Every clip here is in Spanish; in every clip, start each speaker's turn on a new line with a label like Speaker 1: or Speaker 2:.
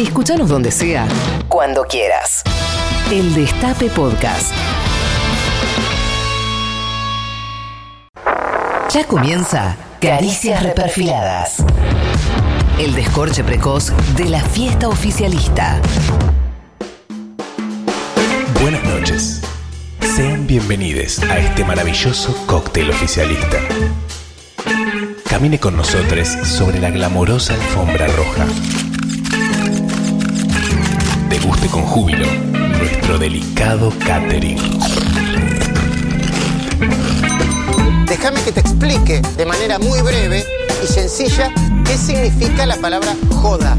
Speaker 1: Escúchanos donde sea, cuando quieras. El Destape Podcast. Ya comienza Caricias Reperfiladas. El descorche precoz de la fiesta oficialista.
Speaker 2: Buenas noches. Sean bienvenidos a este maravilloso cóctel oficialista. Camine con nosotros sobre la glamorosa alfombra roja. Deguste con júbilo nuestro delicado catering.
Speaker 3: Déjame que te explique de manera muy breve y sencilla qué significa la palabra joda.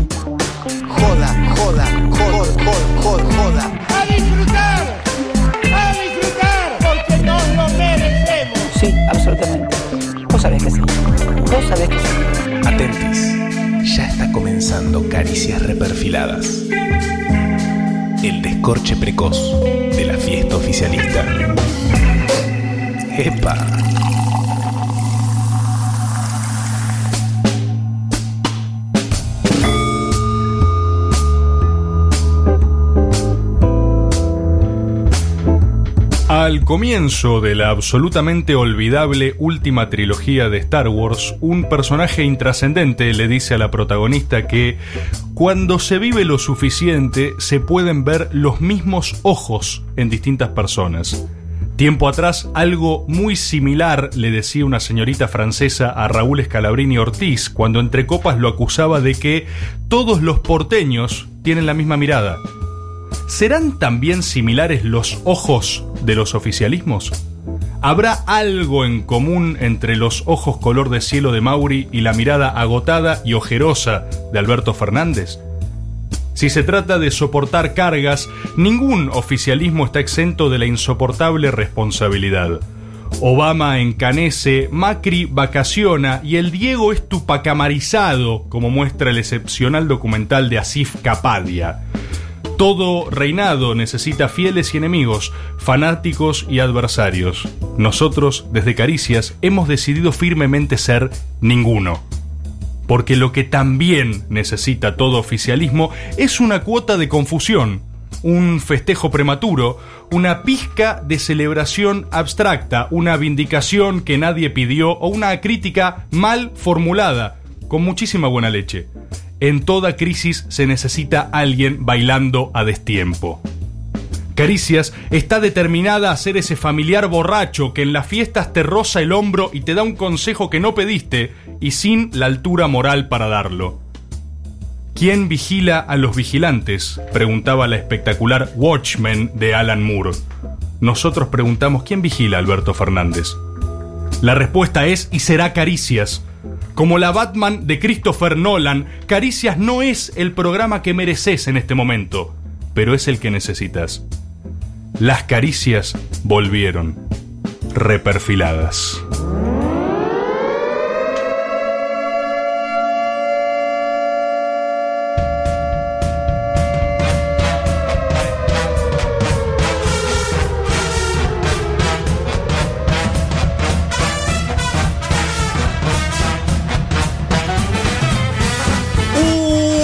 Speaker 3: Joda, joda, joda, joda, joda, joda.
Speaker 4: a disfrutar, a disfrutar, porque nos lo merecemos.
Speaker 5: Sí, absolutamente. Vos sabés que sí. Vos sabés que sí.
Speaker 2: Atentis, ya está comenzando Caricias Reperfiladas. El descorche precoz de la fiesta oficialista. ¡Epa!
Speaker 6: Al comienzo de la absolutamente olvidable última trilogía de Star Wars, un personaje intrascendente le dice a la protagonista que cuando se vive lo suficiente se pueden ver los mismos ojos en distintas personas. Tiempo atrás, algo muy similar le decía una señorita francesa a Raúl Escalabrini Ortiz cuando entre copas lo acusaba de que todos los porteños tienen la misma mirada. ¿Serán también similares los ojos de los oficialismos? ¿Habrá algo en común entre los ojos color de cielo de Mauri y la mirada agotada y ojerosa de Alberto Fernández? Si se trata de soportar cargas, ningún oficialismo está exento de la insoportable responsabilidad. Obama encanece, Macri vacaciona y el Diego es tupacamarizado, como muestra el excepcional documental de Asif Kapadia. Todo reinado necesita fieles y enemigos, fanáticos y adversarios. Nosotros, desde Caricias, hemos decidido firmemente ser ninguno. Porque lo que también necesita todo oficialismo es una cuota de confusión, un festejo prematuro, una pizca de celebración abstracta, una vindicación que nadie pidió o una crítica mal formulada, con muchísima buena leche. En toda crisis se necesita alguien bailando a destiempo. Caricias está determinada a ser ese familiar borracho que en las fiestas te roza el hombro y te da un consejo que no pediste y sin la altura moral para darlo. ¿Quién vigila a los vigilantes? preguntaba la espectacular Watchmen de Alan Moore. Nosotros preguntamos ¿quién vigila a Alberto Fernández? La respuesta es y será Caricias. Como la Batman de Christopher Nolan, Caricias no es el programa que mereces en este momento, pero es el que necesitas. Las caricias volvieron, reperfiladas.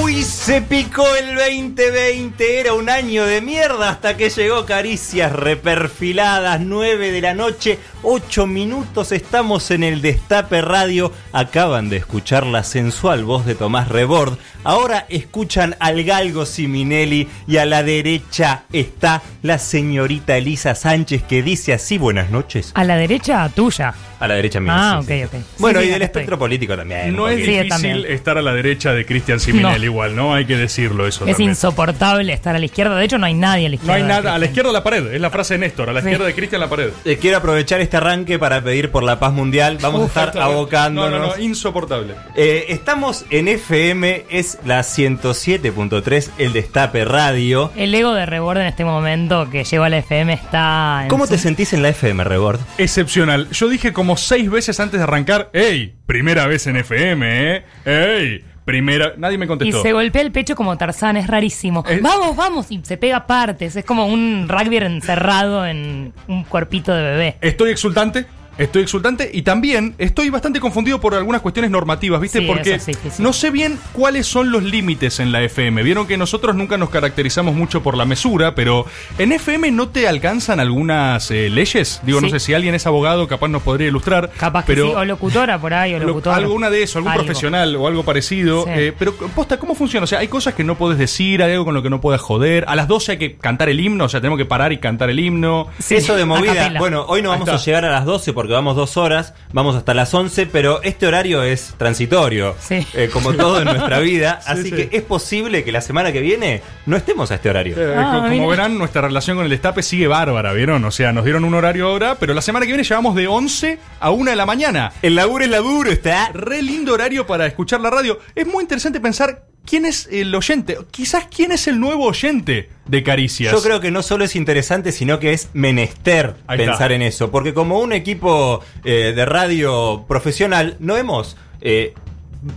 Speaker 7: Uy, se picó el 2020, era un año de mierda hasta que llegó Caricias Reperfiladas, 9 de la noche, 8 minutos, estamos en el Destape Radio, acaban de escuchar la sensual voz de Tomás Rebord, ahora escuchan al Galgo Siminelli y a la derecha está la señorita Elisa Sánchez que dice así, buenas noches.
Speaker 8: A la derecha, tuya.
Speaker 7: A la derecha mía.
Speaker 8: Ah,
Speaker 7: sí, sí.
Speaker 8: ok, ok. Sí,
Speaker 7: Bueno,
Speaker 8: sí,
Speaker 7: y del
Speaker 8: acá estoy.
Speaker 7: espectro político también.
Speaker 6: No
Speaker 7: un
Speaker 6: es
Speaker 7: poquito.
Speaker 8: Sí,
Speaker 6: difícil
Speaker 8: también.
Speaker 6: estar a la derecha de Cristian Siminel
Speaker 8: No.
Speaker 6: igual, ¿no? Hay que decirlo eso.
Speaker 8: Es
Speaker 6: también.
Speaker 8: insoportable estar a la izquierda. De hecho, no hay nadie a
Speaker 6: No
Speaker 8: la izquierda.
Speaker 6: hay nada. A la
Speaker 8: Cristian.
Speaker 6: izquierda la pared. Es la frase de Néstor. A la
Speaker 8: Sí.
Speaker 6: izquierda de Cristian la pared.
Speaker 7: Eh, quiero aprovechar este arranque para pedir por la paz mundial. Vamos
Speaker 6: Uf,
Speaker 7: a estar
Speaker 6: está-
Speaker 7: abocándonos.
Speaker 6: No, no, no. Insoportable.
Speaker 7: Eh, estamos en FM, es la 107.3, el Destape Radio.
Speaker 8: El ego de Rebord en este momento que lleva a la FM está. en
Speaker 7: ¿Cómo
Speaker 8: su-
Speaker 7: te sentís en la FM, Rebord?
Speaker 6: Excepcional. Yo dije como seis veces antes de arrancar, ¡Ey! Primera vez en FM, ¿eh? ¡Ey! Primera... Nadie me
Speaker 8: Y
Speaker 6: contestó.
Speaker 8: se golpea el pecho como Tarzán, es rarísimo.
Speaker 6: Es-
Speaker 8: Vamos, vamos, y se pega partes. Es como un rugby encerrado en un cuerpito de bebé.
Speaker 6: Eh, ¿Estoy exultante? Estoy exultante y también estoy bastante confundido por algunas cuestiones normativas, ¿viste?
Speaker 8: Sí,
Speaker 6: Porque
Speaker 8: eso sí, sí, sí.
Speaker 6: no sé bien cuáles son los límites en la FM. Vieron que nosotros nunca nos caracterizamos mucho por la mesura, pero en FM no te alcanzan algunas eh, leyes. Digo, no
Speaker 8: Sí.
Speaker 6: sé si alguien es abogado, capaz nos podría ilustrar.
Speaker 8: Capaz que
Speaker 6: pero
Speaker 8: sí, o locutora por ahí, o
Speaker 6: lo-
Speaker 8: locutor.
Speaker 6: alguna de eso, algún
Speaker 8: Algo.
Speaker 6: profesional o algo parecido.
Speaker 8: Sí.
Speaker 6: Eh, pero, posta, ¿cómo funciona? O sea, hay cosas que no podés decir, hay algo con lo que no puedas joder. A las 12 hay que cantar el himno, o sea, tenemos que parar y cantar el himno.
Speaker 8: Sí,
Speaker 7: Eso de
Speaker 8: a
Speaker 7: movida.
Speaker 8: capela.
Speaker 7: Bueno, hoy no
Speaker 6: Ahí
Speaker 7: vamos
Speaker 6: está.
Speaker 7: a llegar a las 12 porque vamos dos horas, vamos hasta las 11, pero este horario es transitorio,
Speaker 8: Sí.
Speaker 7: eh, como todo en nuestra vida. así
Speaker 6: sí.
Speaker 7: que es posible que la semana que viene no estemos a este horario.
Speaker 6: Eh,
Speaker 8: Ah,
Speaker 6: co- como
Speaker 8: mira.
Speaker 6: verán, nuestra relación con el destape sigue bárbara, ¿vieron? O sea, nos dieron un horario ahora, pero la semana que viene llevamos de 11 a 1 de la mañana.
Speaker 7: El laburo es laburo, está.
Speaker 6: Re lindo horario para escuchar la radio. Es muy interesante pensar quién es el oyente, o quizás quién es el nuevo oyente de Caricias.
Speaker 7: Yo creo que no solo es interesante, sino que es menester
Speaker 6: Ahí
Speaker 7: pensar
Speaker 6: está.
Speaker 7: en eso. Porque como un equipo eh, de radio profesional, no hemos eh,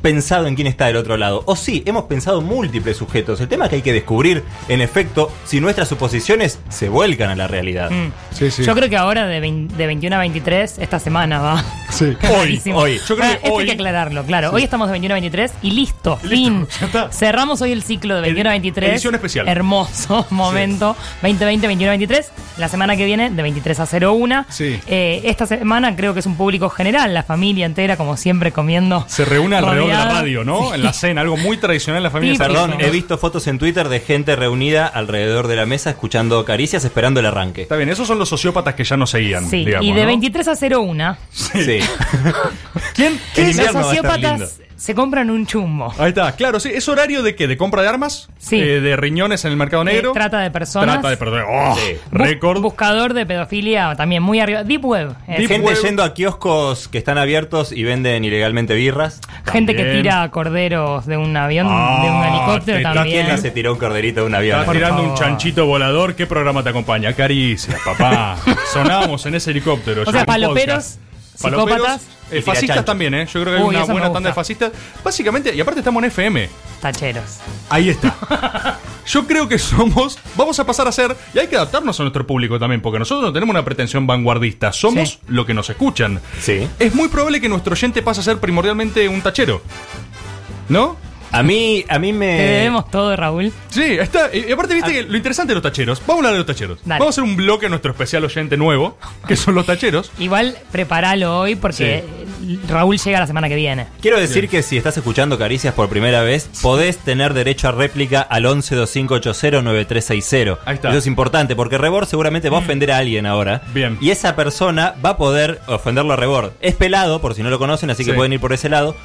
Speaker 7: pensado en quién está del otro lado. O sí, hemos pensado en múltiples sujetos. El tema es que hay que descubrir, en efecto, si nuestras suposiciones se vuelcan a la realidad.
Speaker 8: Mm.
Speaker 6: Sí, sí.
Speaker 8: Yo creo que ahora de, vein- de 21 a 23, esta semana va.
Speaker 6: Sí.
Speaker 7: Hoy,
Speaker 8: Clarísimo.
Speaker 7: hoy.
Speaker 6: Yo creo
Speaker 8: Ah,
Speaker 6: que
Speaker 8: esto
Speaker 6: hoy-
Speaker 8: hay que aclararlo, claro. Hoy estamos de 21 a 23 y listo,
Speaker 6: Listo,
Speaker 8: fin.
Speaker 6: ya está.
Speaker 8: Cerramos hoy el ciclo de 21 a 23.
Speaker 6: edición especial.
Speaker 8: Hermoso momento. 2020, 21 a 23. La semana que viene, de 23 a 01.
Speaker 6: Sí.
Speaker 8: Eh, esta semana creo que es un público general, la familia entera, como siempre, comiendo.
Speaker 6: Se reúne alrededor de la
Speaker 8: rodeada.
Speaker 6: radio, ¿no?
Speaker 8: Sí.
Speaker 6: En la cena, algo muy tradicional en la familia.
Speaker 8: Típico.
Speaker 7: Perdón,
Speaker 8: Rico.
Speaker 7: he visto fotos en Twitter de gente reunida alrededor de la mesa escuchando caricias, esperando el arranque.
Speaker 6: Está bien, esos son los sociópatas que ya no seguían.
Speaker 8: Sí,
Speaker 6: digamos,
Speaker 8: y de
Speaker 6: ¿no?
Speaker 8: 23 a 01,
Speaker 7: Sí.
Speaker 6: ¿Quién?
Speaker 7: El
Speaker 6: ¿Qué?
Speaker 8: los
Speaker 7: invierno va a estar
Speaker 8: sociópatas se compran un chumbo.
Speaker 6: Ahí está, claro, sí. ¿Es horario de qué? ¿De compra de armas?
Speaker 8: Sí.
Speaker 6: Eh, ¿De riñones en el mercado
Speaker 8: Eh,
Speaker 6: negro?
Speaker 8: trata de personas.
Speaker 6: Trata de personas. ¡Oh!
Speaker 7: Sí.
Speaker 8: Bu-
Speaker 6: Récord.
Speaker 8: Buscador de pedofilia, también muy arriba. Deep Web. eh, es
Speaker 6: Deep
Speaker 7: Eh, Gente
Speaker 6: Web.
Speaker 7: yendo a kioscos que están abiertos y venden ilegalmente birras.
Speaker 8: Gente que
Speaker 6: También.
Speaker 8: tira corderos de un avión,
Speaker 6: Ah,
Speaker 8: de un helicóptero
Speaker 6: te está
Speaker 8: también.
Speaker 7: ¿Quién se tiró un corderito de un avión?
Speaker 6: Estás tirando un
Speaker 8: favor.
Speaker 6: chanchito volador. ¿Qué programa te acompaña? Caricias, papá. Sonábamos en ese helicóptero. ya
Speaker 8: sea,
Speaker 6: en
Speaker 8: paloperos,
Speaker 6: podcast. Paloperos,
Speaker 8: psicópatas.
Speaker 6: eh,
Speaker 7: Y
Speaker 6: fascistas
Speaker 7: tirachanchos.
Speaker 6: también, ¿eh? Yo creo que hay
Speaker 8: Uy,
Speaker 6: una
Speaker 8: eso me
Speaker 6: buena tanda de
Speaker 8: gusta.
Speaker 6: fascistas. Básicamente, y aparte estamos en FM.
Speaker 8: Tacheros.
Speaker 6: Ahí está. Yo creo que somos, vamos a pasar a ser, y hay que adaptarnos a nuestro público también, porque nosotros no tenemos una pretensión vanguardista, somos
Speaker 8: Sí.
Speaker 6: lo que nos escuchan.
Speaker 7: Sí.
Speaker 6: Es muy probable que nuestro oyente pase a ser primordialmente un tachero. ¿No?
Speaker 7: A mí, a mí me.
Speaker 8: Te debemos todo, Raúl. Ah.
Speaker 6: Sí, está. Y y aparte, viste que lo interesante de los tacheros. Vamos a hablar de los tacheros.
Speaker 8: Dale.
Speaker 6: Vamos a hacer un bloque a nuestro especial oyente nuevo, que son los tacheros.
Speaker 8: Igual prepáralo hoy porque Raúl llega la semana que viene.
Speaker 7: Quiero decir que si estás escuchando Caricias por primera vez, podés tener derecho a réplica al 1125809360.
Speaker 6: Ahí está. Mm.
Speaker 7: Eso es importante porque Rebord seguramente va a ofender a alguien ahora.
Speaker 6: Bien.
Speaker 7: Y esa persona va a poder ofenderlo a Rebord. Es pelado, por si no lo conocen, así
Speaker 6: Sí.
Speaker 7: que pueden ir por ese lado.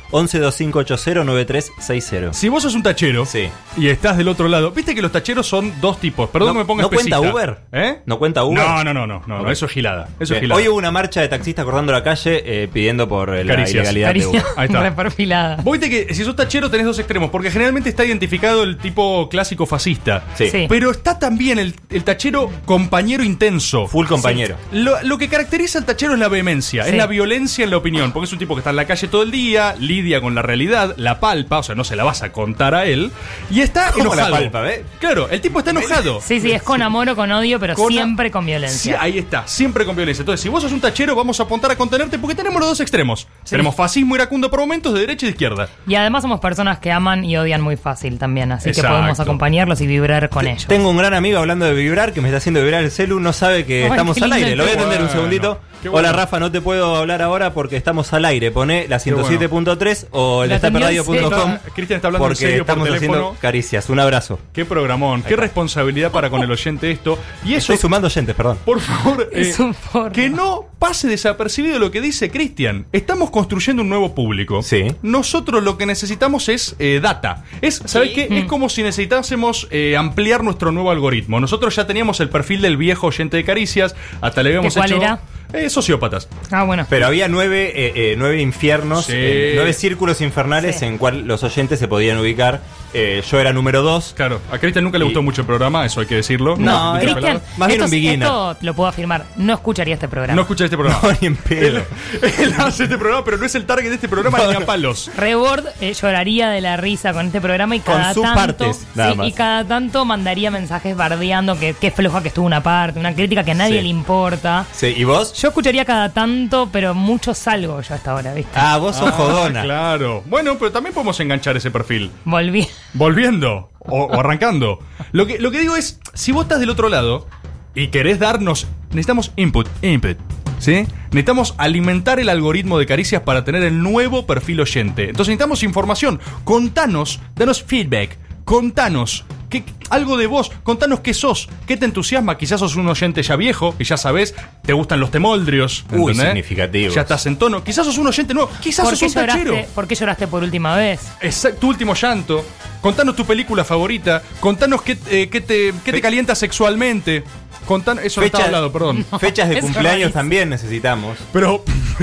Speaker 7: 1125809360.
Speaker 6: Si vos sos un tachero
Speaker 7: Sí.
Speaker 6: y estás del otro lado, viste que los tacheros son dos tipos. Perdón
Speaker 7: No-
Speaker 6: que me ponga
Speaker 7: ¿no cuenta
Speaker 6: especista.
Speaker 7: Uber?
Speaker 6: ¿Eh?
Speaker 7: ¿No cuenta Uber?
Speaker 6: No, no, no, no, no, no,
Speaker 7: Ok.
Speaker 6: eso es gilada. Eso es
Speaker 7: Bien.
Speaker 6: gilada.
Speaker 7: Hoy hubo una marcha de taxistas cortando la calle eh, pidiendo por eh, la
Speaker 6: Caricias.
Speaker 7: ilegalidad de
Speaker 8: Caricia,
Speaker 7: Uber.
Speaker 6: Ahí está.
Speaker 8: reperfilada.
Speaker 6: Vos viste que si sos tachero tenés dos extremos, porque generalmente está identificado el tipo clásico fascista.
Speaker 7: Sí.
Speaker 8: Sí.
Speaker 6: Pero está también el, el tachero compañero intenso.
Speaker 7: Full compañero.
Speaker 6: Lo, lo que caracteriza al tachero es la vehemencia, es
Speaker 8: Sí.
Speaker 6: la violencia en la opinión, porque es un tipo que está en la calle todo el día, lidia con la realidad, la palpa, o sea, no se la vas a contar a él, y está
Speaker 7: ¿Cómo la
Speaker 6: enojado.
Speaker 7: palpa, eh?
Speaker 6: Claro, el tipo está enojado.
Speaker 8: Sí, sí, es con amor o con odio, pero
Speaker 6: Con-
Speaker 8: siempre con
Speaker 6: Sí,
Speaker 8: violencia.
Speaker 6: ahí está, siempre con violencia. Entonces, si vos sos un tachero, vamos a apuntar a contenerte porque tenemos los dos extremos. Tenemos fascismo iracundo por momentos de derecha y de izquierda.
Speaker 8: Y además somos personas que aman y odian muy fácil también, así
Speaker 6: Exacto.
Speaker 8: que podemos acompañarlos y vibrar con ellos.
Speaker 7: Tengo un gran amigo hablando de vibrar que me está haciendo vibrar el celu, no sabe que
Speaker 8: Ay,
Speaker 7: estamos
Speaker 8: qué
Speaker 7: al
Speaker 8: lindo
Speaker 7: aire.
Speaker 8: el
Speaker 7: Lo voy a
Speaker 8: tema.
Speaker 7: atender un
Speaker 6: Bueno,
Speaker 7: segundito.
Speaker 6: qué bueno.
Speaker 7: Hola Rafa, no te puedo hablar ahora porque estamos al aire. Pone la 107.3 o el
Speaker 8: La atendió en
Speaker 7: destaperradio.com.
Speaker 8: serio.
Speaker 6: Cristian está hablando en
Speaker 7: porque
Speaker 6: serio por
Speaker 7: estamos
Speaker 6: teléfono.
Speaker 7: haciendo caricias. Un abrazo.
Speaker 6: Qué programón, qué responsabilidad para con el oyente esto. Y eso,
Speaker 7: Estoy sumando oyentes, perdón.
Speaker 6: por favor, eh,
Speaker 8: Es un forro.
Speaker 6: que no pase desapercibido lo que dice Cristian. Estamos construyendo un nuevo público.
Speaker 7: Sí.
Speaker 6: Nosotros lo que necesitamos es eh, data. Es, ¿sabes qué?
Speaker 8: Mm.
Speaker 6: Es como si necesitásemos eh, ampliar nuestro nuevo algoritmo. Nosotros ya teníamos el perfil del viejo oyente de caricias, hasta le habíamos
Speaker 8: ¿Qué cuál
Speaker 6: hecho
Speaker 8: era?
Speaker 6: eh, sociópatas.
Speaker 8: Ah, bueno.
Speaker 7: Pero había nueve, eh, eh, nueve infiernos,
Speaker 6: Sí.
Speaker 7: eh, nueve círculos infernales en cual los oyentes se podían ubicar. eh, yo era número 2.
Speaker 6: Claro, a Cristian nunca le gustó
Speaker 7: Y-
Speaker 6: mucho el programa, eso hay que decirlo.
Speaker 7: No,
Speaker 6: Nunca
Speaker 8: Cristian,
Speaker 6: pelado.
Speaker 7: Más bien
Speaker 8: esto,
Speaker 7: un beginner.
Speaker 8: esto te lo puedo afirmar. No escucharía este programa.
Speaker 6: No escucha este programa.
Speaker 7: No, ni en pedo.
Speaker 6: Él, él hace este programa, pero no es el target de este programa ni a palos.
Speaker 8: Rebord eh, lloraría de la risa con este programa y
Speaker 7: Con
Speaker 8: cada
Speaker 7: sus
Speaker 8: tanto
Speaker 7: partes, nada
Speaker 8: sí,
Speaker 7: más.
Speaker 8: y cada tanto mandaría mensajes bardeando que qué floja que estuvo una parte, una crítica que a nadie
Speaker 7: Sí.
Speaker 8: le importa.
Speaker 7: Sí, ¿y vos?
Speaker 8: Yo escucharía cada tanto, pero mucho salgo yo hasta ahora, ¿viste?
Speaker 7: Ah, vos sos jodona.
Speaker 6: Ah, claro. Bueno, pero también podemos enganchar ese perfil.
Speaker 8: Volví.
Speaker 6: Volviendo o, o arrancando. Lo que, lo que digo es, si vos estás del otro lado y querés darnos, necesitamos input, input. ¿Sí? Necesitamos alimentar el algoritmo de caricias para tener el nuevo perfil oyente. Entonces necesitamos información. Contanos, danos feedback. Contanos que, algo de vos. Contanos qué sos, qué te entusiasma. Quizás sos un oyente ya viejo y ya sabés, te gustan los temoldrios.
Speaker 7: Uy,
Speaker 6: ¿entendés?
Speaker 7: significativos.
Speaker 6: Ya estás en tono. Quizás sos un oyente nuevo. Quizás
Speaker 8: ¿Por
Speaker 6: sos
Speaker 8: qué,
Speaker 6: un tachero.
Speaker 8: lloraste, ¿Por qué lloraste por última vez?
Speaker 6: Exacto, tu último llanto. Contanos tu película favorita. Contanos qué, eh, qué te, qué te
Speaker 7: Fe-
Speaker 6: calienta sexualmente. Contanos, eso no
Speaker 7: Fecha-
Speaker 6: estaba hablado, perdón.
Speaker 7: Fechas de
Speaker 8: Eso
Speaker 7: cumpleaños
Speaker 8: rarísimo.
Speaker 7: también necesitamos.
Speaker 6: Pero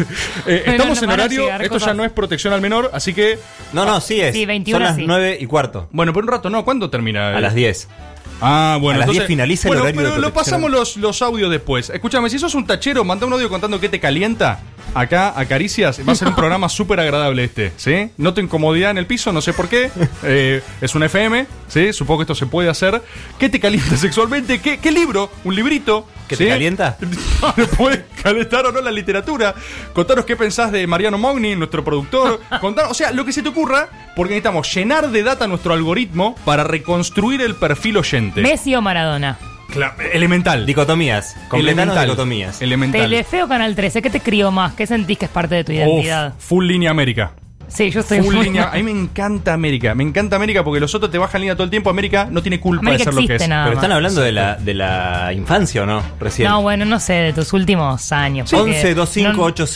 Speaker 6: eh,
Speaker 8: no,
Speaker 6: estamos
Speaker 8: no
Speaker 6: en
Speaker 8: van a
Speaker 6: horario.
Speaker 8: llegar
Speaker 6: Esto ya
Speaker 8: cosas.
Speaker 6: no es protección al menor, así que.
Speaker 7: No, no, sí es.
Speaker 8: Sí, 21
Speaker 7: Son las
Speaker 8: sí.
Speaker 7: 9 y cuarto.
Speaker 6: Bueno, por un rato no. ¿Cuándo termina?
Speaker 7: A
Speaker 6: el-
Speaker 7: las 10.
Speaker 6: Ah, bueno.
Speaker 7: A las
Speaker 6: entonces-
Speaker 7: 10 finaliza el
Speaker 6: Bueno,
Speaker 7: horario
Speaker 6: pero
Speaker 7: de
Speaker 6: lo
Speaker 7: protección.
Speaker 6: pasamos los, los audios después. Escúchame, si sos un tachero, manda un audio contando qué te calienta. Acá, acaricias, va a ser un programa súper agradable este, ¿sí? No te incomodidad en el piso, no sé por qué. Eh, es un FM, ¿sí? Supongo que esto se puede hacer. ¿Qué te calienta sexualmente? ¿Qué, qué libro? ¿Un librito?
Speaker 7: ¿Que te calienta?
Speaker 6: No, no puede calentar o no la literatura. Contanos qué pensás de Mariano Mogni, nuestro productor. Contanos, o sea, lo que se te ocurra, porque necesitamos llenar de data nuestro algoritmo para reconstruir el perfil oyente.
Speaker 8: Messi o Maradona.
Speaker 6: Cla- elemental.
Speaker 7: Dicotomías. Completanos
Speaker 6: elemental.
Speaker 7: dicotomías.
Speaker 6: Elemental.
Speaker 8: Telefeo Canal 13, ¿qué te crió más? ¿Qué sentís que es parte de tu identidad?
Speaker 6: Uf, full línea América.
Speaker 8: Sí, yo soy
Speaker 6: Full
Speaker 8: muy-
Speaker 6: línea. A mí me encanta América. Me encanta América porque los otros te bajan línea todo el tiempo. América no tiene culpa
Speaker 8: América
Speaker 6: de ser lo que
Speaker 8: existe,
Speaker 6: es.
Speaker 8: nada
Speaker 7: Pero
Speaker 8: más.
Speaker 7: están hablando de la, de la infancia o no, recién.
Speaker 8: No, bueno, no sé, de tus últimos años. porque
Speaker 7: 11 25
Speaker 8: Eh, no-
Speaker 7: 80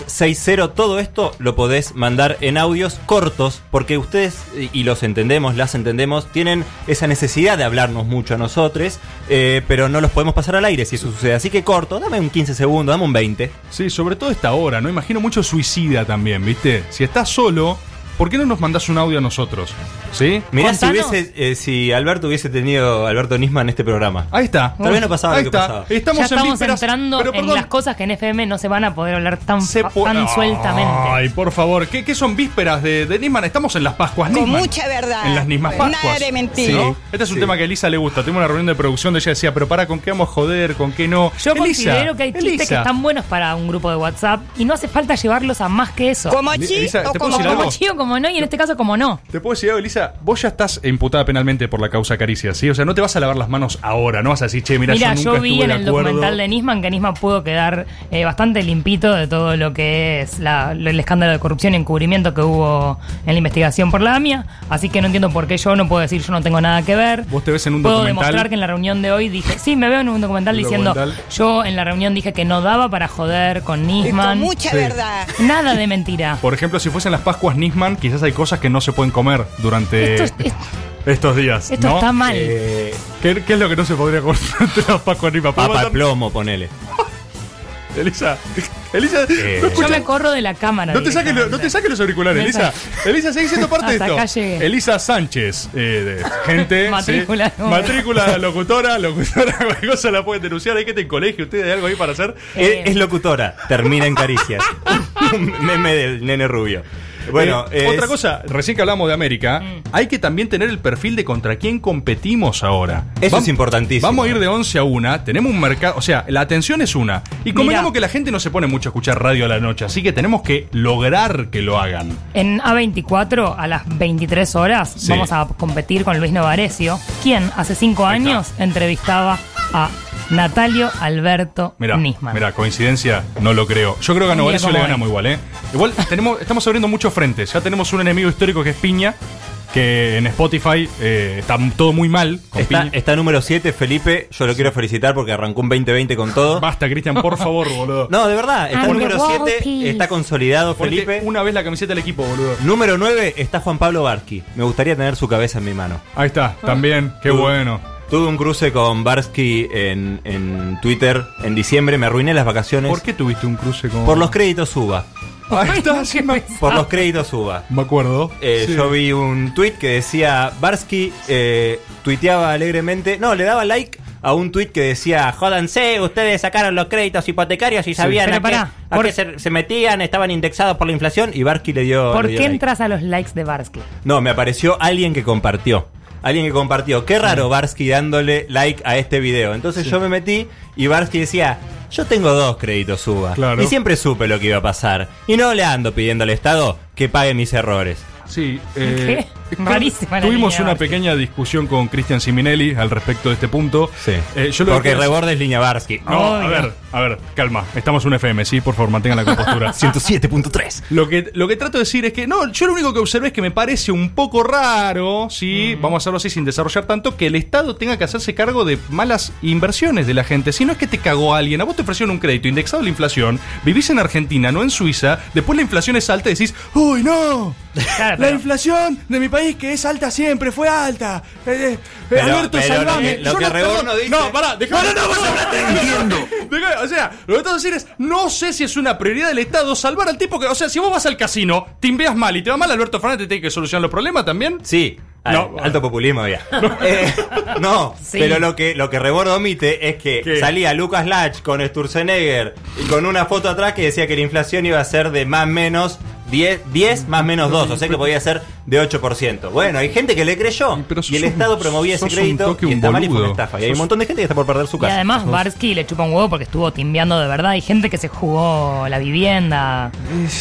Speaker 7: 9360. Todo esto lo podés mandar en audios cortos porque ustedes, y- y los entendemos, las entendemos, tienen esa necesidad de hablarnos mucho a nosotros, eh, pero no los podemos pasar al aire si eso sucede. Así que corto, dame un 15 segundos, dame un 20.
Speaker 6: Sí, sobre todo esta hora, ¿no? Imagino mucho suicida también, ¿viste? Si estás solo, ¿por qué no nos mandás un audio a nosotros? ¿Sí?
Speaker 7: Mirá si,
Speaker 8: Contanos.
Speaker 7: hubiese, eh, si Alberto hubiese tenido Alberto Nisma en este programa.
Speaker 6: Ahí está.
Speaker 7: Tal vez no pasaba lo
Speaker 6: Ahí
Speaker 7: que
Speaker 6: está.
Speaker 7: pasaba.
Speaker 6: Estamos,
Speaker 8: ya estamos
Speaker 6: vísperas-
Speaker 8: entrando
Speaker 6: pero,
Speaker 8: en
Speaker 6: perdón,
Speaker 8: las cosas que en FM no se van a poder hablar tan,
Speaker 6: se Ah,
Speaker 8: fa-
Speaker 6: po-
Speaker 8: tan sueltamente.
Speaker 6: Ay, por favor, ¿qué, qué son vísperas de, de Nisman? Estamos en las Pascuas
Speaker 9: Con
Speaker 6: Nisman.
Speaker 9: mucha verdad.
Speaker 6: En las mismas
Speaker 9: Nada
Speaker 6: Pascuas.
Speaker 9: de mentira.
Speaker 6: ¿no? Este es un
Speaker 7: Sí.
Speaker 6: tema que a Elisa le gusta. Tuvimos una reunión de producción donde ella decía, pero para, ¿con qué vamos a joder? ¿Con qué no?
Speaker 8: Yo
Speaker 6: Elisa,
Speaker 8: considero que hay chistes
Speaker 6: Elisa.
Speaker 8: que están buenos para un grupo de WhatsApp y no hace falta llevarlos a más que eso.
Speaker 9: Como
Speaker 6: Li-
Speaker 9: chi
Speaker 6: Elisa,
Speaker 9: o
Speaker 6: ¿te puedo
Speaker 9: como
Speaker 6: decir
Speaker 8: Como
Speaker 6: algo?
Speaker 9: como.
Speaker 8: chido, como no, y en este caso como no.
Speaker 6: Te puedo decir algo, Elisa, vos ya estás imputada penalmente por la causa caricia, ¿sí? O sea, no te vas a lavar las manos ahora, no vas a decir, che, mira,
Speaker 8: Mira,
Speaker 6: yo
Speaker 8: yo,
Speaker 6: nunca
Speaker 8: vi
Speaker 6: estuve
Speaker 8: en
Speaker 6: de
Speaker 8: el
Speaker 6: acuerdo.
Speaker 8: documental de Nisman que Nisman pudo quedar eh, bastante limpito de todo lo que es la- lo- el escándalo de corrupción y encubrimiento que hubo en la investigación por la AMIA. Así que no entiendo por qué yo no puedo decir yo no tengo nada que ver.
Speaker 6: Vos te ves en un
Speaker 8: puedo
Speaker 6: documental.
Speaker 8: demostrar que en la reunión de hoy dije, sí, me veo en un documental
Speaker 6: Un
Speaker 8: diciendo,
Speaker 6: documental.
Speaker 8: yo en la reunión dije que no daba para joder con
Speaker 9: Con
Speaker 8: Nisman.
Speaker 9: mucha verdad.
Speaker 8: Nada de mentira.
Speaker 6: Por ejemplo, si fuesen las Pascuas Nisman, quizás hay cosas que no se pueden comer durante
Speaker 8: Esto es-
Speaker 6: estos días.
Speaker 8: Esto
Speaker 6: ¿no?
Speaker 8: está mal.
Speaker 7: Eh,
Speaker 6: ¿Qué, qué es lo que no se podría comer durante las Pascuas Nisman? ¿Puedo
Speaker 7: papa
Speaker 6: mandar-
Speaker 7: plomo, ponele.
Speaker 6: Elisa, Elisa,
Speaker 7: Eh.
Speaker 6: no
Speaker 8: yo
Speaker 6: escuches-
Speaker 8: me corro de la cámara.
Speaker 6: No te, saques lo- no te
Speaker 8: directamente.
Speaker 6: saques los auriculares,
Speaker 8: Me
Speaker 6: Elisa. Elisa, seguís siendo parte de
Speaker 8: Hasta
Speaker 6: esto.
Speaker 8: acá llegué.
Speaker 6: Elisa Sánchez, eh, de gente.
Speaker 8: Matrícula
Speaker 6: sí,
Speaker 8: número.
Speaker 6: matrícula locutora, locutora, cualquier cosa la pueden denunciar. Hay que te en colegio, ustedes hay algo ahí para hacer.
Speaker 8: Eh.
Speaker 7: Es, es locutora, termina en caricias. Un Meme del nene rubio. Bueno,
Speaker 6: Eh,
Speaker 7: es-
Speaker 6: otra cosa, recién que hablamos de América,
Speaker 8: Mm.
Speaker 6: hay que también tener el perfil de contra quién competimos ahora.
Speaker 7: Eso
Speaker 6: Vam-
Speaker 7: es importantísimo.
Speaker 6: Vamos a ir de 11 a 1, tenemos un mercado, o sea, la atención es una. Y convengamos
Speaker 8: Mirá.
Speaker 6: que la gente no se pone mucho a escuchar radio a la noche, así que tenemos que lograr que lo hagan.
Speaker 8: En A24, a las 23 horas,
Speaker 6: Sí.
Speaker 8: vamos a competir con Luis Novarecio, quien hace cinco
Speaker 6: Ahí está.
Speaker 8: años entrevistaba a Natalio Alberto
Speaker 6: Mira,
Speaker 8: Nisman.
Speaker 6: mira, coincidencia, no lo creo. Yo creo que a
Speaker 8: Un día
Speaker 6: Novarecio
Speaker 8: como
Speaker 6: le
Speaker 8: hoy.
Speaker 6: ganamos igual, ¿eh? Igual tenemos, estamos abriendo muchos frentes. Ya tenemos un enemigo histórico que es Piña, que en Spotify eh, está todo muy mal con
Speaker 7: Está,
Speaker 6: Piña.
Speaker 7: está número 7, Felipe. Yo lo quiero felicitar porque arrancó un 2020 con todo.
Speaker 6: Basta, Cristian, por favor, boludo.
Speaker 7: No, de verdad, está
Speaker 8: Porque-
Speaker 7: número eh,
Speaker 8: World
Speaker 7: 7,
Speaker 8: Peace.
Speaker 7: está consolidado
Speaker 6: Ponete
Speaker 7: Felipe.
Speaker 6: una vez la camiseta del equipo, boludo.
Speaker 7: Número 9 está Juan Pablo Barsky. Me gustaría tener su cabeza en mi mano.
Speaker 6: Ahí
Speaker 7: Ah.
Speaker 6: está, también, qué
Speaker 7: Tuve-
Speaker 6: bueno.
Speaker 7: Tuve un cruce con Barsky en, en Twitter en diciembre, me arruiné las vacaciones.
Speaker 6: ¿Por qué tuviste un cruce con.?
Speaker 7: Por los créditos UBA.
Speaker 6: Ahí está, sí, me,
Speaker 7: Por los créditos
Speaker 6: Ah.
Speaker 7: UBA.
Speaker 6: me acuerdo.
Speaker 7: Eh,
Speaker 6: Sí.
Speaker 7: Yo vi un tweet que decía, Barsky eh, tuiteaba alegremente, no, le daba like a un tweet que decía, jódanse, ustedes sacaron los créditos hipotecarios y sabían
Speaker 8: Pero
Speaker 7: a,
Speaker 8: pará,
Speaker 7: qué, a
Speaker 8: por-
Speaker 7: qué se, se metían, estaban indexados por la inflación y Barsky le dio...
Speaker 8: ¿Por
Speaker 7: le dio
Speaker 8: qué
Speaker 7: like.
Speaker 8: entras a los likes de Barsky?
Speaker 7: No, me apareció alguien que compartió. Alguien que compartió. Qué raro Barsky dándole like a este video. Entonces yo me metí y Barsky decía, yo tengo dos créditos UBA.
Speaker 6: Claro.
Speaker 7: Y siempre supe lo que iba a pasar. Y no le ando pidiendo al Estado que pague mis errores.
Speaker 6: Sí, eh,
Speaker 8: ¿Qué?
Speaker 6: Car-
Speaker 8: Rarísima la
Speaker 6: Tuvimos
Speaker 8: línea,
Speaker 6: una
Speaker 8: Barsky.
Speaker 6: pequeña discusión con Cristian Siminelli al respecto de este punto. Eh, yo lo que
Speaker 7: Porque
Speaker 6: quiero-
Speaker 7: Reborde es línea Barsky.
Speaker 6: No, a
Speaker 8: Obvio.
Speaker 6: ver, a ver, calma. Estamos en un FM, sí, por favor, mantengan la compostura.
Speaker 7: 107.3.
Speaker 6: Lo que, lo que trato de decir es que, no, yo lo único que observé es que me parece un poco raro,
Speaker 8: Mm.
Speaker 6: sí, vamos a hacerlo así sin desarrollar tanto, que el Estado tenga que hacerse cargo de malas inversiones de la gente. Si no es que te cagó alguien, a vos te ofrecieron un crédito indexado a la inflación, vivís en Argentina, no en Suiza, después la inflación es alta y decís, ¡Uy, no!
Speaker 8: Claro,
Speaker 6: la
Speaker 8: pero-
Speaker 6: inflación de mi país, que es alta siempre, fue alta. Eh, eh,
Speaker 7: Pero-
Speaker 6: Alberto,
Speaker 7: pero
Speaker 6: salvame.
Speaker 7: lo que- lo
Speaker 6: Yo
Speaker 7: que
Speaker 6: no,
Speaker 7: Rebord
Speaker 6: perdón,
Speaker 7: no dice-
Speaker 6: No, pará, dejá. No, no, entiendo. o sea, lo que estás decir es, no sé si es una prioridad del Estado salvar al tipo que, o sea, si vos vas al casino, te timbeas mal y te va mal, Alberto Fernández te tiene que solucionar los problemas también.
Speaker 7: Sí. al-
Speaker 6: No.
Speaker 7: alto populismo había. Eh, no,
Speaker 8: Sí.
Speaker 7: pero lo que, lo que Rebordo omite es que
Speaker 6: ¿Qué?
Speaker 7: salía Lucas Lach con Sturzenegger y con una foto atrás que decía que la inflación iba a ser de más menos 10, 10 más menos 2, o sea que podía ser de 8%. Bueno, hay gente que le creyó
Speaker 6: Pero
Speaker 7: y
Speaker 6: sos
Speaker 7: el
Speaker 6: un-
Speaker 7: Estado promovía ese
Speaker 6: sos un
Speaker 7: crédito
Speaker 6: toque,
Speaker 7: y
Speaker 6: un
Speaker 7: está mal y fue una
Speaker 6: boludo.
Speaker 7: estafa. Y hay un
Speaker 6: Sos-
Speaker 7: montón de gente que está por perder su
Speaker 8: Y
Speaker 7: casa.
Speaker 8: además Barsky le chupa un huevo porque estuvo timbeando de verdad. Hay gente que se jugó la vivienda,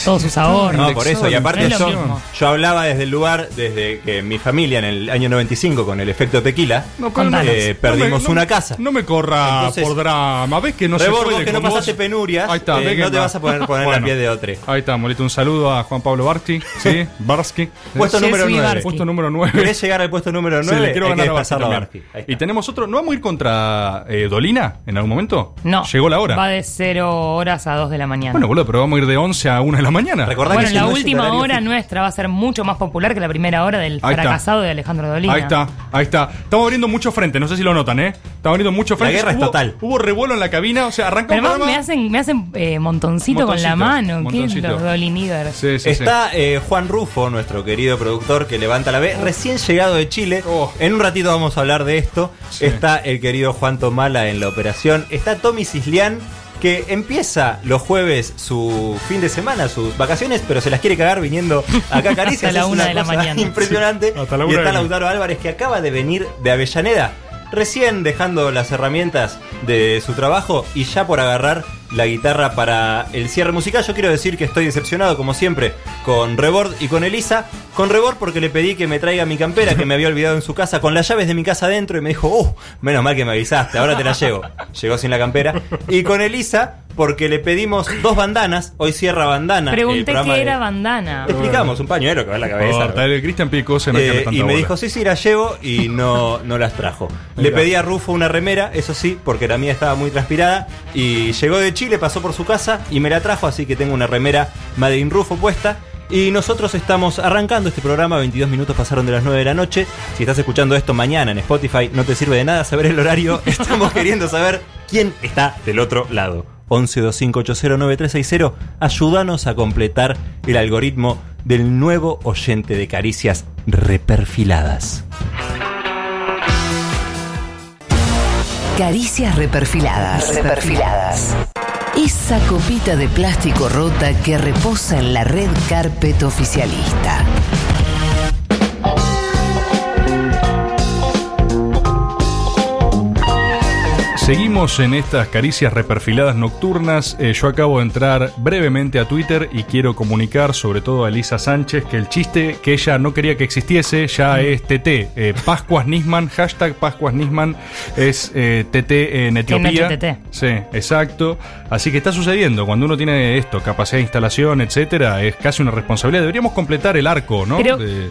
Speaker 8: todos sus ahorros.
Speaker 7: No, por eso, y aparte
Speaker 8: No Ah, es lo
Speaker 7: yo,
Speaker 8: mismo.
Speaker 7: yo hablaba desde el lugar, desde que mi familia en el año 95 con el efecto tequila,
Speaker 8: pero no-
Speaker 7: eh,
Speaker 6: No
Speaker 7: perdimos
Speaker 6: me- no-
Speaker 7: una casa.
Speaker 6: No me corra
Speaker 7: Entonces-
Speaker 6: por drama, ves que no se
Speaker 7: Rebordo,
Speaker 6: puede
Speaker 7: que no
Speaker 6: con
Speaker 7: pasaste
Speaker 6: vos.
Speaker 7: penurias,
Speaker 6: Ahí está,
Speaker 7: eh,
Speaker 6: ve que
Speaker 7: no te vas a poner- poner la piel de otro.
Speaker 6: Ahí está, molito. Un saludo a Juan Pablo Barsky, sí, Barsky.
Speaker 7: Puesto
Speaker 8: Sí,
Speaker 7: número
Speaker 8: sí,
Speaker 7: 9.
Speaker 8: Barsky.
Speaker 6: Puesto número 9.
Speaker 7: ¿Querés llegar al puesto número 9?
Speaker 6: Sí, le quiero
Speaker 7: Hay
Speaker 6: ganar
Speaker 7: que
Speaker 6: a Barça
Speaker 7: desplazarlo a
Speaker 6: también.
Speaker 7: Barfi. Ahí está.
Speaker 6: Y tenemos otro. ¿No vamos a ir contra eh, Dolina en algún momento?
Speaker 8: No.
Speaker 6: Llegó la hora.
Speaker 8: Va de 0 horas a 2 de la mañana.
Speaker 6: Bueno, boludo, pero vamos a ir de 11 a 1 de la mañana.
Speaker 7: Recordá
Speaker 8: Bueno,
Speaker 7: que si
Speaker 8: la
Speaker 7: no es
Speaker 8: última
Speaker 7: horario
Speaker 8: hora
Speaker 7: fijo-
Speaker 8: nuestra va a ser mucho más popular que la primera hora del
Speaker 6: Ahí está.
Speaker 8: fracasado de Alejandro Dolina.
Speaker 6: Ahí está, ahí está. Estamos abriendo mucho frente, no sé si lo notan, ¿eh? Estamos abriendo mucho frente.
Speaker 7: guerra es
Speaker 6: hubo,
Speaker 7: total.
Speaker 6: Hubo revuelo en la cabina, o sea, arranca
Speaker 8: Pero
Speaker 6: un
Speaker 8: además
Speaker 6: programa.
Speaker 8: me hacen, me hacen eh, montoncito, con la
Speaker 6: Montoncito,
Speaker 8: mano. ¿Qué
Speaker 6: montoncito.
Speaker 8: los Dolinivers?
Speaker 6: Sí, sí, sí.
Speaker 7: Está eh, Juan Rufo, nuestro querido productor que levanta la B, recién llegado de Chile.
Speaker 6: Oh.
Speaker 7: En un ratito vamos a hablar de esto.
Speaker 6: Sí.
Speaker 7: Está el querido Juan Tomala en la operación. Está Tommy Cislián que empieza los jueves su fin de semana, sus vacaciones, pero se las quiere cagar viniendo acá a Caricias.
Speaker 8: Hasta la
Speaker 7: Es
Speaker 8: una
Speaker 7: una
Speaker 8: de la
Speaker 7: cosa
Speaker 8: mañana.
Speaker 7: Impresionante.
Speaker 6: Sí, hasta la
Speaker 7: y
Speaker 6: una
Speaker 7: está
Speaker 6: de la-
Speaker 7: Lautaro Álvarez que acaba de venir de Avellaneda. Recién dejando las herramientas de su trabajo y ya por agarrar la guitarra para el cierre musical. Yo quiero decir que estoy decepcionado, como siempre, con Rebord y con Elisa. Con Rebord porque le pedí que me traiga mi campera que me había olvidado en su casa con las llaves de mi casa adentro y me dijo, oh, menos mal que me avisaste, ahora te la llevo. Llegó sin la campera. Y con Elisa porque le pedimos dos bandanas. Hoy cierra bandana. el
Speaker 8: Pregunté
Speaker 7: programa
Speaker 8: qué
Speaker 7: de-
Speaker 8: era bandana.
Speaker 7: Te explicamos, un pañuelo que va en la cabeza.
Speaker 6: Corta, el Cristian Picos en
Speaker 7: Eh,
Speaker 6: el
Speaker 7: y me dijo, sí, sí, las llevo y no, no las trajo. Le
Speaker 6: Mirá.
Speaker 7: pedí a Rufo una remera, eso sí, porque la mía estaba muy transpirada. Y llegó de Chile, pasó por su casa y me la trajo, así que tengo una remera Made in Rufo puesta. Y nosotros estamos arrancando este programa, 22 minutos pasaron de las 9 de la noche. Si estás escuchando esto mañana en Spotify, no te sirve de nada saber el horario. Estamos queriendo saber quién está del otro lado. 1125809360, ayúdanos a completar el algoritmo del nuevo oyente de caricias reperfiladas.
Speaker 1: Caricias reperfiladas. Reperfiladas. Esa copita de plástico rota que reposa en la red carpet oficialista.
Speaker 6: Seguimos en estas caricias reperfiladas nocturnas. Eh, yo acabo de entrar brevemente a Twitter y quiero comunicar, sobre todo a Elisa Sánchez, que el chiste que ella no quería que existiese ya es TT. Eh, Pascuas Nisman, hashtag Pascuas Nisman, es eh, TT en Etiopía.
Speaker 8: TT.
Speaker 6: Sí, exacto. Así que está sucediendo. Cuando uno tiene esto, capacidad de instalación, etcétera, es casi una responsabilidad. Deberíamos completar el arco, ¿no?
Speaker 8: Pero-
Speaker 6: De-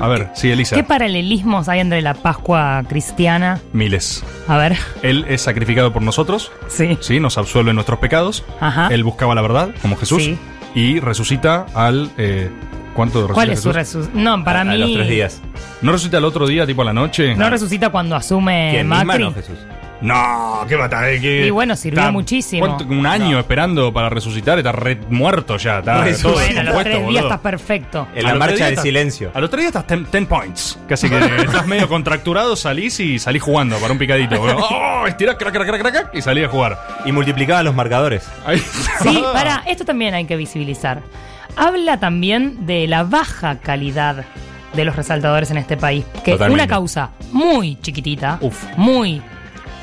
Speaker 6: A ver, sí, Elisa.
Speaker 8: ¿Qué paralelismos hay entre la Pascua cristiana?
Speaker 6: Miles.
Speaker 8: A ver,
Speaker 6: Él es sacrificado por nosotros.
Speaker 8: sí.
Speaker 6: Sí, nos absuelve nuestros pecados.
Speaker 8: Ajá.
Speaker 6: Él buscaba la verdad, como Jesús.
Speaker 8: Sí.
Speaker 6: Y resucita al. eh, ¿Cuánto resucita
Speaker 8: ¿Cuál es su
Speaker 6: Jesús?
Speaker 8: resucitación? No, para
Speaker 7: a,
Speaker 8: mí.
Speaker 7: a los tres días.
Speaker 6: ¿No resucita al otro día, tipo a la noche?
Speaker 8: No resucita cuando asume
Speaker 7: ¿Quién? Misma
Speaker 8: Macri.
Speaker 7: no, Jesús.
Speaker 6: No, qué matar. eh, qué-
Speaker 8: Y bueno, sirvió
Speaker 6: está-
Speaker 8: muchísimo.
Speaker 6: ¿cuánto? un año esperando para resucitar, está re muerto ya. Está
Speaker 7: Resucitó.
Speaker 6: todo
Speaker 8: Bueno, a los
Speaker 6: descompuesto,
Speaker 8: tres días
Speaker 6: boludo.
Speaker 8: estás perfecto.
Speaker 7: En la
Speaker 6: A los tres
Speaker 7: marcha
Speaker 6: días
Speaker 7: del
Speaker 6: estás-
Speaker 7: silencio.
Speaker 6: A los tres días estás 10 points. Casi que estás medio contracturado, salís y salís jugando para un picadito. boludo. ¡Oh! Estirás, crac, crac, crac, crac, crac, y salís a jugar.
Speaker 7: Y multiplicaba los marcadores.
Speaker 6: Ahí
Speaker 8: Sí,
Speaker 6: está.
Speaker 8: para, esto también hay que visibilizar. Habla también de la baja calidad de los resaltadores en este país. Que
Speaker 7: Totalmente.
Speaker 8: una causa muy chiquitita,
Speaker 6: Uf.
Speaker 8: muy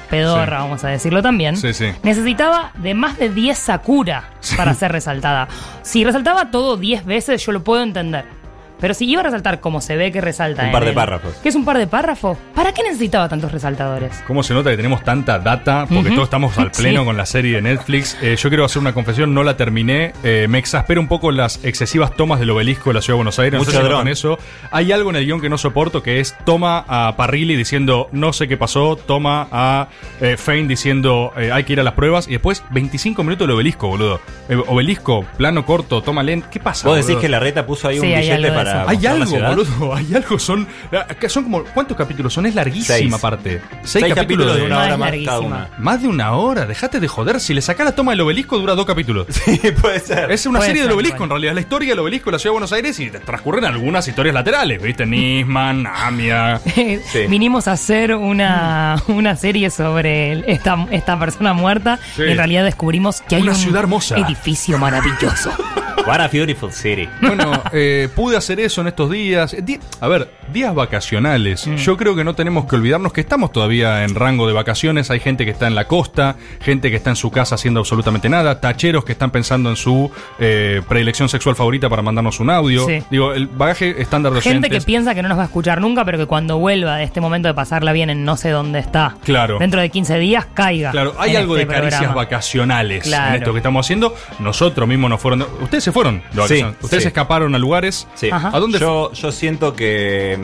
Speaker 8: pedorra,
Speaker 6: Sí.
Speaker 8: vamos a decirlo también,
Speaker 6: Sí, sí.
Speaker 8: necesitaba de más de 10 Sakura para ser resaltada. Si resaltaba todo 10 veces, yo lo puedo entender. Pero si iba a resaltar como se ve que resalta.
Speaker 7: Un
Speaker 8: en
Speaker 7: par de
Speaker 8: el-
Speaker 7: párrafos.
Speaker 8: Que es un par de párrafos. ¿Para qué necesitaba tantos resaltadores?
Speaker 6: ¿Cómo se nota que tenemos tanta data? Porque
Speaker 8: Ujú.
Speaker 6: todos estamos al pleno
Speaker 8: Sí.
Speaker 6: con la serie de Netflix. Eh, yo quiero hacer una confesión, no la terminé. Eh, me exaspera un poco las excesivas tomas del obelisco de la Ciudad de Buenos Aires.
Speaker 7: Mucho
Speaker 6: no sé si
Speaker 7: dron.
Speaker 6: con eso. Hay algo en el guión que no soporto, que es toma a Parrilli diciendo no sé qué pasó, toma a eh, Fein diciendo eh, hay que ir a las pruebas, y después 25 minutos del obelisco, boludo. Eh, obelisco, plano corto, toma lento.
Speaker 9: Ah,
Speaker 6: ¿Qué pasa?
Speaker 7: Vos decís
Speaker 6: boludo?
Speaker 7: que la reta puso ahí
Speaker 8: Sí,
Speaker 7: un
Speaker 8: hay
Speaker 7: billete
Speaker 8: algo de
Speaker 7: para.
Speaker 8: eso.
Speaker 6: Hay
Speaker 7: mostrar la
Speaker 6: algo,
Speaker 7: ciudad?
Speaker 6: boludo, hay algo. Son, que son como, ¿cuántos capítulos son? Es larguísima
Speaker 7: Seis.
Speaker 6: aparte.
Speaker 7: Seis, capítulos, de una
Speaker 8: No,
Speaker 7: hora
Speaker 8: es
Speaker 7: más cada
Speaker 8: larguísima.
Speaker 7: una.
Speaker 6: Más de una hora, dejate de joder. Si le sacás la toma del obelisco, dura dos capítulos.
Speaker 7: Sí, puede ser.
Speaker 6: Es una
Speaker 8: Puede
Speaker 6: serie
Speaker 8: ser,
Speaker 6: del obelisco,
Speaker 8: igual.
Speaker 6: en realidad. Es la historia del obelisco de la ciudad de Buenos Aires y transcurren algunas historias laterales, ¿viste? Nisman, Amia.
Speaker 7: Sí.
Speaker 8: Vinimos a hacer una,
Speaker 6: Mm.
Speaker 8: una serie sobre el- esta, esta persona muerta
Speaker 6: Sí.
Speaker 8: y en realidad descubrimos que hay
Speaker 6: Una
Speaker 8: un
Speaker 6: ciudad hermosa.
Speaker 8: edificio maravilloso.
Speaker 7: What a beautiful city.
Speaker 6: Bueno, eh, pude hacer eso en estos días. Eh, di- a ver, días vacacionales.
Speaker 7: Mm.
Speaker 6: Yo creo que no tenemos que olvidarnos que estamos todavía en rango de vacaciones. Hay gente que está en la costa, gente que está en su casa haciendo absolutamente nada, tacheros que están pensando en su eh, preelección sexual favorita para mandarnos un audio.
Speaker 8: Sí.
Speaker 6: Digo, el bagaje estándar de
Speaker 8: Gente que
Speaker 6: oyentes-
Speaker 8: piensa que no nos va a escuchar nunca, pero que cuando vuelva de este momento de pasarla bien en no sé dónde está,
Speaker 6: Claro.
Speaker 8: dentro de 15 días caiga.
Speaker 6: Claro, hay
Speaker 8: en
Speaker 6: algo
Speaker 8: este
Speaker 6: de caricias
Speaker 8: programa.
Speaker 6: vacacionales
Speaker 8: Claro.
Speaker 6: en esto que estamos haciendo. Nosotros mismos nos fueron. de- Ustedes se fueron. de vacaciones.
Speaker 7: Sí,
Speaker 6: Ustedes
Speaker 7: sí.
Speaker 6: escaparon a lugares.
Speaker 7: Sí.
Speaker 8: Ajá.
Speaker 6: ¿A dónde
Speaker 7: yo, yo siento que.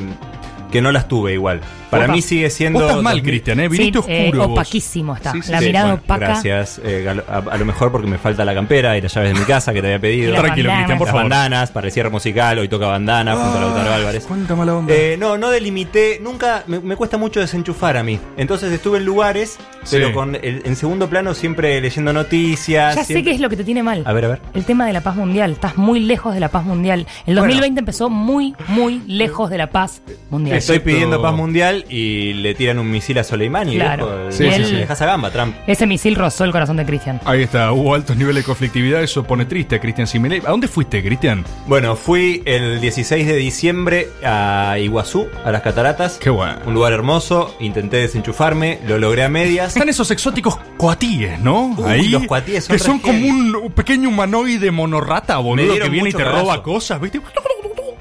Speaker 7: que no las tuve igual. Para
Speaker 6: Opa.
Speaker 7: mí sigue siendo.
Speaker 6: Vos estás mal,
Speaker 7: 2000.
Speaker 6: Cristian, ¿eh?
Speaker 8: Sí,
Speaker 6: Viniste
Speaker 8: eh,
Speaker 6: oscuro. vos.
Speaker 8: opaquísimo está.
Speaker 6: Sí, sí,
Speaker 8: la
Speaker 6: sí.
Speaker 8: mirada
Speaker 7: Bueno,
Speaker 8: opaca.
Speaker 7: Gracias. eh, a, lo- a lo mejor porque me falta la campera y las llaves de mi casa que te había pedido.
Speaker 8: Y la
Speaker 6: Tranquilo,
Speaker 8: bandana.
Speaker 6: Cristian, por
Speaker 7: Las
Speaker 6: favor.
Speaker 7: bandanas para el cierre musical. Hoy toca bandana junto a Lautaro Álvarez.
Speaker 6: Cuánta mala onda.
Speaker 7: Eh, no, no delimité, nunca, me, me cuesta mucho desenchufar a mí. Entonces estuve en lugares, pero
Speaker 6: Sí.
Speaker 7: con el- en segundo plano siempre leyendo noticias.
Speaker 8: Ya sé
Speaker 7: siempre-
Speaker 8: que es lo que te tiene mal.
Speaker 7: A ver, a ver.
Speaker 8: El tema de la paz mundial. Estás muy lejos de la paz mundial. El 2020 empezó muy, muy lejos de la paz mundial.
Speaker 7: Estoy
Speaker 6: cierto.
Speaker 7: pidiendo paz mundial y le tiran un misil a Soleimani.
Speaker 8: Claro.
Speaker 7: viejo,
Speaker 8: Sí,
Speaker 7: y
Speaker 8: sí,
Speaker 7: él-
Speaker 8: sí.
Speaker 7: dejás a gamba, Trump.
Speaker 8: Ese misil rozó el corazón de Cristian.
Speaker 6: Ahí está, hubo altos niveles de conflictividad, eso pone triste a Cristian Simeley. ¿A dónde fuiste, Cristian?
Speaker 7: Bueno, fui el 16 de diciembre a Iguazú, a las cataratas.
Speaker 6: Qué bueno.
Speaker 7: Un lugar hermoso, intenté desenchufarme, lo logré a medias.
Speaker 6: Están esos exóticos coatíes, ¿no?
Speaker 7: Uy, los coatíes son
Speaker 6: Que son
Speaker 7: re
Speaker 6: como
Speaker 7: heavy.
Speaker 6: un un pequeño humanoide monorrata, boludo, que
Speaker 7: dieron
Speaker 6: viene y te
Speaker 7: mucho
Speaker 6: roba
Speaker 7: cagazo.
Speaker 6: cosas, ¿viste?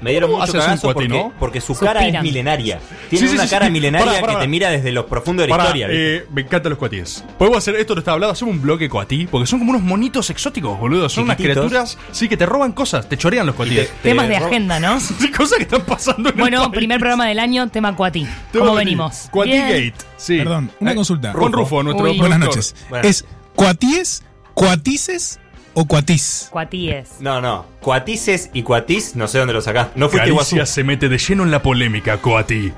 Speaker 7: Me dieron mucho
Speaker 6: Haces un
Speaker 7: cagazo
Speaker 6: cuatí,
Speaker 7: porque,
Speaker 6: ¿no?
Speaker 7: porque su
Speaker 8: Suspiran.
Speaker 7: cara es milenaria. Tiene
Speaker 6: Sí, sí,
Speaker 7: una
Speaker 6: sí,
Speaker 7: cara
Speaker 6: sí.
Speaker 7: milenaria
Speaker 6: Pará, pará,
Speaker 7: que
Speaker 6: pará.
Speaker 7: te mira desde los profundos de la
Speaker 6: Pará,
Speaker 7: historia. ¿viste?
Speaker 6: eh, me encantan los coatíes. Podemos hacer esto, lo estaba hablando, hacemos un bloque coatí, porque son como unos monitos exóticos, boludo. Son unas
Speaker 7: Chiquititos.
Speaker 6: criaturas, sí, que te roban cosas, te chorean los coatíes.
Speaker 7: te-
Speaker 8: Temas de
Speaker 7: Ro-
Speaker 8: agenda, ¿no?
Speaker 6: Sí, cosas que están pasando en el
Speaker 8: Bueno,
Speaker 6: país.
Speaker 8: primer programa del año, tema Cuatí.
Speaker 6: Tema
Speaker 8: ¿Cómo
Speaker 6: coatí.
Speaker 8: venimos?
Speaker 6: Coatí
Speaker 8: Bien.
Speaker 6: Gate, sí. Eh,
Speaker 9: Perdón, una consulta.
Speaker 6: Juan Rufo, nuestro
Speaker 8: Uy.
Speaker 9: Buenas
Speaker 6: productor.
Speaker 9: noches.
Speaker 7: Buenas.
Speaker 9: ¿Es cuatíes, cuatices o cuatís?
Speaker 8: Cuatí es.
Speaker 7: No, no. Coatices y coatiz, no sé dónde lo sacás. No fuiste a Iguazú.
Speaker 6: Galicia se mete de lleno en la polémica, Coati.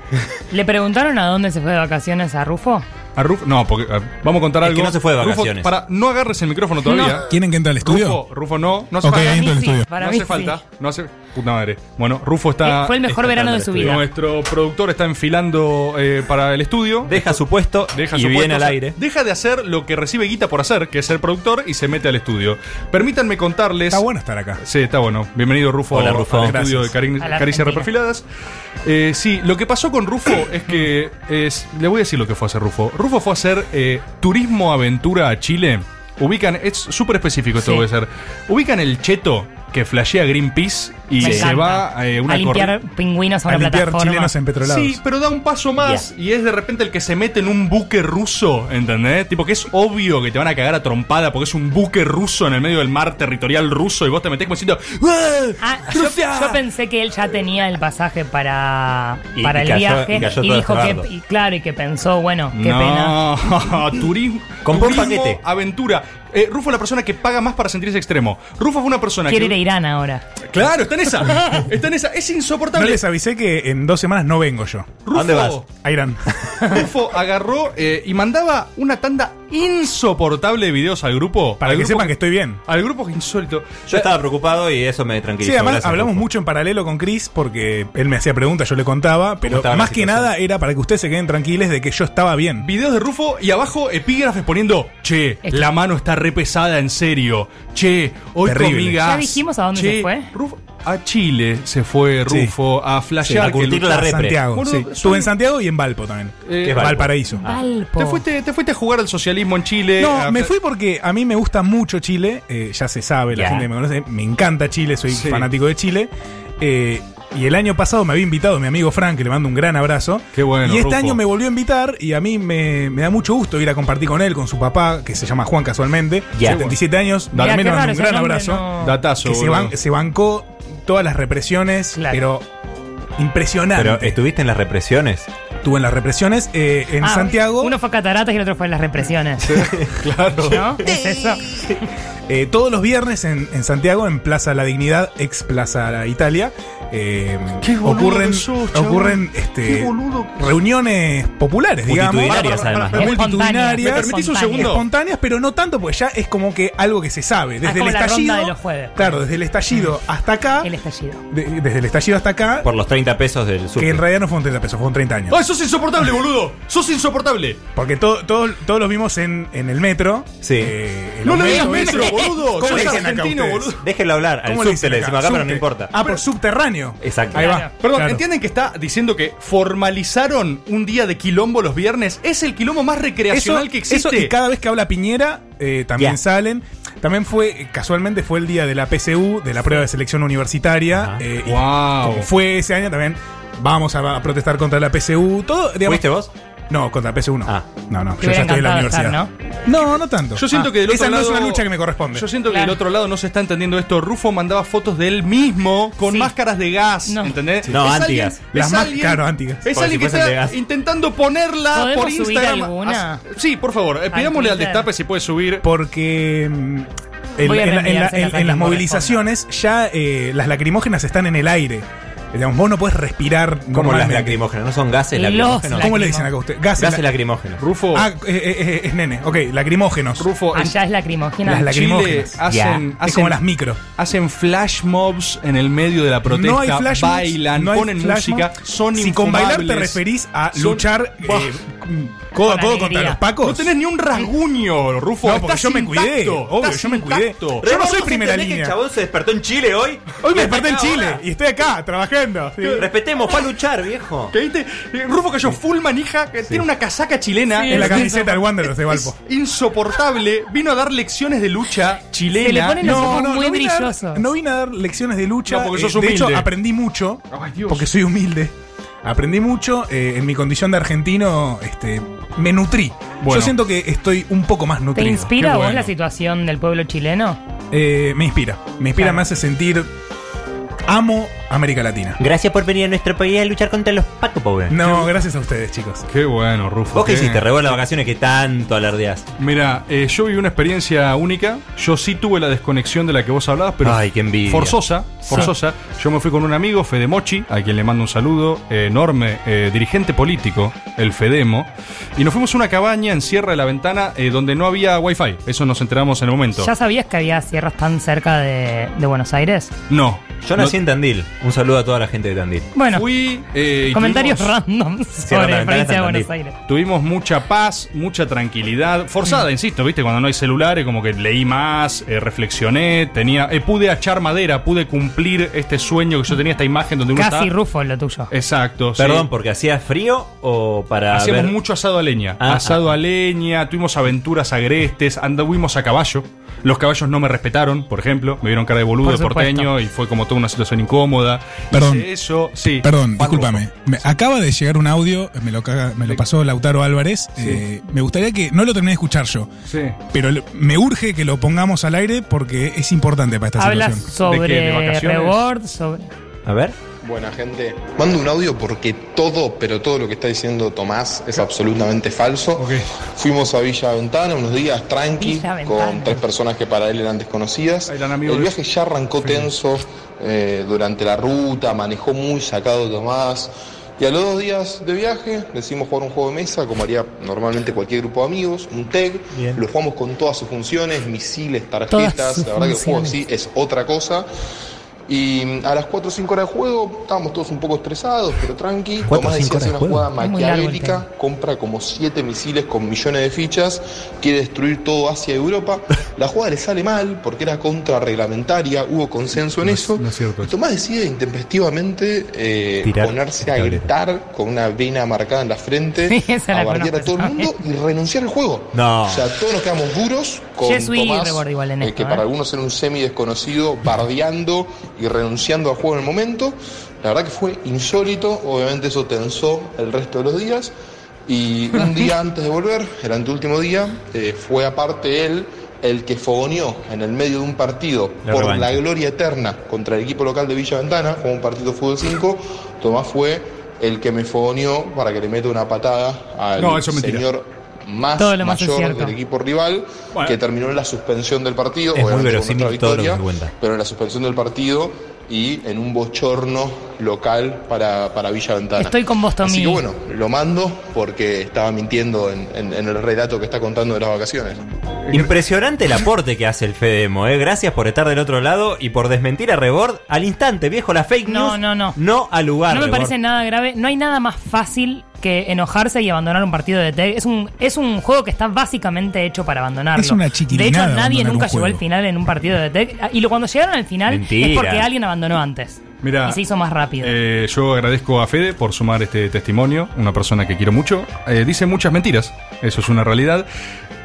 Speaker 8: ¿Le preguntaron a dónde se fue de vacaciones a Rufo?
Speaker 6: A Ruf, no, porque eh, vamos a contar
Speaker 7: Es
Speaker 6: algo.
Speaker 7: que no se fue de
Speaker 6: Rufo,
Speaker 7: vacaciones.
Speaker 6: para, no agarres el micrófono todavía.
Speaker 9: ¿Quieren que entre al estudio?
Speaker 6: Rufo, Rufo, no, no hace
Speaker 9: Ok,
Speaker 6: falta.
Speaker 9: entro al
Speaker 8: sí,
Speaker 9: estudio.
Speaker 8: para
Speaker 6: no
Speaker 8: mí
Speaker 6: hace falta,
Speaker 8: sí.
Speaker 6: no hace. Puta madre. Bueno, Rufo está.
Speaker 8: Eh, fue el mejor verano de su vida.
Speaker 6: Nuestro productor está enfilando eh, para el estudio.
Speaker 7: Deja su puesto
Speaker 6: Deja
Speaker 7: y
Speaker 6: su
Speaker 7: viene
Speaker 6: puesto,
Speaker 7: al
Speaker 6: o sea,
Speaker 7: aire.
Speaker 6: Deja de hacer lo que recibe Guita por hacer, que es ser productor, y se mete al estudio. Permítanme contarles.
Speaker 9: Está bueno estar acá.
Speaker 6: Sí, está bueno. Bienvenido, Rufo,
Speaker 7: Hola, Rufo.
Speaker 6: al estudio de
Speaker 9: Gracias.
Speaker 6: Cari-
Speaker 8: A la
Speaker 6: Caricias
Speaker 8: Argentina.
Speaker 6: Reperfiladas. Eh, sí, lo que pasó con Rufo es que. es- le voy a decir lo que fue a hacer Rufo. Rufo fue a hacer eh, turismo aventura a Chile. Ubican. Es súper específico esto,
Speaker 8: Sí.
Speaker 6: voy a hacer. Ubican el cheto que flashea Greenpeace y
Speaker 8: Me
Speaker 6: se
Speaker 8: encanta.
Speaker 6: va eh, una
Speaker 8: a
Speaker 6: corri-
Speaker 8: limpiar pingüinos a
Speaker 9: A
Speaker 8: una
Speaker 9: limpiar
Speaker 8: plataforma.
Speaker 9: chilenos empetrolados.
Speaker 6: Sí, pero da un paso más y es de repente el que se mete en un buque ruso, ¿entendés? Tipo que es obvio que te van a cagar a trompada porque es un buque ruso en el medio del mar territorial ruso y vos te metés como diciendo "¡Ah!
Speaker 8: Ah, yo,
Speaker 6: ¡Trofea!".
Speaker 8: yo pensé que él ya tenía el pasaje para,
Speaker 7: Y-
Speaker 8: para
Speaker 7: y
Speaker 8: el
Speaker 7: cayó-
Speaker 8: viaje
Speaker 7: y cayó todo
Speaker 8: dijo
Speaker 7: desbardo.
Speaker 8: que y claro y que pensó bueno qué pena
Speaker 6: no, turismo,
Speaker 7: Compró un
Speaker 6: turismo,
Speaker 7: paquete.
Speaker 6: aventura. Eh, Rufo es la persona que paga más para sentirse extremo. Rufo fue una persona
Speaker 8: Quiere ir
Speaker 6: que.
Speaker 8: a Irán ahora.
Speaker 6: Claro, está en esa. Está en esa. Es
Speaker 9: No
Speaker 6: insoportable.
Speaker 9: les avisé que en dos semanas no vengo yo.
Speaker 6: Rufo,
Speaker 7: ¿A dónde vas?
Speaker 9: A Irán.
Speaker 6: Rufo agarró eh, y mandaba una tanda insoportable de videos al grupo.
Speaker 9: Para
Speaker 6: al
Speaker 9: que
Speaker 6: grupo
Speaker 9: sepan que estoy bien.
Speaker 6: Al grupo que insólito. Eh,
Speaker 7: Yo estaba preocupado y eso me tranquilizó.
Speaker 9: Sí, además
Speaker 7: Gracias,
Speaker 9: hablamos
Speaker 7: Rufo.
Speaker 9: mucho en paralelo con Chris porque él me hacía preguntas, yo le contaba, pero
Speaker 7: estaba la
Speaker 9: más que
Speaker 7: situación?
Speaker 9: nada era para que ustedes se queden tranquiles de que yo estaba bien.
Speaker 6: Videos de Rufo y abajo epígrafes poniendo Che,
Speaker 8: Esto-
Speaker 6: la mano está re pesada, en serio. Che, hoy
Speaker 9: Terrible.
Speaker 6: comí gas.
Speaker 8: ¿Ya dijimos a dónde
Speaker 6: Che,
Speaker 8: se fue?
Speaker 6: Rufo- a Chile se fue
Speaker 9: Sí.
Speaker 6: Rufo a
Speaker 7: a
Speaker 6: flashear que
Speaker 7: curtir
Speaker 6: lucha-
Speaker 7: la
Speaker 9: A
Speaker 7: repre.
Speaker 9: Santiago.
Speaker 6: Bueno,
Speaker 9: sí.
Speaker 6: soy-
Speaker 9: Estuve en Santiago y en Valpo también.
Speaker 6: Eh,
Speaker 7: ¿Qué es Valpo?
Speaker 9: Valparaíso.
Speaker 8: Ah. Valpo.
Speaker 6: te, fuiste, te fuiste a jugar al socialismo en Chile.
Speaker 9: No,
Speaker 6: a-
Speaker 9: me fui porque a mí me gusta mucho Chile, eh, ya se sabe, la
Speaker 7: Ya.
Speaker 9: gente que me conoce, me encanta Chile, soy
Speaker 6: Sí.
Speaker 9: fanático de Chile. eh, y el año pasado me había invitado mi amigo Frank, que le mando un gran abrazo.
Speaker 6: Qué bueno,
Speaker 9: Y este
Speaker 6: Rufo.
Speaker 9: año me volvió a invitar y a mí me, me da mucho gusto ir a compartir con él, con su papá, que se llama Juan casualmente,
Speaker 7: Ya.
Speaker 9: 77 años,
Speaker 8: Mirá,
Speaker 9: también
Speaker 8: qué
Speaker 9: le mando
Speaker 8: raro
Speaker 9: un
Speaker 8: ese
Speaker 9: gran
Speaker 8: nombre,
Speaker 9: abrazo.
Speaker 8: no.
Speaker 6: Datazo,
Speaker 9: Que se,
Speaker 6: boludo.
Speaker 9: ban- se bancó todas las represiones,
Speaker 8: Claro.
Speaker 9: pero impresionante.
Speaker 7: Pero estuviste en las represiones.
Speaker 9: Estuvo en las represiones eh, en
Speaker 8: Ah,
Speaker 9: Santiago.
Speaker 8: Uno fue a cataratas y el otro fue a las represiones.
Speaker 6: Claro.
Speaker 8: ¿No? ¿Es eso?
Speaker 9: Eh, todos los viernes en, en Santiago, en Plaza La Dignidad, ex Plaza Italia, eh,
Speaker 6: Qué boludo
Speaker 9: ocurren,
Speaker 6: que sos, chabón.
Speaker 9: ocurren este,
Speaker 6: Qué boludo que
Speaker 9: reuniones populares, digamos. Para-
Speaker 7: Multitudinarias,
Speaker 9: para-
Speaker 7: además,
Speaker 9: para-
Speaker 8: ¿no?
Speaker 9: Multitudinarias.
Speaker 8: Espontáneas.
Speaker 6: ¿Me permitís un
Speaker 8: Espontáneas.
Speaker 6: segundo?
Speaker 9: Espontáneas, pero no tanto, porque ya es como que algo que se sabe. Desde
Speaker 8: Ah, como
Speaker 9: el
Speaker 8: la ronda
Speaker 9: estallido.
Speaker 8: de los jueves. Mm.
Speaker 9: Claro, desde el estallido hasta acá.
Speaker 8: El estallido.
Speaker 9: de- desde el estallido hasta
Speaker 6: Ah.
Speaker 9: acá.
Speaker 7: Por los 30 pesos del sur.
Speaker 9: que en realidad no fueron 30 pesos, fueron 30 años.
Speaker 6: ¡Ay, sos Ah, insoportable, boludo! ¡Sos insoportable!
Speaker 9: Porque todo, todo- todos los vimos en, en el metro.
Speaker 7: Sí.
Speaker 9: Eh, el
Speaker 6: ¡No le
Speaker 9: aumento
Speaker 6: digas
Speaker 9: de-
Speaker 6: metro, boludo!
Speaker 9: ¿Cómo
Speaker 6: ¡Sos
Speaker 9: le dicen acá
Speaker 6: argentino,
Speaker 9: ustedes?
Speaker 6: boludo!
Speaker 7: Déjenlo hablar. Al
Speaker 9: ah, ¿Cómo le
Speaker 7: subte
Speaker 9: dicen
Speaker 7: le decimos acá, pero no
Speaker 9: Subte.
Speaker 7: importa.
Speaker 9: Ah, por subterráneo.
Speaker 7: Exacto.
Speaker 9: Ahí va.
Speaker 8: Claro.
Speaker 6: Perdón,
Speaker 9: Claro.
Speaker 6: ¿entienden que está diciendo que formalizaron un día de quilombo los viernes? Es el quilombo más
Speaker 9: Eso,
Speaker 6: recreacional que
Speaker 9: eso
Speaker 6: existe.
Speaker 9: y cada vez que habla Piñera, eh, también
Speaker 7: Ya.
Speaker 9: salen. También fue, eh, casualmente fue el día de la PSU, de la prueba de selección universitaria.
Speaker 7: Ajá.
Speaker 9: eh, y
Speaker 6: Guau.
Speaker 9: como fue ese año también. Vamos a, a protestar contra la PSU. Todo, digamos-
Speaker 7: ¿Fuiste vos?
Speaker 9: No, contra la PSU no.
Speaker 7: Ah.
Speaker 9: No, no,
Speaker 8: Te
Speaker 9: yo
Speaker 8: hubiera
Speaker 9: ya estoy en la
Speaker 8: encantado
Speaker 9: universidad. ¿no? no, tanto.
Speaker 6: Yo siento
Speaker 9: Ah,
Speaker 6: que del otro
Speaker 9: Esa
Speaker 6: lado,
Speaker 9: no es una lucha que me corresponde.
Speaker 6: Yo siento que
Speaker 8: Claro.
Speaker 6: del otro lado no se está entendiendo esto. Rufo mandaba fotos de él mismo con
Speaker 8: Sí.
Speaker 6: máscaras de gas,
Speaker 8: No.
Speaker 6: ¿entendés?
Speaker 7: Sí. No,
Speaker 6: Es
Speaker 7: antigas.
Speaker 6: alguien-
Speaker 9: Las
Speaker 6: es
Speaker 9: más-
Speaker 6: alguien-
Speaker 9: claro, antigas.
Speaker 6: Es
Speaker 7: Como
Speaker 6: alguien
Speaker 7: si
Speaker 6: que
Speaker 7: fuesen de
Speaker 6: está
Speaker 7: gas.
Speaker 6: intentando ponerla
Speaker 8: ¿Podemos
Speaker 6: por
Speaker 8: subir
Speaker 6: Instagram.
Speaker 8: alguna?
Speaker 6: Ah, Sí, por favor, eh, pidámosle al
Speaker 8: Twitter.
Speaker 6: destape si puede subir.
Speaker 9: Porque mm, en,
Speaker 8: Voy a
Speaker 9: en la- en la-
Speaker 8: reenviárselas
Speaker 9: en-
Speaker 8: a
Speaker 9: en
Speaker 8: quien
Speaker 9: las
Speaker 8: corresponda.
Speaker 9: movilizaciones ya eh, las lacrimógenas están en el aire. Digamos, vos no puedes respirar
Speaker 7: Como las
Speaker 9: normalmente.
Speaker 7: lacrimógenas. No son gases
Speaker 8: Los
Speaker 7: lacrimógenos.
Speaker 9: ¿Cómo
Speaker 8: Lacrimó-
Speaker 9: le dicen acá a usted? Gases,
Speaker 7: Gases
Speaker 9: la-
Speaker 7: lacrimógenos.
Speaker 6: Rufo,
Speaker 9: Ah, eh, eh, eh, es nene. Ok, lacrimógenos. Ah,
Speaker 6: Rufo, en
Speaker 8: Allá es lacrimógena.
Speaker 9: Las
Speaker 6: Chile
Speaker 9: lacrimógenas.
Speaker 6: hacen,
Speaker 7: Ya.
Speaker 6: hacen-
Speaker 9: es como las micro.
Speaker 6: hacen flash mobs en el medio de la protesta,
Speaker 9: no hay flash mobs,
Speaker 6: bailan,
Speaker 9: no hay
Speaker 6: ponen
Speaker 9: flash
Speaker 6: música,
Speaker 9: mobs.
Speaker 6: son
Speaker 9: Si con bailar te
Speaker 6: infumables.
Speaker 9: referís a
Speaker 6: Son-
Speaker 9: luchar eh,
Speaker 6: Buah.
Speaker 9: codo a
Speaker 8: Con
Speaker 9: codo
Speaker 8: alegría.
Speaker 9: contra los pacos.
Speaker 6: No tenés ni un rasguño, Rufo.
Speaker 9: Eh, No, porque
Speaker 6: estás
Speaker 9: yo me
Speaker 6: intacto,
Speaker 9: cuidé, obvio,
Speaker 6: estás
Speaker 9: yo me cuidé.
Speaker 6: intacto.
Speaker 9: Yo no soy primera
Speaker 7: ¿Entendés que
Speaker 9: línea.
Speaker 7: el chabón se despertó en Chile hoy?
Speaker 9: Hoy me
Speaker 7: Está
Speaker 9: desperté en
Speaker 7: acá
Speaker 9: Chile
Speaker 7: ahora.
Speaker 9: y estoy acá trabajando. sí.
Speaker 7: Respetemos, fue a luchar, viejo.
Speaker 6: ¿Qué viste? Eh, Rufo cayó full manija, que tiene una casaca chilena.
Speaker 8: Sí.
Speaker 9: En la
Speaker 6: Es
Speaker 9: camiseta del Wanderers de Valpo.
Speaker 6: Insoportable, vino a dar lecciones de lucha chilena.
Speaker 8: Se le ponen los ojos muy
Speaker 9: vine a dar-
Speaker 8: brillosos.
Speaker 9: no vine a dar lecciones de lucha. eh,
Speaker 6: No, porque sos
Speaker 9: de hecho,
Speaker 6: humilde.
Speaker 9: aprendí mucho.
Speaker 6: Ay, Dios.
Speaker 9: Porque soy humilde. Aprendí mucho. eh, en mi condición de argentino, este, me nutrí.
Speaker 6: Bueno.
Speaker 9: Yo siento que estoy un poco más
Speaker 8: ¿Te
Speaker 9: nutrido.
Speaker 8: inspira a vos
Speaker 6: bueno.
Speaker 8: la situación del pueblo chileno?
Speaker 9: Eh, me inspira. Me inspira,
Speaker 8: Claro.
Speaker 9: me hace sentir. Amo América Latina.
Speaker 7: Gracias por venir a nuestro país a luchar contra los pacos, pobre.
Speaker 9: No, gracias a ustedes, chicos.
Speaker 6: Qué bueno, Rufo.
Speaker 7: ¿Vos qué
Speaker 6: qué-
Speaker 7: hiciste? Rebor las vacaciones que tanto alardeás.
Speaker 6: Mira, eh, yo viví una experiencia única. Yo sí tuve la desconexión de la que vos hablabas, pero
Speaker 7: Ay, qué envidia.
Speaker 6: forzosa, forzosa. Yo me fui con un amigo, Fede Mochi, a quien le mando un saludo eh, enorme, eh, dirigente político, el Fedemo, y nos fuimos a una cabaña en Sierra de la Ventana eh, donde no había wifi. Eso nos enteramos en el momento.
Speaker 8: ¿Ya sabías que había sierras tan cerca de, de Buenos Aires?
Speaker 6: No.
Speaker 7: Yo nací en Tandil. Un saludo a toda la gente de Tandil.
Speaker 8: Bueno,
Speaker 6: Fui. eh, y
Speaker 8: comentarios
Speaker 6: tuvimos-
Speaker 8: random
Speaker 7: la
Speaker 8: sobre la
Speaker 7: ventana
Speaker 8: provincia de
Speaker 7: está
Speaker 8: Buenos
Speaker 7: Tandil.
Speaker 8: Aires. Mm.
Speaker 6: Tuvimos mucha paz, mucha tranquilidad, forzada, insisto, viste, cuando no hay celulares, como que leí más, eh, reflexioné, tenía, eh, pude achar madera, pude cumplir este sueño que yo tenía, esta imagen donde uno
Speaker 8: Casi
Speaker 6: está-
Speaker 8: Rufo lo tuyo.
Speaker 6: Exacto. sí.
Speaker 7: Perdón, porque hacía frío o para.
Speaker 6: Hacíamos
Speaker 7: ver-
Speaker 6: mucho asado a leña.
Speaker 7: Ah,
Speaker 6: asado
Speaker 7: ah,
Speaker 6: a leña, tuvimos aventuras agrestes, anduvimos a caballo. Los caballos no me respetaron, por ejemplo. Me vieron cara de boludo,
Speaker 8: Por
Speaker 6: de
Speaker 8: supuesto.
Speaker 6: porteño, y fue como toda una situación incómoda.
Speaker 9: Perdón.
Speaker 6: Hice eso, sí.
Speaker 9: Perdón,
Speaker 6: Juan
Speaker 9: discúlpame.
Speaker 6: Rufo.
Speaker 9: Me- acaba de llegar un audio, me lo, caga- me lo pasó Lautaro Álvarez. eh, me gustaría que. No lo terminé de escuchar yo,
Speaker 6: Sí.
Speaker 9: pero lo- me urge que lo pongamos al aire porque es importante para esta
Speaker 8: Hablas
Speaker 9: situación.
Speaker 6: ¿De qué? ¿De
Speaker 8: sobre
Speaker 6: vacaciones?
Speaker 8: Rebord, sobre...
Speaker 7: A ver.
Speaker 10: Buena gente. Mando un audio porque todo, pero todo lo que está diciendo Tomás es absolutamente falso. Fuimos a Villa Ventana unos días tranqui
Speaker 8: Villa Ventana.
Speaker 10: con tres personas que para él eran desconocidas. El viaje ya arrancó tenso eh, durante la ruta, manejó muy sacado Tomás. Y a los dos días de viaje decidimos jugar un juego de mesa, como haría normalmente cualquier grupo de amigos, un tag. Lo jugamos con todas sus funciones, misiles,
Speaker 11: Todas
Speaker 10: tarjetas.
Speaker 11: sus
Speaker 10: La verdad que el juego en
Speaker 11: funciones.
Speaker 10: sí es otra cosa. Y a las 4 o 5 horas de juego estábamos todos un poco estresados, pero tranqui.
Speaker 11: ¿Cuatro o
Speaker 10: Tomás
Speaker 11: cinco
Speaker 10: decía hacer una
Speaker 11: horas de
Speaker 10: jugada
Speaker 11: juego? Es muy largo el
Speaker 10: maquiavélica, compra como 7 misiles con millones de fichas, quiere destruir todo Asia y Europa. La jugada le sale mal porque era contrarreglamentaria, hubo consenso en eso. Y Tomás decide intempestivamente eh,
Speaker 11: Tirar
Speaker 10: ponerse a gritar con una vena marcada en la frente,
Speaker 11: Sí, esa la
Speaker 10: a bardear a
Speaker 11: conozco,
Speaker 10: todo el mundo y renunciar al juego.
Speaker 11: No.
Speaker 10: O sea, todos nos quedamos duros con
Speaker 8: Yo soy
Speaker 10: Tomás,
Speaker 8: rebord igual en
Speaker 10: eh,
Speaker 8: esto,
Speaker 10: que
Speaker 8: ¿eh?
Speaker 10: para algunos era un semi desconocido, bardeando y renunciando al juego en el momento. La verdad que fue insólito, obviamente eso tensó el resto de los días. Y un día antes de volver, el anteúltimo día, eh, fue aparte él el que fogoneó en el medio de un partido
Speaker 11: La
Speaker 10: por
Speaker 11: revancha.
Speaker 10: la gloria eterna contra el equipo local de Villa Ventana, como un partido de fútbol 5. Tomás fue el que me fogoneó para que le meta una patada al
Speaker 6: No, eso es mentira.
Speaker 10: señor más
Speaker 6: Todo lo más es
Speaker 10: mayor
Speaker 6: cierto.
Speaker 10: del equipo rival, que terminó en la suspensión del partido,
Speaker 7: Es muy
Speaker 10: obviamente con
Speaker 7: verosímil
Speaker 10: otra
Speaker 7: todo lo que
Speaker 10: victoria,
Speaker 7: se cuenta.
Speaker 10: pero en la suspensión del partido y en un bochorno local para, para Villa Ventana.
Speaker 8: Estoy con vos, Tommy.
Speaker 10: Así que bueno, lo mando porque estaba mintiendo en, en- en el relato que está contando de las vacaciones.
Speaker 7: Impresionante el aporte que hace el Fedemo, ¿eh? Gracias por estar del otro lado y por desmentir a Rebord al instante, viejo. La fake
Speaker 8: No,
Speaker 7: news. No, no, no. No al lugar.
Speaker 8: No me
Speaker 7: Rebord.
Speaker 8: parece nada grave. No hay nada más fácil que enojarse y abandonar un partido de tag. Es un, es un juego que está básicamente hecho para abandonarlo.
Speaker 9: Es una
Speaker 8: De hecho,
Speaker 9: chiquilinada
Speaker 8: nadie
Speaker 9: abandonar
Speaker 8: nunca
Speaker 9: un
Speaker 8: llegó al
Speaker 9: juego.
Speaker 8: final en un partido de tag. Y lo- cuando llegaron al final es
Speaker 6: Mentira.
Speaker 8: porque alguien abandonó antes.
Speaker 6: Mira,
Speaker 8: y se hizo más rápido.
Speaker 6: Eh, yo agradezco a Fede por sumar este testimonio, una persona que quiero mucho. Eh, dice muchas mentiras, eso es una realidad.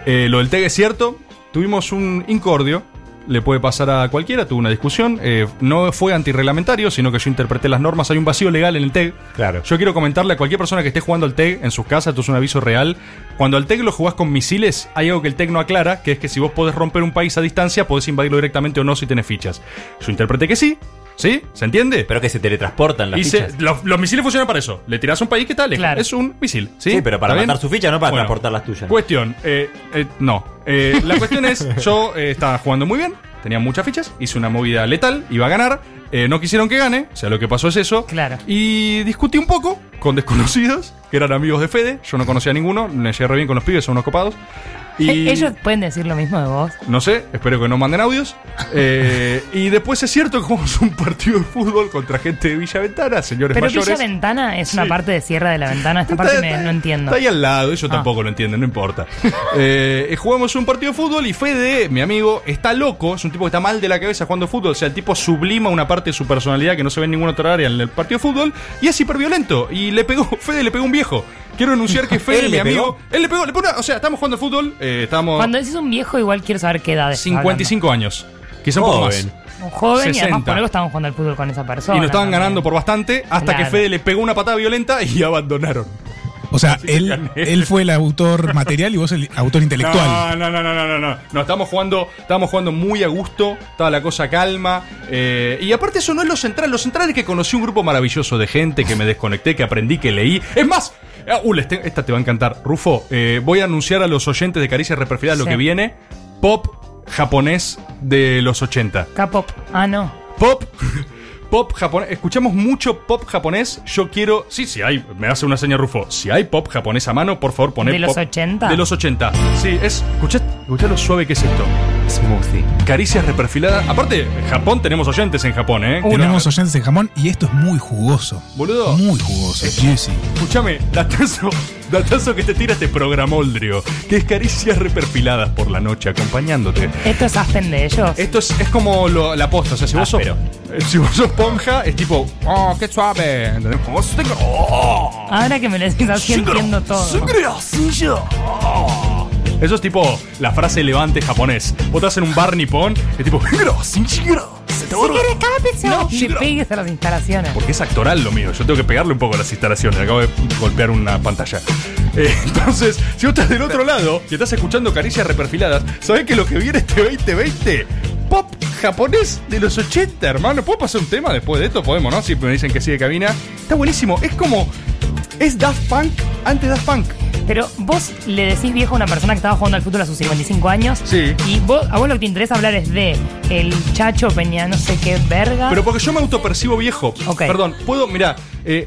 Speaker 6: Eh, lo del TEG es cierto, tuvimos un incordio, le puede pasar a cualquiera, tuvo una discusión, eh, no fue antirreglamentario, sino que yo interpreté las normas, hay un vacío legal en el TEG. Claro. Yo quiero comentarle a cualquier persona que esté jugando al TEG en sus casas, esto es un aviso real, cuando al TEG lo jugás con misiles, hay algo que el TEG no aclara, que es que si vos podés romper un país a distancia, podés invadirlo directamente o no si tenés fichas. Yo interpreté que sí, ¿Sí? ¿Se entiende?
Speaker 7: Pero que se teletransportan las
Speaker 6: Y se-
Speaker 7: fichas.
Speaker 6: los, los misiles funcionan para eso. Le tirás a un país que está lejos. Es un misil. Sí,
Speaker 7: Sí, pero para
Speaker 6: ¿Está bien?
Speaker 7: matar su ficha, no para
Speaker 6: Bueno,
Speaker 7: transportar las tuyas.
Speaker 6: Cuestión, eh, eh, no. Eh, la cuestión es, yo eh, estaba jugando muy bien, tenía muchas fichas, hice una movida letal, iba a ganar, eh, no quisieron que gane, o sea, lo que pasó es eso. Claro. Y discutí un poco con desconocidos, que eran amigos de Fede, yo no conocía a ninguno, me llevé re bien con los pibes, son unos copados. Y
Speaker 8: Eh, Ellos pueden decir lo mismo de vos.
Speaker 6: no sé, espero que no manden audios. Eh, y después es cierto que jugamos un partido de fútbol contra gente de Villa Ventana, señores
Speaker 8: Pero
Speaker 6: mayores.
Speaker 8: Villa Ventana es una
Speaker 6: Sí.
Speaker 8: parte de Sierra de la Ventana. Esta parte me- no entiendo.
Speaker 6: Está ahí al lado, ellos
Speaker 8: Ah.
Speaker 6: tampoco lo entienden, no importa. Eh, eh, jugamos un partido de fútbol y Fede, mi amigo, está loco, es un tipo que está mal de la cabeza jugando fútbol. O sea, el tipo sublima una parte de su personalidad que no se ve en ninguna otra área en el partido de fútbol y es hiperviolento. Y le pegó, Fede le pegó un viejo. Quiero anunciar que Fede,
Speaker 8: ¿Él
Speaker 6: mi
Speaker 8: le pegó?
Speaker 6: amigo, él le pegó, le pegó una- o sea, estamos jugando al fútbol, eh, estamos
Speaker 8: Cuando decís un viejo, igual quiero saber qué edad es.
Speaker 6: 55 años. Quizá un poco más.
Speaker 8: Joven. Un joven y además
Speaker 6: 60.
Speaker 8: por algo estaban jugando al fútbol con esa persona.
Speaker 6: y nos estaban ganando por bastante hasta que
Speaker 8: Claro.
Speaker 6: Fede le pegó una patada violenta y abandonaron.
Speaker 9: O sea, él, él fue el autor material y vos el autor intelectual.
Speaker 6: No, no, no, no, no, no, no. No, estábamos jugando, estábamos jugando muy a gusto, estaba la cosa calma. eh, y aparte eso no es lo central. Lo central es que conocí un grupo maravilloso de gente, que me desconecté, que aprendí, que leí. Es más, ah, uh, les te- esta te va a encantar. Rufo, eh, voy a anunciar a los oyentes de Caricias Reperfiladas lo
Speaker 8: Sí.
Speaker 6: que viene. Pop japonés de los 80.
Speaker 8: K-pop. Ah, no.
Speaker 6: Pop. Pop japonés, escuchamos mucho pop japonés. Yo quiero. Sí, sí, hay. Me hace una seña Rufo. Si hay pop japonés a mano, por favor, poné
Speaker 8: ¿De los
Speaker 6: pop-
Speaker 8: 80?
Speaker 6: De los 80. Sí, es. Escuchá, escuchá lo suave que es esto. Smoothie. Caricias reperfiladas. Aparte, en Japón tenemos oyentes en Japón, ¿eh?
Speaker 9: Tenemos oyentes de jamón y esto es muy jugoso.
Speaker 6: Boludo.
Speaker 9: Muy jugoso, juicy.
Speaker 6: Escúchame, datazo, datazo que te tira este programoldrio, que es caricias reperfiladas por la noche acompañándote.
Speaker 8: Esto es Aspen de ellos.
Speaker 6: Esto es, es como lo- la posta, o sea, si vos, sos, eh, si vos sos ponja, es tipo, oh, qué suave. ¿entendés? Como, "Oh,
Speaker 8: Ahora que me lo decís así entiendo todo.
Speaker 6: Eso es tipo la frase levante japonés. Vos estás en un bar nipón, es tipo.
Speaker 8: No le pegues a las instalaciones.
Speaker 6: Porque es actoral lo mío. Yo tengo que pegarle un poco a las instalaciones. Acabo de golpear una pantalla. Eh, entonces, si vos estás del otro lado y estás escuchando caricias reperfiladas, ¿sabés que lo que viene este 2020? Pop japonés de los 80, hermano. ¿Puedo pasar un tema después de esto? Podemos, ¿no? Si me dicen que sí de cabina. Está buenísimo. Es como. Es Daft Punk antes Daft Punk.
Speaker 8: Pero vos le decís viejo a una persona que estaba jugando al fútbol a sus 55 años.
Speaker 6: Sí.
Speaker 8: Y vos, a vos lo que te interesa hablar es de el chacho Peña, no sé qué verga.
Speaker 6: Pero porque yo me autopercibo viejo.
Speaker 8: Ok.
Speaker 6: Perdón, puedo, mira,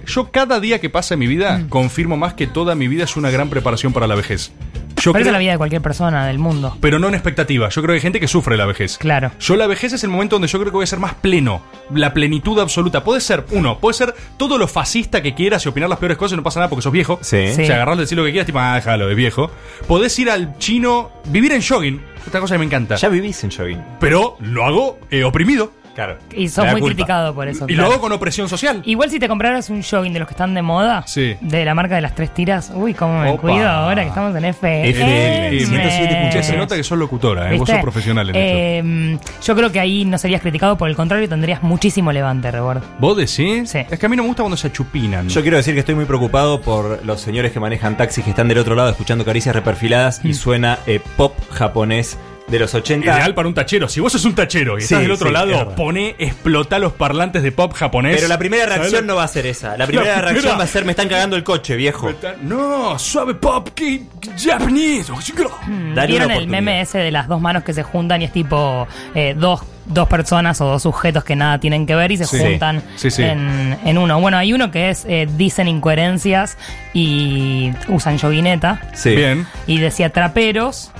Speaker 6: yo cada día que pasa en mi vida
Speaker 8: Mm.
Speaker 6: confirmo más que toda mi vida es una gran preparación para la vejez. Yo
Speaker 8: Pero esa es
Speaker 6: creo-
Speaker 8: la vida de cualquier persona del mundo.
Speaker 6: pero no en expectativa. Yo creo que hay gente que sufre la vejez.
Speaker 8: Claro.
Speaker 6: Yo la vejez es el momento donde yo creo que voy a ser más pleno. La plenitud absoluta. Puede ser, uno, puede ser todo lo fascista que quieras y opinar las peores cosas y no pasa nada porque sos viejo.
Speaker 7: Sí.
Speaker 6: O sea, agarrás, decir lo que quieras, tipo, ah, déjalo, es viejo. Podés ir al chino, vivir en jogging. Esta cosa que me encanta.
Speaker 7: Ya vivís en jogging.
Speaker 6: Pero lo hago eh, oprimido.
Speaker 7: Claro.
Speaker 8: Y sos
Speaker 7: Me da
Speaker 8: muy
Speaker 7: culpa.
Speaker 8: criticado por eso.
Speaker 6: Y lo
Speaker 8: claro.
Speaker 6: hago con opresión social.
Speaker 8: Igual si te compraras un jogging de los que están de moda,
Speaker 6: Sí.
Speaker 8: de la marca de las tres tiras, uy, cómo me
Speaker 7: Opa.
Speaker 8: cuido ahora que estamos en FM.
Speaker 7: FM, 107.3.
Speaker 6: Che, se nota que sos locutora, ¿eh? vos
Speaker 8: ¿Viste?
Speaker 6: sos profesional en esto.
Speaker 8: Eh, Yo creo que ahí no serías criticado, por el contrario, tendrías muchísimo levante, Rebord.
Speaker 6: ¿Vos decís?
Speaker 8: Sí.
Speaker 6: Es que a mí no me gusta cuando se achupinan.
Speaker 7: Yo quiero decir que estoy muy preocupado por los señores que manejan taxis que están del otro lado escuchando caricias reperfiladas
Speaker 6: Mm.
Speaker 7: y suena eh, pop japonés de los 80.
Speaker 6: Ideal para un tachero. Si vos sos un tachero y estás
Speaker 7: Sí,
Speaker 6: del otro
Speaker 7: sí, es
Speaker 6: lado,
Speaker 7: verdad.
Speaker 6: pone, explota los parlantes de pop japonés.
Speaker 7: Pero la primera
Speaker 6: ¿Sabés
Speaker 7: reacción
Speaker 6: lo-
Speaker 7: no va a ser esa. La primera
Speaker 6: La primera-
Speaker 7: reacción va a ser me están cagando el coche, viejo.
Speaker 6: No, suave pop que japonés.
Speaker 7: Dale
Speaker 8: ¿Vieron
Speaker 7: una
Speaker 8: el
Speaker 7: oportunidad.
Speaker 8: meme ese de las dos manos que se juntan y es tipo eh, dos, dos personas o dos sujetos que nada tienen que ver y se
Speaker 6: Sí.
Speaker 8: juntan
Speaker 6: Sí, sí.
Speaker 8: En, en uno? Bueno, hay uno que es eh, dicen incoherencias y usan yoguineta.
Speaker 7: Sí.
Speaker 6: Bien.
Speaker 8: Y decía traperos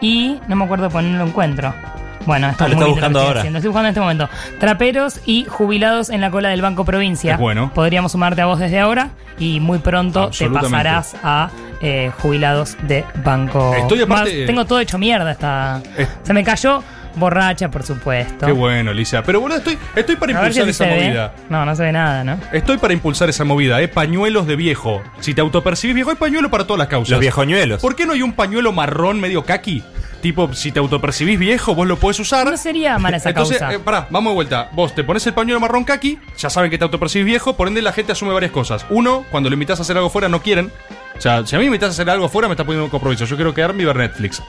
Speaker 8: y no me acuerdo por no lo encuentro. Bueno, esto
Speaker 7: Ah,
Speaker 8: es
Speaker 7: lo
Speaker 8: muy
Speaker 7: está
Speaker 8: lindo
Speaker 7: buscando
Speaker 8: que estoy
Speaker 7: ahora.
Speaker 8: haciendo. Estoy buscando en este momento. Traperos y jubilados en la cola del Banco Provincia.
Speaker 6: Es bueno.
Speaker 8: Podríamos sumarte a vos desde ahora y muy pronto te
Speaker 6: Absolutamente.
Speaker 8: pasarás a eh, jubilados de Banco.
Speaker 6: Estoy aparte-
Speaker 8: Más, tengo todo hecho mierda esta.
Speaker 6: Es-
Speaker 8: Se me cayó borracha, por supuesto.
Speaker 6: Qué bueno, Lisa. Pero bueno, estoy, estoy para
Speaker 8: A ver si
Speaker 6: impulsar
Speaker 8: así
Speaker 6: esa
Speaker 8: se ve.
Speaker 6: movida.
Speaker 8: No, no se ve nada, ¿no?
Speaker 6: Estoy para impulsar esa movida, ¿eh? Pañuelos de viejo. Si te autopercibís viejo, hay pañuelo para todas las causas.
Speaker 7: Los viejoñuelos.
Speaker 6: ¿Por qué no hay un pañuelo marrón medio kaki? Tipo, si te autopercibís viejo, vos lo podés usar.
Speaker 8: No sería mala esa
Speaker 6: Entonces,
Speaker 8: causa.
Speaker 6: eh, pará, vamos de vuelta. Vos te pones el pañuelo marrón kaki, ya saben que te autopercibís viejo, por ende la gente asume varias cosas. Uno, cuando lo invitas a hacer algo fuera no quieren. O sea, si a mí me invitas a hacer algo fuera me está poniendo un compromiso. Yo quiero quedarme y ver Netflix,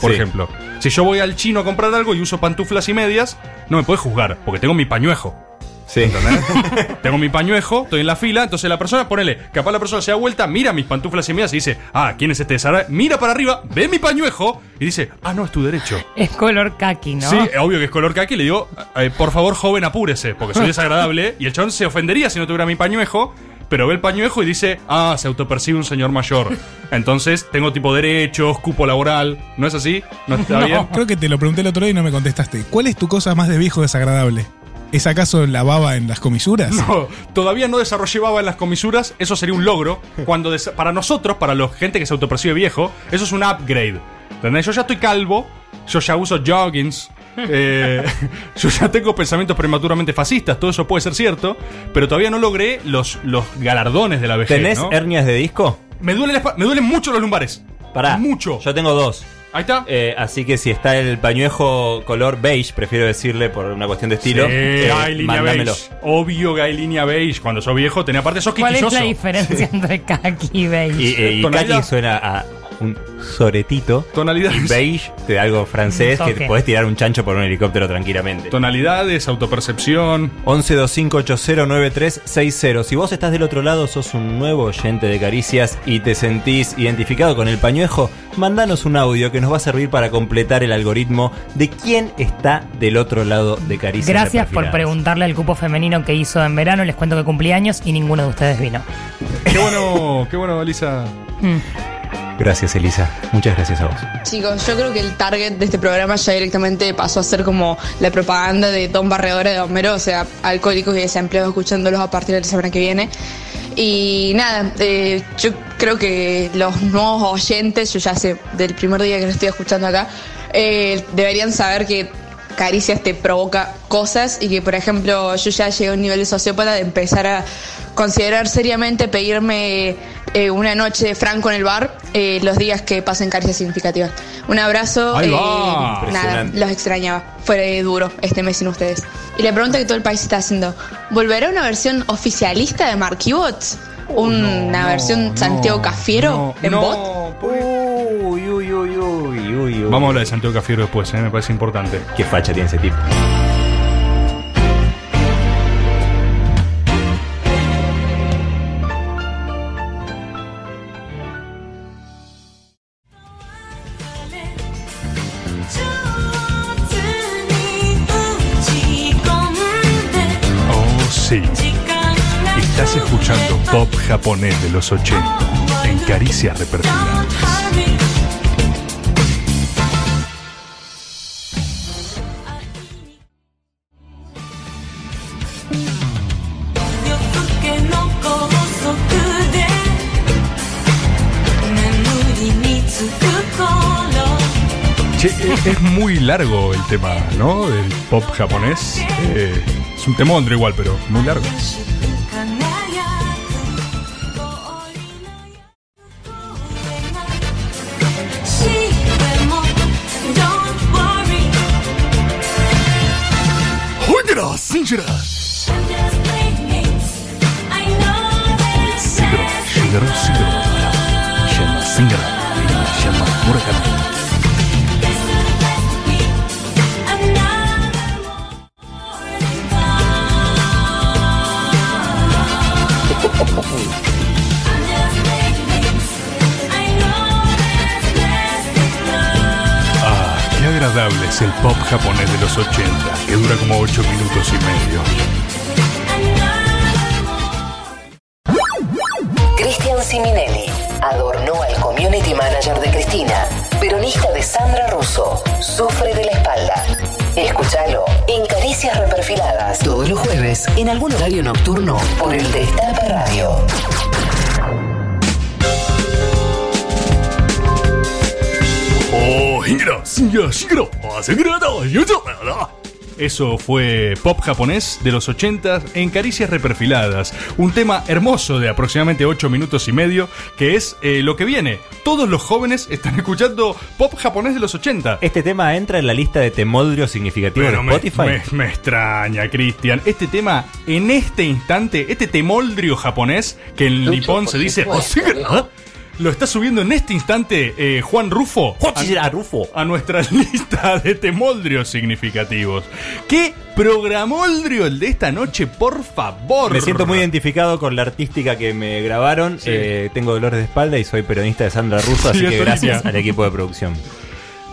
Speaker 6: por
Speaker 7: Sí.
Speaker 6: ejemplo. Si yo voy al chino a comprar algo y uso pantuflas y medias, no me puedes juzgar, porque tengo mi pañuejo.
Speaker 7: Sí.
Speaker 6: Tengo mi pañuejo, estoy en la fila, entonces la persona, ponele, capaz la persona se da vuelta, mira mis pantuflas y medias y dice, ah, ¿quién es este desagradable? Mira para arriba, ve mi pañuejo y dice, ah, no, es tu derecho.
Speaker 8: Es color kaki, ¿no?
Speaker 6: Sí, es obvio que es color kaki. Le digo, eh, por favor, joven, apúrese, porque soy desagradable. y el chabón se ofendería si no tuviera mi pañuejo. Pero ve el pañuejo y dice, ah, se autopercibe un señor mayor. Entonces, tengo tipo derechos, cupo laboral. ¿No es así? ¿No está bien?
Speaker 9: Creo que te lo pregunté el otro día y no me contestaste. ¿Cuál es tu cosa más de viejo desagradable? ¿Es acaso la baba en las comisuras?
Speaker 6: No, todavía no desarrollé baba en las comisuras, eso sería un logro. Cuando des- para nosotros, para la gente que se autopercibe viejo, eso es un upgrade. ¿Entendés? Yo ya estoy calvo, yo ya uso joggings, eh, yo ya tengo pensamientos prematuramente fascistas, todo eso puede ser cierto, pero todavía no logré los, los galardones de la vejez.
Speaker 7: ¿Tenés
Speaker 6: ¿no?
Speaker 7: hernias de disco?
Speaker 6: me, duele la espa- me duelen mucho los lumbares.
Speaker 7: Pará.
Speaker 6: Mucho.
Speaker 7: Yo tengo dos.
Speaker 6: Ahí está.
Speaker 7: Eh, así que si está el pañuejo color beige, prefiero decirle por una cuestión de estilo,
Speaker 6: Sí,
Speaker 7: eh,
Speaker 6: hay línea
Speaker 7: mándamelo.
Speaker 6: beige. Obvio que hay línea beige. Cuando sos viejo, tenés aparte, sos
Speaker 8: ¿Cuál es
Speaker 6: quisquilloso.
Speaker 8: la diferencia entre kaki y beige?
Speaker 7: Y, eh, y
Speaker 6: Tonalidad.
Speaker 7: Kaki suena a un soretito.
Speaker 6: Tonalidad.
Speaker 7: Y beige te da algo francés que
Speaker 8: Ok.
Speaker 7: te podés tirar un chancho por un helicóptero tranquilamente.
Speaker 6: Tonalidades, autopercepción.
Speaker 7: 1125809360. Si vos estás del otro lado, sos un nuevo oyente de caricias y te sentís identificado con el pañuejo, mandanos un audio que nos va a servir para completar el algoritmo de quién está del otro lado de caricias.
Speaker 8: Gracias por
Speaker 7: Reperfiladas.
Speaker 8: preguntarle al cupo femenino que hizo en verano. Les cuento que cumplí años y ninguno de ustedes vino.
Speaker 6: Qué bueno, qué bueno, Lisa.
Speaker 7: Gracias, Elisa. Muchas gracias a vos.
Speaker 11: Chicos, yo creo que el target de este programa ya directamente pasó a ser como la propaganda de Don Barredora de Homero, o sea, alcohólicos y desempleados escuchándolos a partir de la semana que viene. Y nada, eh, yo creo que los nuevos oyentes, yo ya sé, del primer día que lo estoy escuchando acá, eh, deberían saber que caricias te provoca cosas y que, por ejemplo, yo ya llegué a un nivel de sociópata de empezar a considerar seriamente pedirme eh, una noche de franco en el bar eh, los días que pasen caricias significativas. Un abrazo.
Speaker 6: Ahí
Speaker 11: eh,
Speaker 6: va.
Speaker 11: nada,
Speaker 7: Impresionante.
Speaker 11: los extrañaba. Fue duro este mes sin ustedes. Y la pregunta que todo el país está haciendo, ¿volverá una versión oficialista de Marquibots?
Speaker 6: Uh,
Speaker 11: una versión Santiago Cafiero en bot.
Speaker 7: Uy, uy, uy, uy, uy, uy.
Speaker 6: Vamos a hablar de Santiago Cafiero después, ¿eh? me parece importante.
Speaker 7: Qué facha tiene ese tipo.
Speaker 6: Oh, sí. Estás escuchando pop japonés de los 80 en Caricias Reperfiladas. Che, es es muy largo el tema, ¿no? Del pop japonés. Eh, es un temondro igual, pero muy largo.
Speaker 12: ¡Jódera, Sinjera!
Speaker 2: Sidro, Sidro, Sidro. Shema, Singara, Shema, Murakami.
Speaker 6: Ah, qué agradable es el pop japonés de los 80, que dura como 8 minutos y medio.
Speaker 1: Cristian Siminelli adornó al community manager de Cristina, peronista de Sandra Russo. Sufre de la espalda. Escúchalo en Caricias Reperfiladas. Todos los jueves, en algún horario nocturno, por el Destape Radio.
Speaker 12: ¡Oh, Jinjera, Sinjera, Shigera! ¡Ah, Sinjera, da, Yuzo, da, da!
Speaker 6: Eso fue pop japonés de los 80 en Caricias Reperfiladas. Un tema hermoso de aproximadamente 8 minutos y medio, que es eh, lo que viene. Todos los jóvenes están escuchando pop japonés de los 80.
Speaker 7: Este tema entra en la lista de temodrios significativos
Speaker 6: Pero
Speaker 7: de
Speaker 6: me-
Speaker 7: Spotify.
Speaker 6: Me, me extraña, Cristian. Este tema, en este instante, este temoldrio japonés, que en nipón se dice... ¿Ah? "Osigara", Lo está subiendo en este instante eh, Juan Rufo a, a nuestra lista de temoldrios significativos. ¿Qué programoldrio el de esta noche, por favor?
Speaker 7: Me siento muy identificado con la artística que me grabaron. Eh, tengo dolores de espalda y soy peronista de Sandra Russo, así
Speaker 6: Sí,
Speaker 7: que
Speaker 6: eso
Speaker 7: gracias
Speaker 6: mismo.
Speaker 7: al equipo de producción.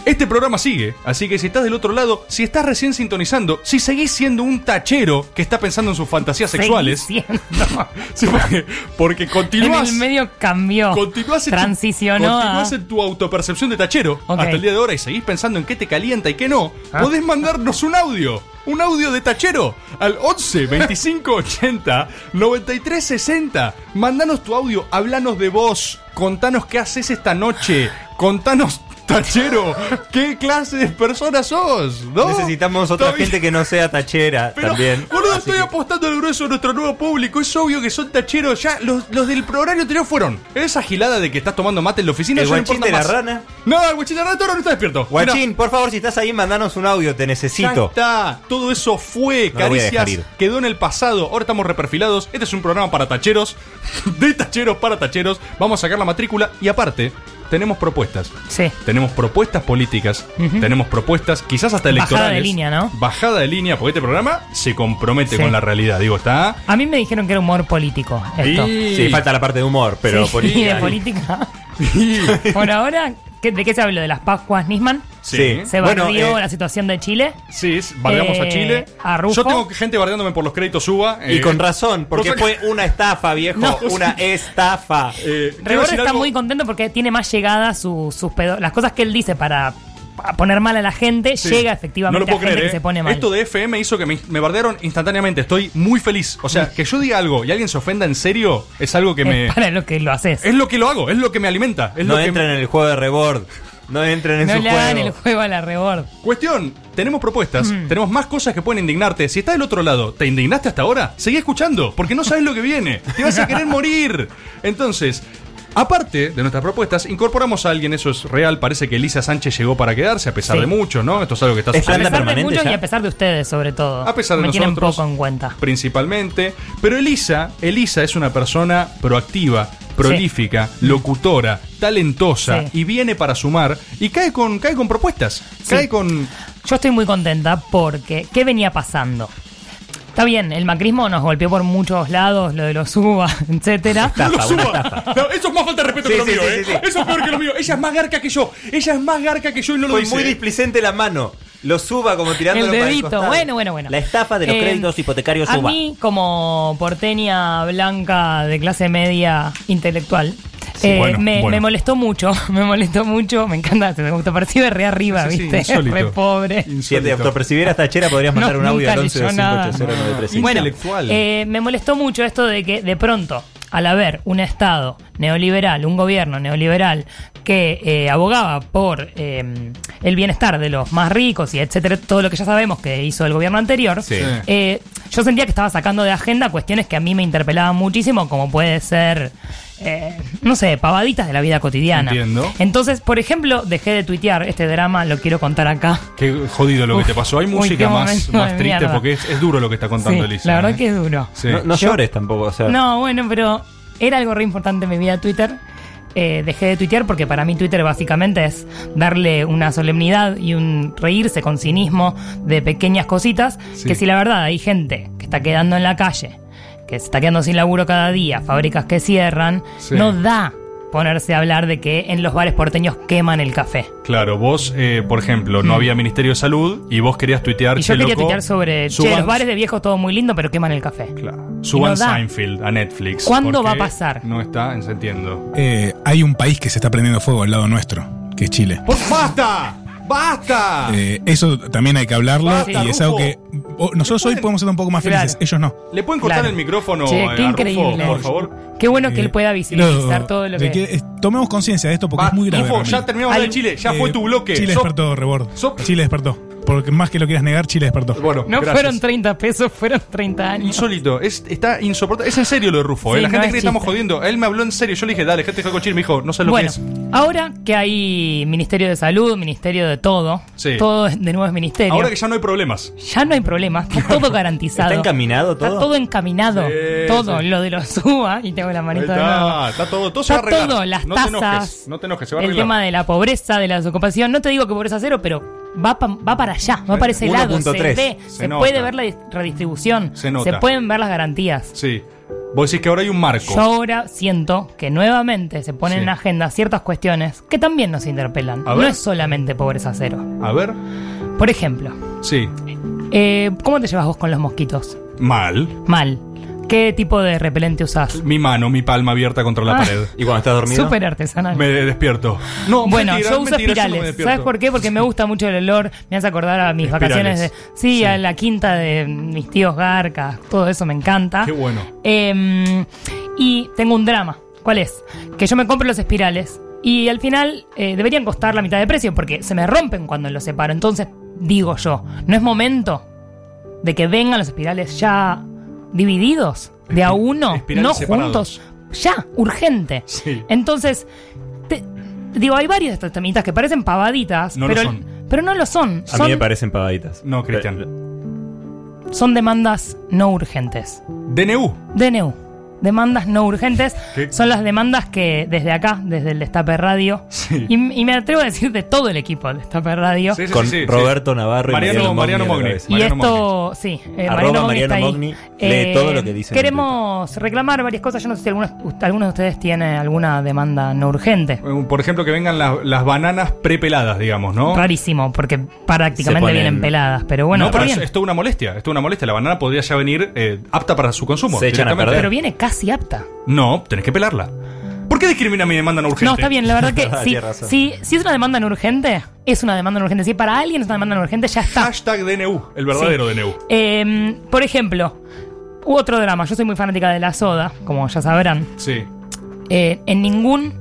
Speaker 6: Este programa sigue, así que si estás del otro lado, si estás recién sintonizando, si seguís siendo un tachero que está pensando en sus fantasías
Speaker 8: Seguís
Speaker 6: sexuales, Sí, porque, porque
Speaker 8: En
Speaker 6: continuás,
Speaker 8: el medio cambió. Transicionó ¿ah? a...
Speaker 6: continuás en tu autopercepción de tachero hasta el día de ahora y seguís pensando en qué te calienta y qué no,
Speaker 8: Ah.
Speaker 6: podés mandarnos un audio, un audio de tachero al 11 25 80 93 60. Mandanos tu audio, hablanos de vos, contanos qué haces esta noche, contanos tachero, qué clase de persona sos, ¿no?
Speaker 7: Necesitamos otra
Speaker 6: Está bien.
Speaker 7: gente que no sea tachera
Speaker 6: Pero,
Speaker 7: también.
Speaker 6: boludo, estoy apostando al grueso de nuestro nuevo público. Es obvio que son tacheros. Ya, los, los del programa anterior fueron. Esa gilada de que estás tomando mate en la oficina.
Speaker 7: ¿El
Speaker 6: ya no
Speaker 7: guachín
Speaker 6: importa
Speaker 7: de la
Speaker 6: más.
Speaker 7: rana?
Speaker 6: No, el guachín de la rana todavía no está despierto.
Speaker 7: Guachín, por favor, si estás ahí, mandanos un audio, te
Speaker 6: Ya
Speaker 7: necesito.
Speaker 6: está, todo eso fue,
Speaker 7: No lo voy a dejar
Speaker 6: caricias,
Speaker 7: ir.
Speaker 6: quedó en el pasado, ahora estamos reperfilados, este es un programa para tacheros, de tacheros para tacheros, vamos a sacar la matrícula y aparte, tenemos propuestas.
Speaker 8: Sí.
Speaker 6: Tenemos propuestas políticas,
Speaker 8: Ujú.
Speaker 6: tenemos propuestas quizás hasta electorales.
Speaker 8: Bajada de línea, ¿no?
Speaker 6: Bajada de línea, porque este programa se compromete
Speaker 8: Sí.
Speaker 6: con la realidad, digo, está...
Speaker 8: A mí me dijeron que era humor político esto.
Speaker 7: Sí, falta la parte de humor, pero
Speaker 8: Sí,
Speaker 7: política.
Speaker 8: de política. Por ahora, ¿qué- ¿de qué se habló? ¿De las Pascuas Nisman?
Speaker 7: Sí.
Speaker 8: Se
Speaker 7: Bueno,
Speaker 8: barrió
Speaker 7: eh,
Speaker 8: la situación de Chile.
Speaker 6: Sí, bardeamos a Chile.
Speaker 8: Eh, A Rufo.
Speaker 6: Yo tengo gente bardeándome por los créditos UBA.
Speaker 7: Y con razón, porque
Speaker 6: cosa que-
Speaker 7: fue una estafa, viejo.
Speaker 6: No, Eh,
Speaker 7: una estafa.
Speaker 8: Rebor está muy contento porque tiene más llegada su- sus pedo- Las cosas que él dice para pa- poner mal a la gente,
Speaker 6: Sí.
Speaker 8: llega efectivamente
Speaker 6: No lo puedo
Speaker 8: a gente
Speaker 6: creer,
Speaker 8: que
Speaker 6: ¿eh?
Speaker 8: se pone mal.
Speaker 6: Esto de FM hizo que me, me bardearon instantáneamente. Estoy muy feliz. O sea, que yo diga algo y alguien se ofenda en serio es algo que
Speaker 8: Mm. Es
Speaker 6: me.
Speaker 8: para lo que lo haces.
Speaker 6: Es lo que lo hago, es lo que me alimenta. Es
Speaker 7: No
Speaker 6: lo que
Speaker 7: entren en el juego de Rebord. No entren en
Speaker 8: No
Speaker 7: su
Speaker 8: le hagan
Speaker 7: juego.
Speaker 8: el juego a la rebord.
Speaker 6: Cuestión, tenemos propuestas,
Speaker 8: Mm.
Speaker 6: tenemos más cosas que pueden indignarte. Si estás del otro lado, ¿te indignaste hasta ahora? Seguí escuchando, porque no sabes lo que viene. Te vas a querer morir. Entonces, Aparte de nuestras propuestas, incorporamos a alguien, eso es real. Parece que Elisa Sánchez llegó para quedarse, a pesar
Speaker 8: Sí.
Speaker 6: de mucho, ¿no? Esto es algo que está
Speaker 8: a pesar de
Speaker 6: permanente
Speaker 8: muchos
Speaker 6: ya.
Speaker 8: y a pesar de ustedes, sobre todo.
Speaker 6: A pesar de
Speaker 8: Me tienen
Speaker 6: nosotros.
Speaker 8: poco en cuenta.
Speaker 6: principalmente. Pero Elisa, Elisa es una persona proactiva, prolífica, locutora, talentosa
Speaker 8: Sí.
Speaker 6: y viene para sumar y cae con, cae con propuestas. Cae con.
Speaker 8: Yo estoy muy contenta porque ¿qué venía pasando? Está bien, el macrismo nos golpeó por muchos lados, lo de los UBA, etcétera.
Speaker 12: Lo suba. No, eso es más falta de respeto
Speaker 8: Sí,
Speaker 12: que lo
Speaker 8: sí,
Speaker 12: mío,
Speaker 8: sí,
Speaker 12: ¿eh?
Speaker 8: sí, sí.
Speaker 12: Eso es peor que lo mío. Ella es más garca que yo. Ella es más garca que yo y no lo
Speaker 7: Fue
Speaker 12: dice.
Speaker 7: muy displicente la mano. Lo suba como
Speaker 8: El
Speaker 7: tirándolo para el
Speaker 8: dedito,
Speaker 7: costado.
Speaker 8: bueno, bueno, bueno.
Speaker 7: La estafa de los
Speaker 8: Eh,
Speaker 7: créditos hipotecarios
Speaker 8: A
Speaker 7: suba.
Speaker 8: mí, como porteña blanca de clase media intelectual,
Speaker 7: Sí,
Speaker 8: eh,
Speaker 7: bueno,
Speaker 8: me,
Speaker 7: bueno.
Speaker 8: me molestó mucho, me molestó mucho, me encanta, se me gusta percibe re arriba,
Speaker 7: Sí, sí,
Speaker 8: ¿viste?
Speaker 7: insólito.
Speaker 8: re pobre.
Speaker 7: Si te autopercibieras tachera, podrías mandar
Speaker 8: No,
Speaker 7: un audio
Speaker 8: nunca
Speaker 7: al
Speaker 8: leyó nada.
Speaker 7: 11258093.
Speaker 8: Bueno, eh, me molestó mucho esto de que de pronto, al haber un Estado neoliberal, un gobierno neoliberal que eh, abogaba por eh, el bienestar de los más ricos y etcétera, todo lo que ya sabemos que hizo el gobierno anterior,
Speaker 13: Sí.
Speaker 8: eh, yo sentía que estaba sacando de agenda cuestiones que a mí me interpelaban muchísimo, como puede ser, eh, no sé, pavaditas de la vida cotidiana.
Speaker 6: Entiendo.
Speaker 8: Entonces, por ejemplo, dejé de tuitear este drama, lo quiero contar acá.
Speaker 6: Qué jodido lo que
Speaker 8: Uf,
Speaker 6: te pasó. Hay
Speaker 8: uy,
Speaker 6: música
Speaker 8: qué
Speaker 6: más,
Speaker 8: momento
Speaker 6: más
Speaker 8: de
Speaker 6: triste
Speaker 8: mierda.
Speaker 6: porque es, es duro lo que está contando
Speaker 8: Sí,
Speaker 6: Elisa.
Speaker 8: la verdad
Speaker 6: ¿eh?
Speaker 8: que es duro.
Speaker 6: Sí.
Speaker 7: No, no llores tampoco, o sea.
Speaker 8: No, bueno, pero era algo re importante en mi vida Twitter. Eh, dejé de tuitear porque para mí Twitter básicamente es darle una solemnidad y un reírse con cinismo de pequeñas cositas.
Speaker 14: Sí.
Speaker 8: Que si la verdad hay gente que está quedando en la calle, que se está quedando sin laburo cada día, fábricas que cierran,
Speaker 6: Sí.
Speaker 8: no da ponerse a hablar de que en los bares porteños queman el café.
Speaker 6: Claro, vos, eh, por ejemplo, no había Ministerio de Salud y vos querías tuitear.
Speaker 8: Mm. Y
Speaker 6: "Che,
Speaker 8: yo quería
Speaker 6: loco,
Speaker 8: tuitear sobre che,
Speaker 6: suban-
Speaker 8: los bares de viejos todo muy lindo, pero queman el café.
Speaker 6: Suban
Speaker 8: Y no da.
Speaker 6: Seinfeld a Netflix.
Speaker 8: ¿Cuándo va a
Speaker 6: porque
Speaker 8: pasar?
Speaker 6: No está, en- se entiendo.
Speaker 9: Eh, hay un país que se está prendiendo fuego al lado nuestro, que es Chile.
Speaker 6: ¡Basta! ¡Basta!
Speaker 9: Eh, eso también hay que hablarlo
Speaker 6: Ah. Basta,
Speaker 9: y es algo que o- nosotros hoy podemos ser un poco más felices,
Speaker 8: Claro.
Speaker 9: ellos no.
Speaker 6: ¿Le pueden cortar
Speaker 8: Claro.
Speaker 6: el micrófono
Speaker 8: Che,
Speaker 6: eh,
Speaker 8: qué
Speaker 6: a Rufo,
Speaker 8: increíble.
Speaker 6: por favor?
Speaker 8: Qué bueno que
Speaker 9: Eh,
Speaker 8: él pueda visibilizar todo lo
Speaker 9: de
Speaker 8: que...
Speaker 9: que, eh, tomemos conciencia de esto porque es muy grave.
Speaker 6: Rufo,
Speaker 9: realmente.
Speaker 6: ya terminamos de hablar de Chile. Ya fue tu bloque.
Speaker 9: Chile
Speaker 6: Sos-
Speaker 9: despertó, Rebord. Chile despertó. Porque más que lo quieras negar, Chile despertó.
Speaker 6: Bueno,
Speaker 8: No fueron 30 pesos, fueron 30 años.
Speaker 6: Insólito, es, está insoportable. Es en serio lo de Rufo, eh.
Speaker 8: Sí,
Speaker 6: la
Speaker 8: no
Speaker 6: gente cree
Speaker 8: es
Speaker 6: que estamos
Speaker 8: chiste.
Speaker 6: jodiendo. Él me habló en serio, yo le dije, dale, gente de Chile, me dijo, no sé lo
Speaker 8: Bueno,
Speaker 6: que es.
Speaker 8: ahora que hay Ministerio de Salud, Ministerio de todo,
Speaker 6: Sí.
Speaker 8: todo es- de nuevo es Ministerio,
Speaker 6: Ahora que ya no hay problemas.
Speaker 8: ya no hay problema, está todo garantizado.
Speaker 6: ¿Está encaminado
Speaker 8: Está
Speaker 6: todo?
Speaker 8: todo encaminado,
Speaker 6: Sí,
Speaker 8: todo,
Speaker 6: sí.
Speaker 8: lo de los UBA, y tengo la
Speaker 6: Ahí
Speaker 8: manita de nuevo.
Speaker 6: Está, está todo, todo se va a
Speaker 8: Está
Speaker 6: arreglar.
Speaker 8: todo, las
Speaker 6: no Te enojes,
Speaker 8: tasas,
Speaker 6: no te enojes, se va a
Speaker 8: el
Speaker 6: arreglar.
Speaker 8: tema de la pobreza, de la desocupación, no te digo que pobreza cero, pero va, pa- va para allá, va para ese lado, se
Speaker 6: 1.3,
Speaker 8: ve,
Speaker 6: se
Speaker 8: se,
Speaker 6: nota.
Speaker 8: puede ver la dis- redistribución,
Speaker 6: Se nota.
Speaker 8: pueden ver las garantías.
Speaker 6: Sí. Vos decís que ahora hay un marco.
Speaker 8: Yo ahora siento que nuevamente se ponen
Speaker 6: Sí.
Speaker 8: en agenda ciertas cuestiones que también nos interpelan.
Speaker 6: A
Speaker 8: No
Speaker 6: ver.
Speaker 8: es solamente pobreza cero.
Speaker 6: A ver.
Speaker 8: Por ejemplo,
Speaker 6: Sí.
Speaker 8: eh, ¿cómo te llevas vos con los mosquitos?
Speaker 6: Mal.
Speaker 8: Mal. ¿Qué tipo de repelente usás?
Speaker 6: Mi mano, mi palma abierta contra la
Speaker 8: Ah.
Speaker 6: pared. ¿Y cuando estás
Speaker 8: Súper artesanal.
Speaker 6: Me despierto. No,
Speaker 8: bueno,
Speaker 6: mentira,
Speaker 8: yo uso
Speaker 6: mentira, no me
Speaker 8: espirales.
Speaker 6: despierto.
Speaker 8: ¿Sabes por qué? Porque me gusta mucho el olor. Me hace acordar a mis
Speaker 6: Espirales.
Speaker 8: vacaciones de. Sí, a la quinta de mis tíos Garcas. Todo eso me encanta.
Speaker 6: Qué bueno.
Speaker 8: Eh, y tengo un drama. ¿Cuál es? Que yo me compro los espirales y al final eh, deberían costar la mitad de precio porque se me rompen cuando los separo. Entonces, digo yo, ¿no es momento de que vengan los espirales ya divididos? De a uno,
Speaker 14: espirales
Speaker 8: no
Speaker 14: separados.
Speaker 8: juntos. Ya, urgente.
Speaker 14: Sí.
Speaker 8: Entonces, te- digo, hay varias de estas temitas que parecen pavaditas,
Speaker 7: No lo
Speaker 8: pero,
Speaker 7: son.
Speaker 8: pero no lo son.
Speaker 7: A mí me
Speaker 8: Son,
Speaker 7: parecen pavaditas.
Speaker 6: No, Cristian.
Speaker 8: son demandas no urgentes.
Speaker 6: DNU.
Speaker 8: DNU. Demandas no urgentes
Speaker 6: ¿Qué?
Speaker 8: son las demandas que desde acá, desde el Destape Radio, y, y me atrevo a decir de todo el equipo de Destape Radio.
Speaker 6: Sí, sí,
Speaker 7: Con
Speaker 6: sí, sí.
Speaker 7: Roberto Navarro y
Speaker 6: Mariano, Mariano
Speaker 7: Mariano Mogni a la
Speaker 6: Mogni.
Speaker 7: vez.
Speaker 8: Y
Speaker 7: Mariano
Speaker 8: esto, sí, eh,
Speaker 7: Arroba Mariano
Speaker 8: está ahí. Eh,
Speaker 7: Mogni, lee todo lo que dice en el
Speaker 8: Queremos reclamar varias cosas. Yo no sé si algunos, ust- algunos de ustedes tienen alguna demanda no urgente.
Speaker 6: Eh, Por ejemplo, que vengan las, las bananas prepeladas, digamos, ¿no?
Speaker 8: Rarísimo, porque prácticamente
Speaker 6: Se ponen-
Speaker 8: vienen peladas. Pero bueno,
Speaker 6: no,
Speaker 8: está
Speaker 6: pero es,
Speaker 8: bien.
Speaker 6: es toda una molestia. Es toda una molestia. La banana podría ya venir eh, apta para su consumo.
Speaker 7: Se echan a
Speaker 6: directamente.
Speaker 8: Pero viene casi apta.
Speaker 6: No, tenés que pelarla. ¿Por qué discrimina mi demanda no urgente?
Speaker 8: No, está bien, la verdad que si, si, si es una demanda no urgente, es una demanda no urgente. Si para alguien es una demanda no urgente, ya está.
Speaker 6: Hashtag DNU, el verdadero
Speaker 8: Sí.
Speaker 6: DNU.
Speaker 8: Eh, por ejemplo, hubo otro drama. Yo soy muy fanática de la soda, como ya sabrán.
Speaker 6: Sí,
Speaker 8: Eh, en ningún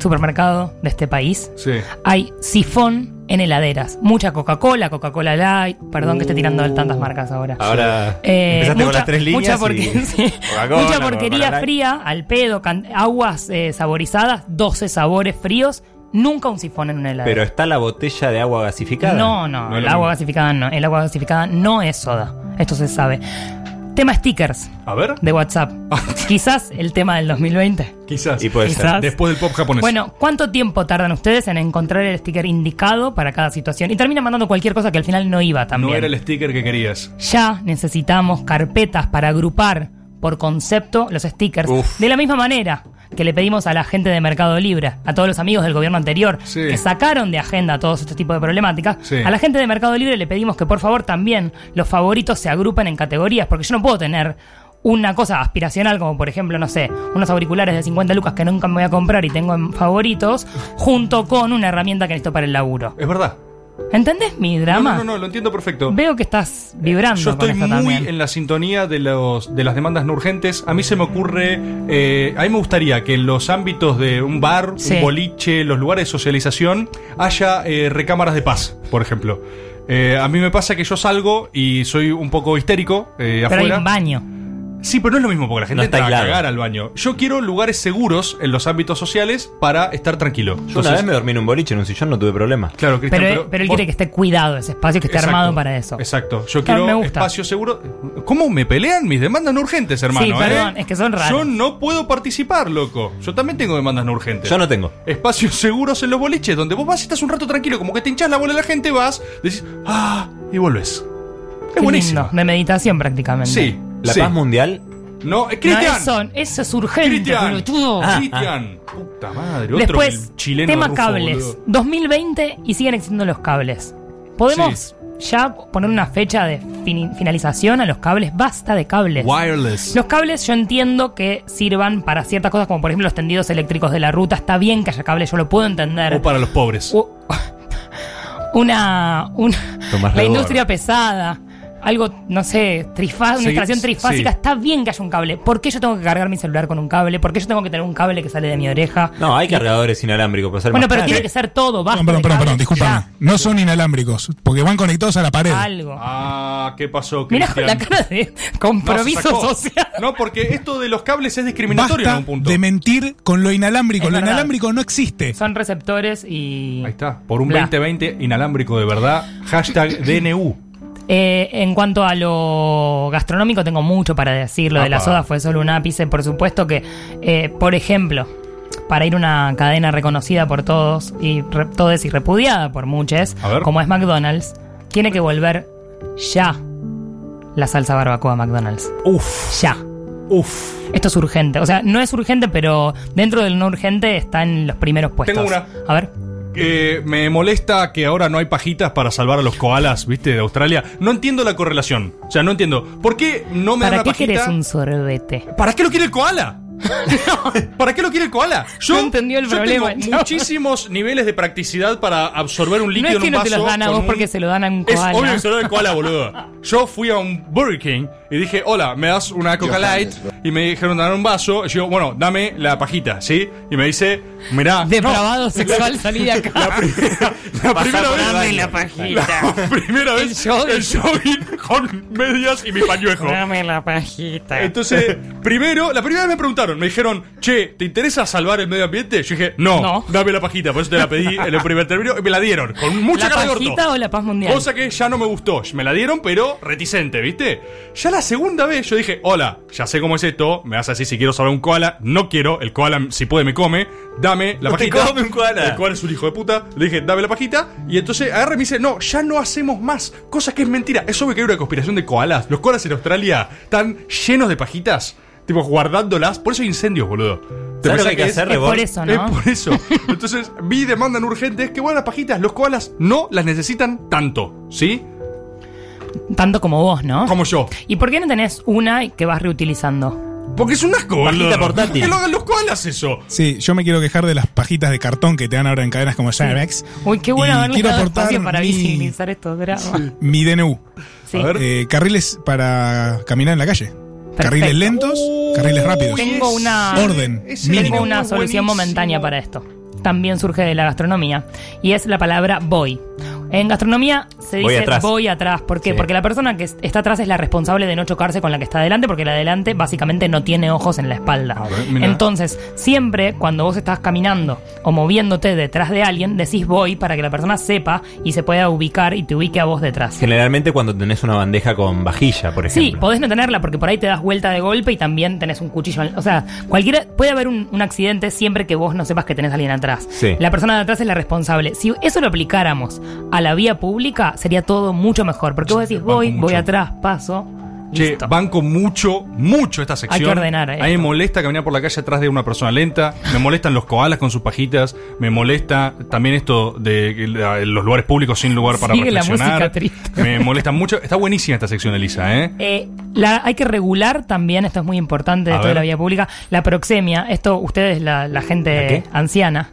Speaker 8: supermercado de este país
Speaker 6: sí.
Speaker 8: hay sifón en heladeras. Mucha Coca-Cola, Coca-Cola Light, perdón que esté tirando tantas marcas ahora.
Speaker 7: Ahora
Speaker 8: Eh,
Speaker 7: empezaste con
Speaker 8: mucha-
Speaker 7: las tres líneas.
Speaker 8: mucha porque-
Speaker 7: y-
Speaker 8: sí.
Speaker 7: Coca-Cola,
Speaker 8: Mucha
Speaker 7: Coca-Cola
Speaker 8: porquería fría, al pedo, can- aguas eh, saborizadas, 12 sabores fríos, nunca un sifón en una
Speaker 7: Light.
Speaker 8: heladera.
Speaker 7: Pero está la botella de agua gasificada.
Speaker 8: No, no,
Speaker 7: es
Speaker 8: el
Speaker 7: lo mismo.
Speaker 8: agua gasificada no. El agua gasificada no es soda. Esto se sabe. Tema stickers.
Speaker 6: A ver.
Speaker 8: De WhatsApp. Quizás el tema del 2020.
Speaker 6: Quizás.
Speaker 7: Y puede
Speaker 8: Quizás.
Speaker 7: ser.
Speaker 6: Después del pop japonés.
Speaker 8: Bueno, ¿cuánto tiempo tardan ustedes en encontrar el sticker indicado para cada situación? Y termina mandando cualquier cosa que al final no iba
Speaker 6: no
Speaker 8: también.
Speaker 6: era el sticker que querías.
Speaker 8: Ya necesitamos carpetas para agrupar por concepto los stickers.
Speaker 6: Uf.
Speaker 8: De la misma manera que le pedimos a la gente de Mercado Libre, a todos los amigos del gobierno anterior, que sacaron de agenda todos estos tipos de problemáticas,
Speaker 13: Sí.
Speaker 8: a la gente de Mercado Libre le pedimos que por favor también los favoritos se agrupen en categorías, porque yo no puedo tener una cosa aspiracional como por ejemplo, no sé, unos auriculares de 50 lucas que nunca me voy a comprar y tengo en favoritos, junto con una herramienta que necesito para el laburo.
Speaker 6: Es verdad.
Speaker 8: ¿Entendés mi drama?
Speaker 6: No, no, no, no, lo entiendo perfecto.
Speaker 8: Veo que estás vibrando.
Speaker 6: Yo estoy
Speaker 8: con esto
Speaker 6: muy
Speaker 8: también.
Speaker 6: en la sintonía de, los, de las demandas no urgentes. A mí se me ocurre, eh, a mí me gustaría que en los ámbitos de un bar,
Speaker 8: Sí.
Speaker 6: un boliche, los lugares de socialización, haya eh, recámaras de paz, por ejemplo. Eh, a mí me pasa que yo salgo y soy un poco histérico eh,
Speaker 8: Pero hay
Speaker 6: afuera.
Speaker 8: un baño.
Speaker 6: Sí, pero no es lo mismo porque la gente
Speaker 7: No está
Speaker 6: entra a
Speaker 7: aislado.
Speaker 6: cagar al baño. Yo quiero lugares seguros en los ámbitos sociales para estar tranquilo.
Speaker 7: Yo una vez me dormí en un boliche, en un sillón, no tuve problema.
Speaker 6: Claro,
Speaker 8: Pero, pero él quiere que esté cuidado ese espacio, que esté
Speaker 6: Exacto.
Speaker 8: armado para eso.
Speaker 6: Exacto. Yo
Speaker 8: Claro, me
Speaker 6: quiero
Speaker 8: gusta.
Speaker 6: espacio seguro. ¿Cómo me pelean mis demandas no urgentes, hermano?
Speaker 8: Sí, perdón,
Speaker 6: eh?
Speaker 8: es que son raros.
Speaker 6: Yo no puedo participar, loco. Yo también tengo demandas no urgentes.
Speaker 7: Yo no tengo.
Speaker 6: Espacios seguros en los boliches, donde vos vas y estás un rato tranquilo, como que te hinchas la bola de la gente, vas, decís, ah, y volvés.
Speaker 8: Qué
Speaker 6: Es buenísimo.
Speaker 8: lindo, de meditación prácticamente.
Speaker 6: Sí.
Speaker 7: La
Speaker 6: sí.
Speaker 7: paz mundial. ah,
Speaker 6: No, eh,
Speaker 8: No,
Speaker 6: Cristian.
Speaker 8: eso, eso es urgente,
Speaker 6: Cristian.
Speaker 8: pelotudo.
Speaker 6: Ah, Cristian. Puta madre, otro
Speaker 8: Después,
Speaker 6: el chileno
Speaker 8: tema
Speaker 6: rufo,
Speaker 8: cables.
Speaker 6: boludo.
Speaker 8: 2020 y siguen existiendo los cables. ¿Podemos ya poner una fecha de fini- finalización a los cables? Basta de cables.
Speaker 6: Wireless.
Speaker 8: Los cables yo entiendo que sirvan para ciertas cosas, como por ejemplo los tendidos eléctricos de la ruta. Está bien que haya cables, yo lo puedo entender.
Speaker 6: O para los pobres.
Speaker 8: una, una
Speaker 6: Tomás
Speaker 8: la
Speaker 6: Redor.
Speaker 8: industria pesada, algo, no sé, trifá-
Speaker 6: Sí,
Speaker 8: una instalación
Speaker 6: sí.
Speaker 8: trifásica, está bien que haya un cable. ¿Por qué yo tengo que cargar mi celular con un cable? ¿Por qué yo tengo que tener un cable que sale de mi oreja?
Speaker 7: No, hay cargadores inalámbricos para ser
Speaker 8: Bueno,
Speaker 7: más
Speaker 8: pero
Speaker 7: caro.
Speaker 8: tiene que ser todo, basta.
Speaker 9: Perdón, perdón, perdón,
Speaker 8: de cables,
Speaker 9: discúlpame. No son inalámbricos, porque van conectados a la pared.
Speaker 8: ya, Algo.
Speaker 6: Ah, ¿qué pasó,
Speaker 8: Mirá
Speaker 6: Cristian?
Speaker 8: la cara de
Speaker 6: No, se
Speaker 8: compromiso
Speaker 6: sacó.
Speaker 8: social.
Speaker 6: No, porque esto de los cables es discriminatorio en
Speaker 9: Basta
Speaker 6: un punto.
Speaker 9: de mentir con lo inalámbrico.
Speaker 8: Es
Speaker 9: lo
Speaker 8: verdad.
Speaker 9: inalámbrico no existe.
Speaker 8: Son receptores y.
Speaker 6: Ahí está. Por un
Speaker 8: Bla.
Speaker 6: 2020 inalámbrico de verdad. Hashtag DNU.
Speaker 8: Eh, en cuanto a lo gastronómico, tengo mucho para decir. Lo de la
Speaker 6: Apa.
Speaker 8: soda fue solo un ápice, por supuesto que, eh, por ejemplo, para ir a una cadena reconocida por todos y re- todes y repudiada por muchos,
Speaker 13: A ver.
Speaker 8: como es McDonald's, tiene que volver ya la salsa barbacoa McDonald's.
Speaker 6: Uf.
Speaker 8: Ya.
Speaker 6: Uf.
Speaker 8: Esto es urgente. O sea, no es urgente, pero dentro del no urgente está en los primeros puestos.
Speaker 6: Tengo una.
Speaker 8: A ver.
Speaker 6: Eh, me molesta que ahora no hay pajitas para salvar a los koalas, ¿viste? De Australia. No entiendo la correlación. O sea, no entiendo. ¿Por qué no me
Speaker 8: ¿Para
Speaker 6: dan una
Speaker 8: qué querés
Speaker 6: pajita?
Speaker 8: un sorbete?
Speaker 6: ¿Para qué lo quiere el koala? ¿Para qué lo quiere el koala? Yo,
Speaker 8: No entendió el
Speaker 6: yo
Speaker 8: problema,
Speaker 6: tengo
Speaker 8: no.
Speaker 6: muchísimos niveles de practicidad para absorber un líquido
Speaker 8: no es que
Speaker 6: en un
Speaker 8: no
Speaker 6: vaso.
Speaker 8: te los dan a
Speaker 6: con
Speaker 8: vos
Speaker 6: un-
Speaker 8: porque se lo dan a un
Speaker 6: Es
Speaker 8: koala.
Speaker 6: obvio que se lo da el koala, boludo. Yo fui a un Burger King y dije, hola, ¿me das una Coca Light? Y me dijeron, dame un vaso. Y yo, bueno, dame la pajita, ¿sí? Y me dice, mirá.
Speaker 8: Depravado
Speaker 6: no.
Speaker 8: sexual, salí de acá.
Speaker 6: La, pri- la
Speaker 8: Pasá
Speaker 6: primera
Speaker 8: por
Speaker 6: vez.
Speaker 8: el baño. Dame la pajita.
Speaker 6: La primera vez. El jogging con medias y mi pañuejo.
Speaker 8: Dame la pajita.
Speaker 6: Entonces, primero, la primera vez me preguntaron, me dijeron, che, ¿te interesa salvar el medio ambiente? Yo dije, no,
Speaker 8: No.
Speaker 6: dame la pajita, por eso te la pedí en el primer término y me la dieron, con mucha
Speaker 8: ¿La
Speaker 6: cara de orto.
Speaker 8: pajita o la paz mundial?
Speaker 6: Cosa que ya no me gustó, me la dieron, pero reticente, ¿viste? Ya la segunda vez yo dije, hola, ya sé cómo es esto, me vas a decir si quiero salvar un koala, no quiero, el koala si puede me come, dame la
Speaker 7: No te
Speaker 6: pajita.
Speaker 7: come un koala.
Speaker 6: El koala es un hijo de puta, le dije, dame la pajita, y entonces agarra y me dice, no, ya no hacemos más, cosa que es mentira. Es obvio que hay una conspiración de koalas, los koalas en Australia están llenos de pajitas. Tipo, guardándolas. Por eso hay incendios, boludo. ¿Te
Speaker 7: ¿Sabes lo
Speaker 6: pensás
Speaker 7: que hay que
Speaker 6: es?
Speaker 7: hacer, Es Rebor? por
Speaker 8: eso, ¿no?
Speaker 6: Es por eso. Entonces, mi demanda en urgente es que, bueno, las pajitas, los koalas no las necesitan tanto, ¿sí?
Speaker 8: Tanto como vos, ¿no?
Speaker 6: Como yo.
Speaker 8: ¿Y por qué no tenés una que vas reutilizando?
Speaker 6: Porque es un asco, boludo.
Speaker 9: portátil.
Speaker 6: Que lo hagan los koalas eso.
Speaker 9: Sí, yo me quiero quejar de las pajitas de cartón que te dan ahora en cadenas como Starbucks.
Speaker 8: Uy, qué
Speaker 9: Y
Speaker 8: bueno haberle
Speaker 9: quiero
Speaker 8: dado
Speaker 9: aportar
Speaker 8: espacio para
Speaker 9: mi-
Speaker 8: visibilizar estos dramas.
Speaker 9: Mi DNU.
Speaker 8: Sí. A ver.
Speaker 9: Eh, carriles para caminar en la calle. Carriles lentos, carriles rápidos.
Speaker 8: Tengo una,
Speaker 9: Orden.
Speaker 8: tengo
Speaker 9: mínimo.
Speaker 8: una solución momentánea para esto. también surge de la gastronomía y es la palabra voy. En gastronomía se
Speaker 7: Voy
Speaker 8: dice
Speaker 7: atrás.
Speaker 8: voy atrás. ¿Por qué?
Speaker 7: Sí.
Speaker 8: Porque la persona que está atrás es la responsable de no chocarse con la que está adelante, porque la de adelante básicamente no tiene ojos en la espalda.
Speaker 9: Ah,
Speaker 7: mira.
Speaker 8: Entonces, siempre cuando vos estás caminando o moviéndote detrás de alguien, decís voy para que la persona sepa y se pueda ubicar y te ubique a vos detrás.
Speaker 7: Generalmente cuando tenés una bandeja con vajilla, por ejemplo.
Speaker 8: Sí, podés no tenerla porque por ahí te das vuelta de golpe y también tenés un cuchillo. en- O sea, cualquiera puede haber un, un accidente siempre que vos no sepas que tenés a alguien atrás.
Speaker 7: Sí.
Speaker 8: La persona de atrás es la responsable. Si eso lo aplicáramos a la vía pública, sería todo mucho mejor. Porque vos decís, voy, voy atrás, paso.
Speaker 6: Che, banco mucho, mucho esta sección.
Speaker 8: Hay que ordenar, eh.
Speaker 6: A mí me molesta caminar por la calle atrás de una persona lenta. Me molestan los koalas con sus pajitas. Me molesta también esto de que la- los lugares públicos sin lugar para
Speaker 8: Sigue la
Speaker 6: reflexionar.
Speaker 8: música triste.
Speaker 6: Me molesta mucho. Está buenísima esta sección, Elisa, ¿eh?
Speaker 8: Eh, la, hay que regular también, esto es muy importante,
Speaker 6: A
Speaker 8: esto de
Speaker 6: ver.
Speaker 8: la vía pública, la proxemia. Esto ustedes, la, la gente
Speaker 6: ¿La qué?
Speaker 8: anciana.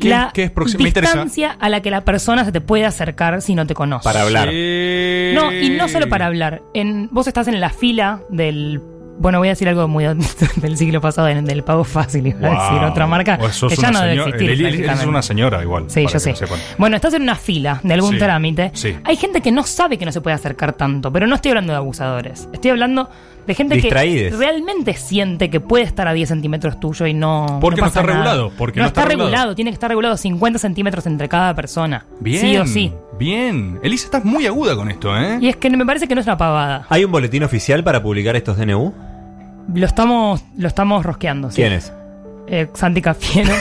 Speaker 6: ¿Qué-
Speaker 8: la
Speaker 6: qué es proxemia? Me interesa.
Speaker 8: distancia a la que la persona se te puede acercar si no te conoce.
Speaker 6: Sí.
Speaker 8: No, y no solo para hablar. En, vos estás en la fila del. Bueno, voy a decir algo muy del siglo pasado, del, del pago fácil, iba
Speaker 6: Wow.
Speaker 8: a decir otra marca.
Speaker 6: O sos
Speaker 8: que ya
Speaker 6: una
Speaker 8: no debe
Speaker 6: señora-
Speaker 8: existir.
Speaker 6: Eli- Eli- Eli es
Speaker 8: prácticamente.
Speaker 6: una señora igual.
Speaker 8: Sí,
Speaker 6: para
Speaker 8: yo
Speaker 6: que
Speaker 8: sé.
Speaker 6: lo sepan.
Speaker 8: Bueno, estás en una fila de algún
Speaker 6: Sí,
Speaker 8: trámite.
Speaker 6: sí.
Speaker 8: Hay gente que no sabe que no se puede acercar tanto, pero no estoy hablando de abusadores. Estoy hablando de gente
Speaker 7: Distraídes.
Speaker 8: que realmente siente que puede estar a 10 centímetros tuyo y no.
Speaker 6: Porque no
Speaker 8: pasa
Speaker 6: está
Speaker 8: nada.
Speaker 6: regulado, porque
Speaker 8: no,
Speaker 6: no
Speaker 8: está,
Speaker 6: está
Speaker 8: regulado.
Speaker 6: regulado.
Speaker 8: tiene que estar regulado 50 centímetros entre cada persona.
Speaker 6: Bien.
Speaker 8: Sí o sí.
Speaker 6: Bien. Elisa, estás muy aguda con esto, ¿eh?
Speaker 8: Y es que me parece que no es una pavada.
Speaker 7: ¿Hay un boletín oficial para publicar estos DNU?
Speaker 8: Lo estamos, lo estamos rosqueando. sí.
Speaker 7: ¿Quién es?
Speaker 8: Eh, Santi Cafiero.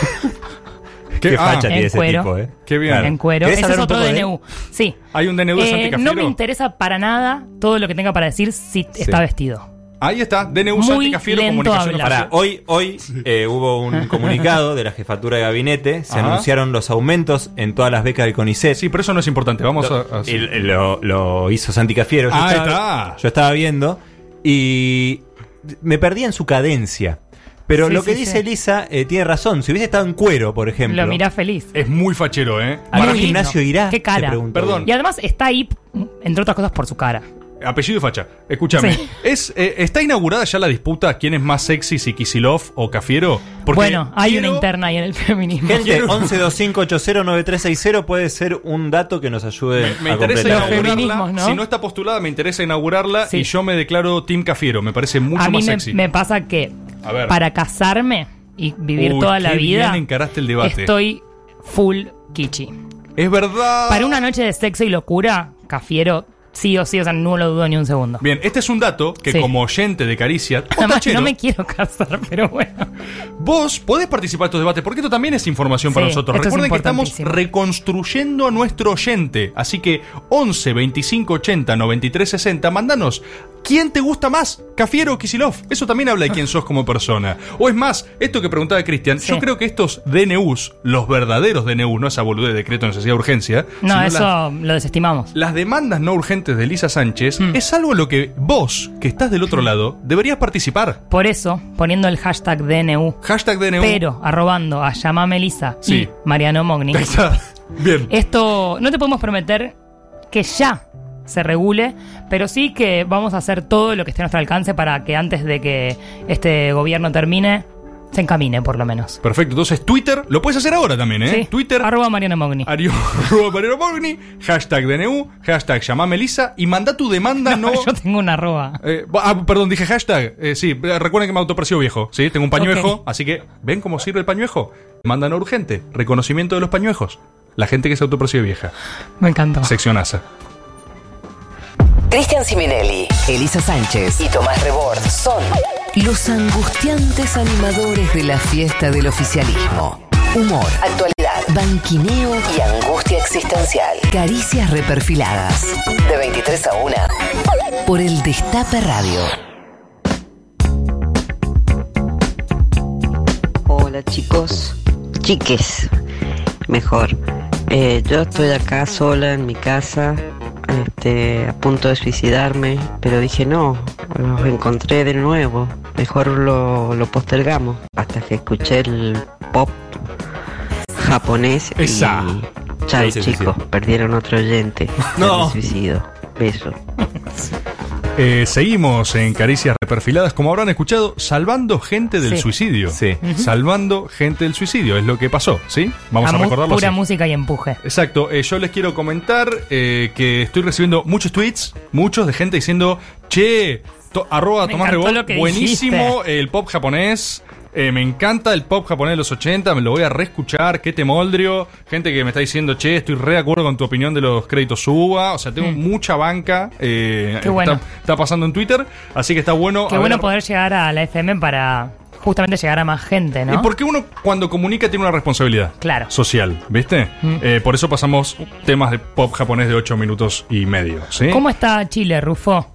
Speaker 7: Qué facha
Speaker 8: Ah, en
Speaker 7: tiene ese
Speaker 8: cuero.
Speaker 7: tipo, ¿eh?
Speaker 6: Qué bien.
Speaker 8: En cuero.
Speaker 6: ¿Querés
Speaker 8: Ese
Speaker 6: hablar
Speaker 8: es
Speaker 6: un
Speaker 8: otro
Speaker 6: poco de él?
Speaker 8: DNU. Sí.
Speaker 6: ¿Hay un DNU de Santi
Speaker 8: Eh, No me
Speaker 6: Cafiero?
Speaker 8: interesa para nada todo lo que tenga para decir si está vestido.
Speaker 6: Ahí está, DNU
Speaker 8: Muy
Speaker 6: Santi Cafiero,
Speaker 8: lento
Speaker 6: comunicación
Speaker 8: hablar.
Speaker 6: oficial.
Speaker 7: Pará, hoy, hoy eh, hubo un comunicado de la jefatura de gabinete, se
Speaker 6: Ajá.
Speaker 7: anunciaron los aumentos en todas las becas del CONICET. Sí,
Speaker 6: pero eso no es importante, vamos a- a-
Speaker 7: lo, lo hizo Santi Cafiero. Yo,
Speaker 6: Ah,
Speaker 7: estaba,
Speaker 6: está.
Speaker 7: yo estaba viendo y me perdí en su cadencia. Pero
Speaker 8: Sí,
Speaker 7: lo que
Speaker 8: sí,
Speaker 7: dice
Speaker 8: sí.
Speaker 7: Elisa eh, tiene razón, si hubiese estado en cuero, por ejemplo.
Speaker 8: Lo mirá feliz.
Speaker 6: Es muy fachero, ¿eh?
Speaker 7: ¿A qué
Speaker 8: Muy lindo.
Speaker 7: gimnasio irá?
Speaker 8: Qué
Speaker 7: Te
Speaker 8: cara.
Speaker 7: pregunto. Perdón.
Speaker 8: Y además está ahí, entre otras cosas, por su cara.
Speaker 6: Apellido y facha. Escúchame.
Speaker 8: Sí.
Speaker 6: Es, eh, ¿Está inaugurada ya la disputa quién es más sexy, si Kisilov o Cafiero? Porque
Speaker 8: bueno, hay
Speaker 6: quiero-
Speaker 8: una interna ahí en el feminismo.
Speaker 7: Gente, 1125809360 puede ser un dato que nos ayude
Speaker 6: Me
Speaker 7: a
Speaker 6: interesa
Speaker 7: completar.
Speaker 6: inaugurarla.
Speaker 8: feminismos, ¿no?
Speaker 6: Si no está postulada, me interesa inaugurarla y yo me declaro Team Cafiero. Me parece mucho
Speaker 8: A mí
Speaker 6: más
Speaker 8: me,
Speaker 6: sexy.
Speaker 8: me pasa que
Speaker 6: A ver.
Speaker 8: para casarme y vivir
Speaker 6: Uy,
Speaker 8: toda la
Speaker 6: qué
Speaker 8: vida,
Speaker 6: bien encaraste el debate.
Speaker 8: estoy full kichi.
Speaker 6: Es verdad.
Speaker 8: Para una noche de sexo y locura, Cafiero, sí o sí, o sea, no lo dudo ni un segundo.
Speaker 6: Bien, este es un dato que
Speaker 8: Sí.
Speaker 6: como oyente de Caricia, vos,
Speaker 8: Además,
Speaker 6: tachero,
Speaker 8: no me quiero casar, pero bueno.
Speaker 6: vos podés participar de estos debates porque esto también es información para
Speaker 8: Sí,
Speaker 6: nosotros.
Speaker 8: esto es
Speaker 6: Recuerden que estamos
Speaker 8: importantísimo.
Speaker 6: reconstruyendo a nuestro oyente. Así que 11 25 80 93 60, mandanos. ¿Quién te gusta más? ¿Cafiero o Kisilov? Eso también habla de quién sos como persona. O es más, esto que preguntaba Cristian, yo creo que estos DNUs, los verdaderos DNUs, no esa boludez de decreto de necesidad de urgencia,
Speaker 8: No,
Speaker 6: sino
Speaker 8: eso
Speaker 6: las-
Speaker 8: lo desestimamos.
Speaker 6: Las demandas no urgentes de Elisa Sánchez
Speaker 8: Hmm.
Speaker 6: es algo en lo que vos, que estás del otro lado, deberías participar.
Speaker 8: Por eso, poniendo el hashtag DNU.
Speaker 6: Hashtag DNU.
Speaker 8: Pero arrobando a llamame Lisa
Speaker 6: Sí.
Speaker 8: y Mariano Mogni.
Speaker 6: Ahí está. Bien.
Speaker 8: Esto no te podemos prometer que ya se regule, pero sí que vamos a hacer todo lo que esté a nuestro alcance para que antes de que este gobierno termine, se encamine por lo menos.
Speaker 6: Perfecto. Entonces, Twitter, lo puedes hacer ahora también, ¿eh?
Speaker 8: Sí.
Speaker 6: Twitter.
Speaker 8: Arroba Mariano Mogni.
Speaker 6: Ario- arroba Mariano Mogni, hashtag DNU, hashtag llamame Elisa y manda tu demanda Ah, no.
Speaker 8: Yo tengo una arroba.
Speaker 6: Eh, va- ah, perdón, dije hashtag. Eh, sí, eh, recuerden que me autopercibo viejo. Sí, tengo un pañuejo, así que ven cómo sirve el pañuejo. Demanda no urgente, reconocimiento de los pañuejos. La gente que se autopercibe vieja.
Speaker 8: Me encantó.
Speaker 6: Seccionaza.
Speaker 1: Cristian Siminelli, Elisa Sánchez y Tomás Rebord son los angustiantes animadores de la fiesta del oficialismo. Humor, actualidad, banquineo y angustia existencial. Caricias reperfiladas. De 23 a 1. Por el Destape Radio.
Speaker 13: Hola chicos, chiques, mejor. Eh, yo estoy acá sola en mi casa, este, a punto de suicidarme, pero dije no, los encontré de nuevo, mejor lo, lo postergamos. Hasta que escuché el pop japonés. y-
Speaker 14: Esa.
Speaker 13: Chao
Speaker 14: Ahí se
Speaker 13: chicos, perdieron otro oyente.
Speaker 14: No.
Speaker 13: Me suicido. Beso.
Speaker 6: Eh, seguimos en Caricias Reperfiladas, como habrán escuchado, salvando gente del
Speaker 8: Sí.
Speaker 6: suicidio. Sí.
Speaker 8: Ujú.
Speaker 6: Salvando gente del suicidio, es lo que pasó, ¿sí? Vamos a,
Speaker 8: mu-
Speaker 6: recordarlo.
Speaker 8: Pura
Speaker 6: así.
Speaker 8: música y empuje.
Speaker 6: Exacto, eh, yo les quiero comentar eh, que estoy recibiendo muchos tweets, muchos de gente diciendo, che, to- arroba
Speaker 8: Me
Speaker 6: Tomás
Speaker 8: encantó
Speaker 6: Rebol,
Speaker 8: lo que
Speaker 6: buenísimo el pop japonés. eh, me encanta el pop japonés de los 80, me lo voy a reescuchar, qué temoldrio. Gente que me está diciendo, che, estoy re de acuerdo con tu opinión de los créditos UBA. O sea, tengo
Speaker 8: Mm.
Speaker 6: mucha banca. eh,
Speaker 8: Qué bueno.
Speaker 6: está, está pasando en Twitter, así que está bueno.
Speaker 8: Qué
Speaker 6: haber-
Speaker 8: bueno poder llegar a la FM para justamente llegar a más gente,
Speaker 6: Y
Speaker 8: ¿no?
Speaker 6: porque uno cuando comunica tiene una responsabilidad
Speaker 8: Claro.
Speaker 6: social, ¿viste?
Speaker 8: Mm.
Speaker 6: Eh, por eso pasamos temas de pop japonés de 8 minutos y medio, ¿sí?
Speaker 8: ¿Cómo está Chile, Rufo?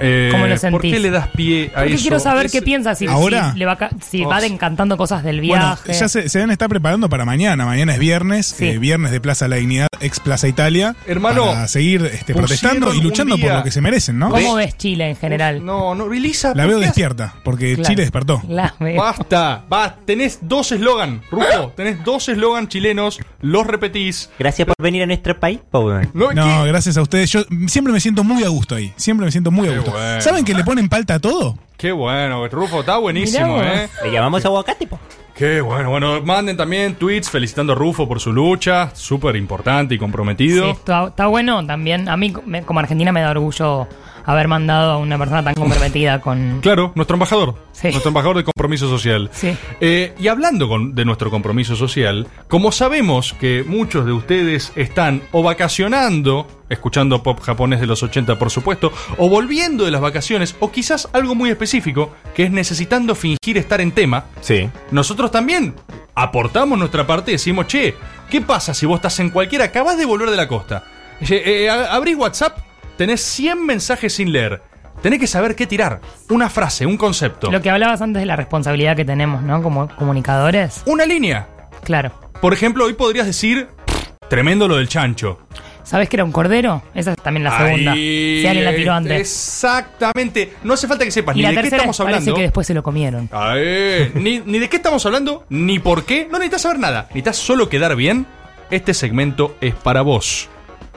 Speaker 6: Eh,
Speaker 8: cómo lo
Speaker 6: ¿Por
Speaker 8: sentís?
Speaker 6: qué le das pie a
Speaker 8: Porque
Speaker 6: eso?
Speaker 8: quiero saber
Speaker 6: Es-
Speaker 8: qué piensa si,
Speaker 9: ¿Ahora?
Speaker 8: si le va, ca- si
Speaker 9: Oh,
Speaker 8: va
Speaker 9: sí.
Speaker 8: encantando cosas del
Speaker 9: Bueno,
Speaker 8: viaje.
Speaker 9: ya se, se deben estar preparando para mañana. Mañana es viernes, eh, viernes de Plaza La Dignidad, ex Plaza Italia.
Speaker 6: Hermano,
Speaker 9: Para seguir este,
Speaker 6: pusieron
Speaker 9: protestando y
Speaker 6: un
Speaker 9: luchando por
Speaker 6: día-
Speaker 9: lo que se merecen, ¿no?
Speaker 8: ¿Cómo ves Chile en general?
Speaker 6: No, no, Elisa.
Speaker 9: La
Speaker 6: ¿por
Speaker 9: veo
Speaker 6: qué
Speaker 9: despierta, porque
Speaker 8: Claro.
Speaker 9: Chile despertó.
Speaker 8: La veo.
Speaker 6: Basta, va, tenés dos eslogan, Rufo, tenés dos eslogan chilenos, los repetís.
Speaker 7: Gracias por venir a nuestro país, Power.
Speaker 6: No,
Speaker 9: No, gracias a ustedes. Yo siempre me siento muy a gusto ahí. Siempre me siento muy a gusto.
Speaker 6: bueno.
Speaker 9: ¿Saben que le ponen palta a todo?
Speaker 6: Qué bueno, Rufo, está buenísimo,
Speaker 9: Mirá vos.
Speaker 6: ¿eh?
Speaker 7: Le llamamos aguacate, po.
Speaker 6: Qué bueno, bueno, manden también tweets felicitando a Rufo por su lucha, súper importante y
Speaker 8: Sí,
Speaker 6: comprometido.
Speaker 8: está, está bueno también. A mí, me- como argentina, me da orgullo haber mandado a una persona tan comprometida con.
Speaker 6: Claro, nuestro embajador. Nuestro embajador de compromiso social. Eh, y hablando con- de nuestro compromiso social, como sabemos que muchos de ustedes están o vacacionando, escuchando pop japonés de los 80 por supuesto, o volviendo de las vacaciones, o quizás algo muy específico, que es necesitando fingir estar en tema,
Speaker 7: Sí.
Speaker 6: nosotros también aportamos nuestra parte y decimos, che, ¿qué pasa si vos estás en cualquiera? Acabás de volver de la costa. Eh, eh, a- abrís WhatsApp, tenés 100 mensajes sin leer. Tenés que saber qué tirar. Una frase, un concepto.
Speaker 8: Lo que hablabas antes de la responsabilidad que tenemos, ¿no? Como comunicadores.
Speaker 6: Una línea.
Speaker 8: Claro.
Speaker 6: Por ejemplo, hoy podrías decir, tremendo lo del chancho.
Speaker 8: ¿Sabés que era un cordero? Esa es también la segunda.
Speaker 6: Ahí
Speaker 8: Si alguien la tiró antes.
Speaker 6: Exactamente. No hace falta que sepas
Speaker 8: y
Speaker 6: ni
Speaker 8: la
Speaker 6: de qué
Speaker 8: tercera
Speaker 6: estamos
Speaker 8: parece
Speaker 6: hablando.
Speaker 8: que después se lo comieron.
Speaker 6: Ahí. ni, ni de qué estamos hablando, ni por qué. No necesitas saber nada. Necesitas solo quedar bien. Este segmento es para vos.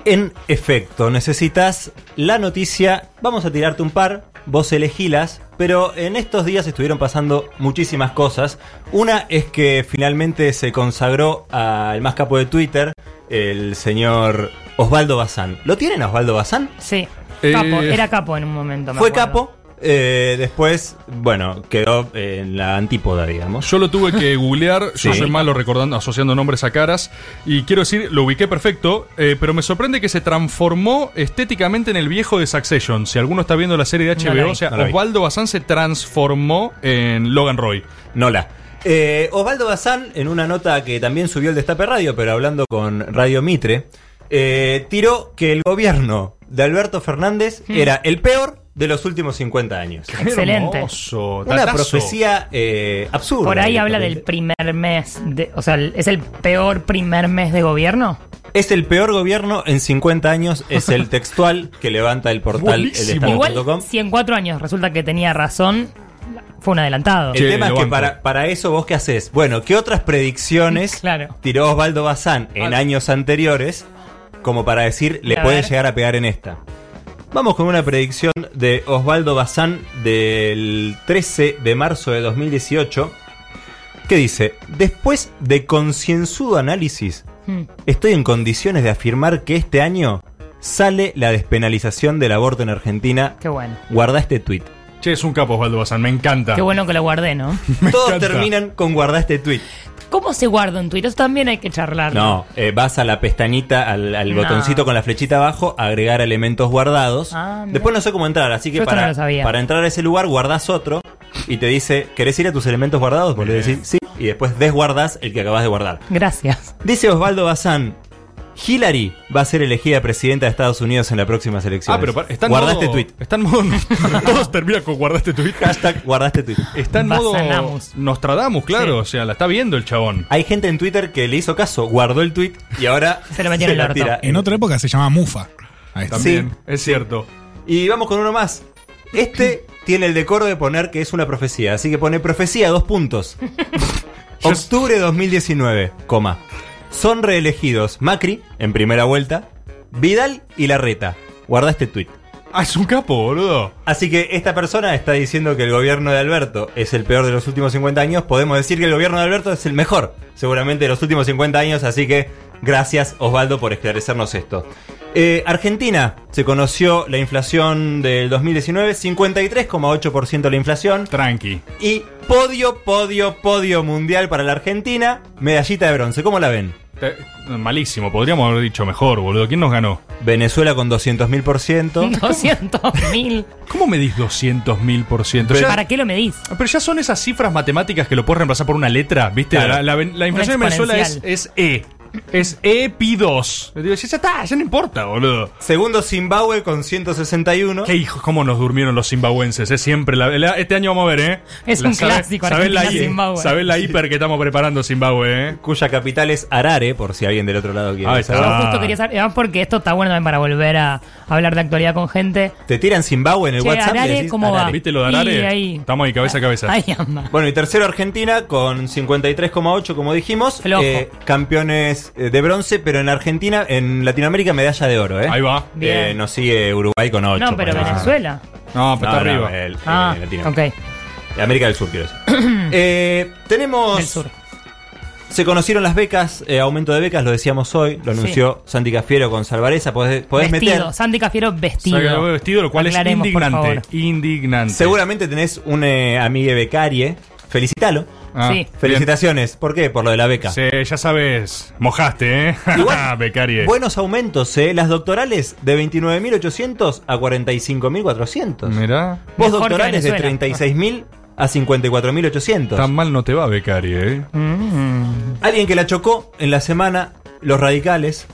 Speaker 7: En efecto, necesitas la noticia. Vamos a tirarte un par, vos elegilas. Pero en estos días estuvieron pasando muchísimas cosas. Una es que finalmente se consagró al más capo de Twitter, el señor Osvaldo Bazán. ¿Lo tienen a Osvaldo Bazán?
Speaker 8: Sí.
Speaker 7: Eh,
Speaker 8: Capo, era capo en un momento. me
Speaker 7: Fue
Speaker 8: acuerdo.
Speaker 7: capo. eh, después, bueno, quedó en la antípoda, digamos.
Speaker 6: Yo lo tuve que googlear, yo
Speaker 7: Sí.
Speaker 6: soy malo recordando, asociando nombres a caras, y quiero decir, lo ubiqué perfecto, eh, pero me sorprende que se transformó estéticamente en el viejo de Succession. Si alguno está viendo la serie de
Speaker 7: No
Speaker 6: HBO,
Speaker 7: la vi.
Speaker 6: o sea,
Speaker 7: No la vi.
Speaker 6: Osvaldo Bazán se transformó en Logan Roy.
Speaker 7: Nola. Eh, Osvaldo Bazán, en una nota que también subió el Destape Radio, pero hablando con Radio Mitre, eh, tiró que el gobierno de Alberto Fernández
Speaker 8: Hmm.
Speaker 7: era el peor de los últimos 50 años.
Speaker 8: Excelente.
Speaker 6: hermoso,
Speaker 7: Una profecía eh, absurda.
Speaker 8: Por ahí habla del
Speaker 7: directamente.
Speaker 8: primer mes. De, o sea, ¿es el peor primer mes de gobierno?
Speaker 7: Es el peor gobierno en 50 años, es el textual que levanta el portal
Speaker 8: Buenísimo. Igual,
Speaker 7: elestape.com.
Speaker 8: si en cuatro años resulta que tenía razón, fue un adelantado.
Speaker 7: El tema es que para, para eso vos qué haces. Bueno, ¿qué otras predicciones
Speaker 8: Claro.
Speaker 7: tiró Osvaldo Bazán en
Speaker 8: Ah.
Speaker 7: años anteriores como para decir le
Speaker 8: A
Speaker 7: puede
Speaker 8: ver.
Speaker 7: llegar a pegar en esta? Vamos con una predicción de Osvaldo Bazán del 13 de marzo de 2018 que dice, después de concienzudo análisis,
Speaker 8: Hmm.
Speaker 7: estoy en condiciones de afirmar que este año sale la despenalización del aborto en Argentina.
Speaker 8: Qué bueno.
Speaker 7: Guarda este tweet.
Speaker 6: Che, es un capo Osvaldo Bazán, me encanta.
Speaker 8: Qué bueno que lo guardé, ¿no?
Speaker 7: Todos terminan con guarda este tweet.
Speaker 8: ¿Cómo se guarda un tuit? Eso también hay que charlar.
Speaker 7: No, eh, vas a la pestañita, al, al
Speaker 8: Ah, No.
Speaker 7: botoncito con la flechita abajo, agregar elementos guardados.
Speaker 8: Ah, mirá.
Speaker 7: Después no sé cómo entrar, así que
Speaker 8: Yo esto
Speaker 7: para,
Speaker 8: no lo sabía.
Speaker 7: para entrar a ese lugar guardás otro y te dice, ¿querés ir a tus elementos guardados? Vos le decís sí, y después desguardás el que acabas de guardar.
Speaker 8: Gracias.
Speaker 7: Dice Osvaldo Bazán, Hillary va a ser elegida presidenta de Estados Unidos en las próximas elecciones.
Speaker 6: Ah, pero para- está en
Speaker 7: Guardá
Speaker 6: modo-
Speaker 7: este tweet.
Speaker 6: Está en modo. Todos terminan con guardaste tweet.
Speaker 7: Hashtag guardaste tweet.
Speaker 6: Está en modo Nostradamus, claro. O sea, la está viendo el chabón.
Speaker 7: Hay gente en Twitter que le hizo caso, guardó el tweet y ahora se lo
Speaker 9: en
Speaker 7: la tira.
Speaker 9: otra época se llamaba Mufa. Ahí está.
Speaker 7: También,
Speaker 6: es cierto.
Speaker 7: Y vamos con uno más. Este tiene el decoro de poner que es una profecía, así que pone profecía dos puntos. Octubre 2019, coma. Son reelegidos Macri en primera vuelta, Vidal y Larreta. Guarda este tuit.
Speaker 6: Ah, es un capo, boludo.
Speaker 7: Así que esta persona está diciendo que el gobierno de Alberto es el peor de los últimos 50 años. Podemos decir que el gobierno de Alberto es el mejor, seguramente, de los últimos 50 años. Así que gracias, Osvaldo, por esclarecernos esto. Eh, Argentina se conoció la inflación del 2019, 53,8% la inflación.
Speaker 6: Tranqui.
Speaker 7: Y podio, podio, podio mundial para la Argentina, medallita de bronce. ¿Cómo la ven?
Speaker 6: Te- Malísimo, podríamos haber dicho mejor, boludo. ¿Quién nos ganó?
Speaker 7: Venezuela con 200.000%.
Speaker 8: 200.000.
Speaker 6: ¿Cómo medís 200.000%? Ya-
Speaker 8: ¿Para qué lo medís?
Speaker 6: pero ya son esas cifras matemáticas que lo puedes reemplazar por una letra, ¿viste?
Speaker 7: Claro.
Speaker 6: La, la- la inflación en
Speaker 8: Una
Speaker 6: Venezuela es,
Speaker 8: exponencial.
Speaker 6: es E. Es E pi 2. Digo, ya está, ya no importa, boludo.
Speaker 7: Segundo Zimbabue con 161.
Speaker 6: Qué hijos, cómo nos durmieron los zimbabuenses, es siempre la- la- este año vamos a ver, ¿eh?
Speaker 8: Es
Speaker 6: La-
Speaker 8: un
Speaker 6: sabe-
Speaker 8: clásico,
Speaker 6: sabés la,
Speaker 8: Argentina,
Speaker 6: hi-
Speaker 8: Zimbabue.
Speaker 6: sabés la hiper que estamos preparando Zimbabue, ¿eh?
Speaker 7: Cuya capital es Harare, por si alguien del otro lado quiere
Speaker 6: Ah, esa-
Speaker 7: saber.
Speaker 8: Yo justo quería saber, además porque esto está bueno también para volver a hablar de actualidad con gente.
Speaker 7: Te tiran Zimbabue en el
Speaker 8: Che,
Speaker 7: WhatsApp. le
Speaker 8: Harare,
Speaker 7: decís
Speaker 8: ¿cómo
Speaker 7: Harare.
Speaker 8: va?
Speaker 6: ¿Viste lo de
Speaker 8: Y
Speaker 6: Arare?
Speaker 8: ahí.
Speaker 6: Estamos ahí cabeza a cabeza.
Speaker 8: Ay, ama.
Speaker 7: Bueno, y tercero Argentina con 53,8 como dijimos. eh,
Speaker 8: Flojo.
Speaker 7: campeones eh, de bronce, pero en Argentina, en Latinoamérica medalla de oro, ¿eh?
Speaker 6: Ahí va.
Speaker 8: Bien.
Speaker 7: Eh, nos sigue Uruguay con 8.
Speaker 8: No, pero Venezuela.
Speaker 6: No, pero
Speaker 7: No,
Speaker 6: está
Speaker 7: no,
Speaker 6: arriba.
Speaker 7: el-
Speaker 8: Ah,
Speaker 7: eh, Latinoamérica.
Speaker 8: ok.
Speaker 7: América del Sur, quiero decir. Eh, tenemos.
Speaker 8: Del sur.
Speaker 7: Se conocieron las becas, eh, aumento de becas, lo decíamos hoy, lo anunció Santi Cafiero con Salvareza. Podés, podés
Speaker 8: vestido.
Speaker 7: meter.
Speaker 8: Sandy Cafiero
Speaker 6: O sea, que
Speaker 8: vestido.
Speaker 6: vestido, lo cual es
Speaker 8: Aclaremos, por
Speaker 6: indignante.
Speaker 8: favor.
Speaker 6: Indignante.
Speaker 7: Seguramente tenés un eh, amigue becarie. Felicítalo.
Speaker 6: Ah,
Speaker 8: Sí.
Speaker 7: Felicitaciones. ¿Por qué? Por lo de la beca.
Speaker 6: Sí, ya sabes, mojaste, ¿eh?
Speaker 7: Igual,
Speaker 6: Becarie.
Speaker 7: Buenos aumentos, ¿eh? Las doctorales de 29.800 a 45.400.
Speaker 6: Mirá,
Speaker 7: Vos
Speaker 8: Mejor que
Speaker 7: doctorales de
Speaker 8: Venezuela.
Speaker 7: 36.000 a 54.800.
Speaker 6: tan mal no te va, Becarie, ¿eh?
Speaker 7: Alguien que la chocó en la semana, los radicales.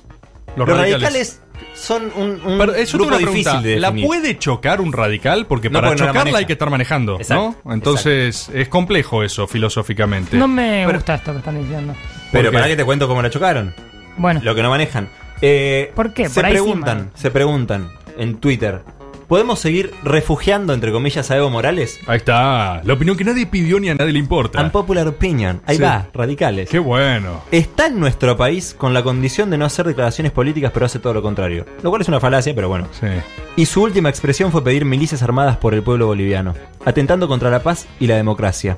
Speaker 7: Los, radicales. son un, un
Speaker 6: Pero eso
Speaker 7: grupo
Speaker 6: tengo una
Speaker 7: difícil de
Speaker 6: pregunta. ¿La
Speaker 7: definir.
Speaker 6: puede chocar un radical? Porque
Speaker 7: No,
Speaker 6: para
Speaker 7: porque no la
Speaker 6: chocarla
Speaker 7: maneja.
Speaker 6: hay que estar manejando,
Speaker 7: Exacto,
Speaker 6: ¿no? Entonces es complejo eso filosóficamente.
Speaker 8: No me gusta esto que están diciendo.
Speaker 7: Pero
Speaker 6: ¿Por qué?
Speaker 7: para que te cuento cómo la chocaron.
Speaker 8: Bueno,
Speaker 7: Lo que no manejan. Eh,
Speaker 8: ¿Por qué?
Speaker 7: Se
Speaker 8: Por ahí sí,
Speaker 7: preguntan,
Speaker 8: man.
Speaker 7: se preguntan en Twitter. ¿Podemos seguir refugiando, entre comillas, a Evo Morales?
Speaker 6: Ahí está. La opinión que nadie pidió ni a nadie le importa.
Speaker 7: Unpopular opinion. Ahí
Speaker 6: Sí.
Speaker 7: va, radicales.
Speaker 6: Qué bueno.
Speaker 7: Está en nuestro país con la condición de no hacer declaraciones políticas, pero hace todo lo contrario. Lo cual es una falacia, pero bueno.
Speaker 6: Sí.
Speaker 7: Y su última expresión fue pedir milicias armadas por el pueblo boliviano, atentando contra la paz y la democracia.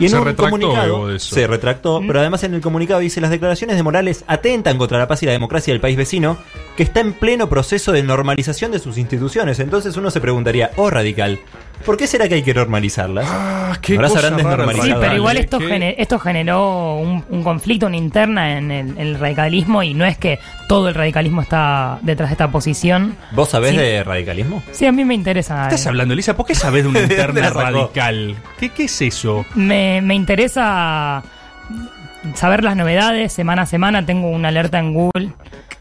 Speaker 7: Y en
Speaker 6: Se
Speaker 7: un
Speaker 6: retractó, Evo,
Speaker 7: comunicado
Speaker 6: de eso.
Speaker 7: se retractó, pero además en el comunicado dice las declaraciones de Morales atentan contra la paz y la democracia del país vecino, que está en pleno proceso de normalización de sus instituciones. Entonces uno se preguntaría, oh radical, ¿por qué será que hay que normalizarlas?
Speaker 6: Ah, qué
Speaker 7: No las
Speaker 6: cosa
Speaker 7: habrán
Speaker 6: rara,
Speaker 7: desnormalizado.
Speaker 8: sí, pero
Speaker 7: Dale,
Speaker 8: igual esto,
Speaker 6: ¿Qué?
Speaker 8: gene- esto generó un, un conflicto, una interna en el, el radicalismo y no es que todo el radicalismo está detrás de esta posición.
Speaker 7: ¿Vos sabés
Speaker 8: Sí.
Speaker 7: de radicalismo?
Speaker 8: Sí, a mí me interesa.
Speaker 6: ¿Qué estás hablando, Elisa? ¿Por qué sabes de una
Speaker 7: ¿De dónde
Speaker 6: interna
Speaker 7: la sacó?
Speaker 6: radical? ¿Qué, ¿Qué es eso?
Speaker 8: Me, me interesa saber las novedades semana a semana. Tengo una alerta en Google.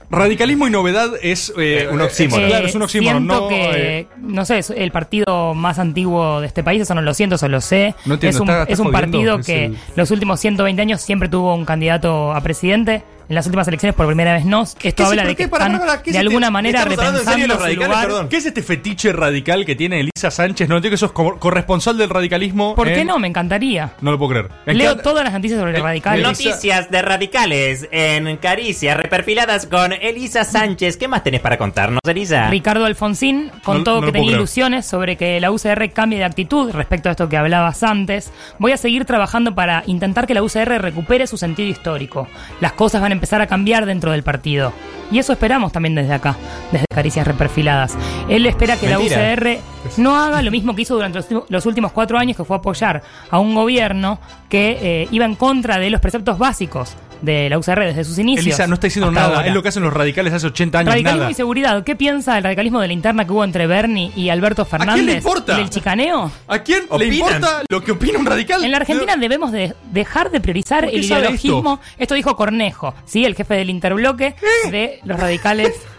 Speaker 6: Radicalismo y novedad es eh,
Speaker 7: Eh, un oxímoron.
Speaker 8: Eh,
Speaker 6: claro, es un oxímoron.
Speaker 8: Siento
Speaker 6: No,
Speaker 8: que,
Speaker 6: eh,
Speaker 8: no sé, es el partido más antiguo de este país, eso no lo siento, eso lo sé.
Speaker 6: No entiendo,
Speaker 8: es un,
Speaker 6: está- está
Speaker 8: es un
Speaker 6: jodiendo,
Speaker 8: partido
Speaker 6: es
Speaker 8: que
Speaker 6: el-
Speaker 8: los últimos 120 años siempre tuvo un candidato a presidente. En las últimas elecciones por primera vez no. Esto
Speaker 6: qué se-
Speaker 8: habla
Speaker 6: por
Speaker 8: de
Speaker 6: qué?
Speaker 8: que
Speaker 6: Pará,
Speaker 8: están
Speaker 6: pará, pará, ¿qué
Speaker 8: de
Speaker 6: se-
Speaker 8: alguna
Speaker 6: estamos
Speaker 8: manera
Speaker 7: hablando en serio de los
Speaker 8: repensando su
Speaker 7: radicales?
Speaker 8: lugar.
Speaker 7: Perdón.
Speaker 6: ¿Qué es este fetiche radical que tiene Elisa Sánchez? No entiendo que sos cor- corresponsal del radicalismo.
Speaker 8: ¿Por qué
Speaker 6: en-
Speaker 8: no? Me encantaría.
Speaker 6: No lo puedo creer. Eh, Me
Speaker 8: Leo
Speaker 6: encanta-
Speaker 8: todas las noticias sobre
Speaker 6: Eh,
Speaker 8: los radicales.
Speaker 7: Noticias de radicales en Caricias, reperfiladas con Elisa Sánchez. ¿Qué más tenés para contarnos, Elisa?
Speaker 8: Ricardo Alfonsín contó
Speaker 6: No- no lo puedo
Speaker 8: que tenía
Speaker 6: creer.
Speaker 8: ilusiones sobre que la UCR cambie de actitud respecto a esto que hablabas antes. Voy a seguir trabajando para intentar que la UCR recupere su sentido histórico. Las cosas van a empezar a cambiar dentro del partido. Y eso esperamos también desde acá, desde Caricias Reperfiladas. Él espera que
Speaker 7: Mentira.
Speaker 8: la UCR no haga lo mismo que hizo durante los, ulti- los últimos cuatro años, que fue apoyar a un gobierno que eh, iba en contra de los preceptos básicos de la UCR desde sus inicios.
Speaker 6: Elisa no está diciendo
Speaker 8: hasta
Speaker 6: nada.
Speaker 8: ahora.
Speaker 6: Es lo que hacen los radicales hace 80 años.
Speaker 8: Radicalismo
Speaker 6: nada.
Speaker 8: y seguridad. ¿Qué piensa el radicalismo de la interna que hubo entre Bernie y Alberto Fernández?
Speaker 6: quién le importa?
Speaker 8: ¿Y ¿El chicaneo?
Speaker 6: ¿A quién le
Speaker 7: Opinan.
Speaker 6: importa lo que opina un radical?
Speaker 8: En la Argentina debemos de dejar de priorizar
Speaker 6: ¿Por qué
Speaker 8: el
Speaker 6: sabe
Speaker 8: ideologismo. Esto? dijo Cornejo, ¿sí? el jefe del interbloque
Speaker 6: ¿Eh?
Speaker 8: de los radicales.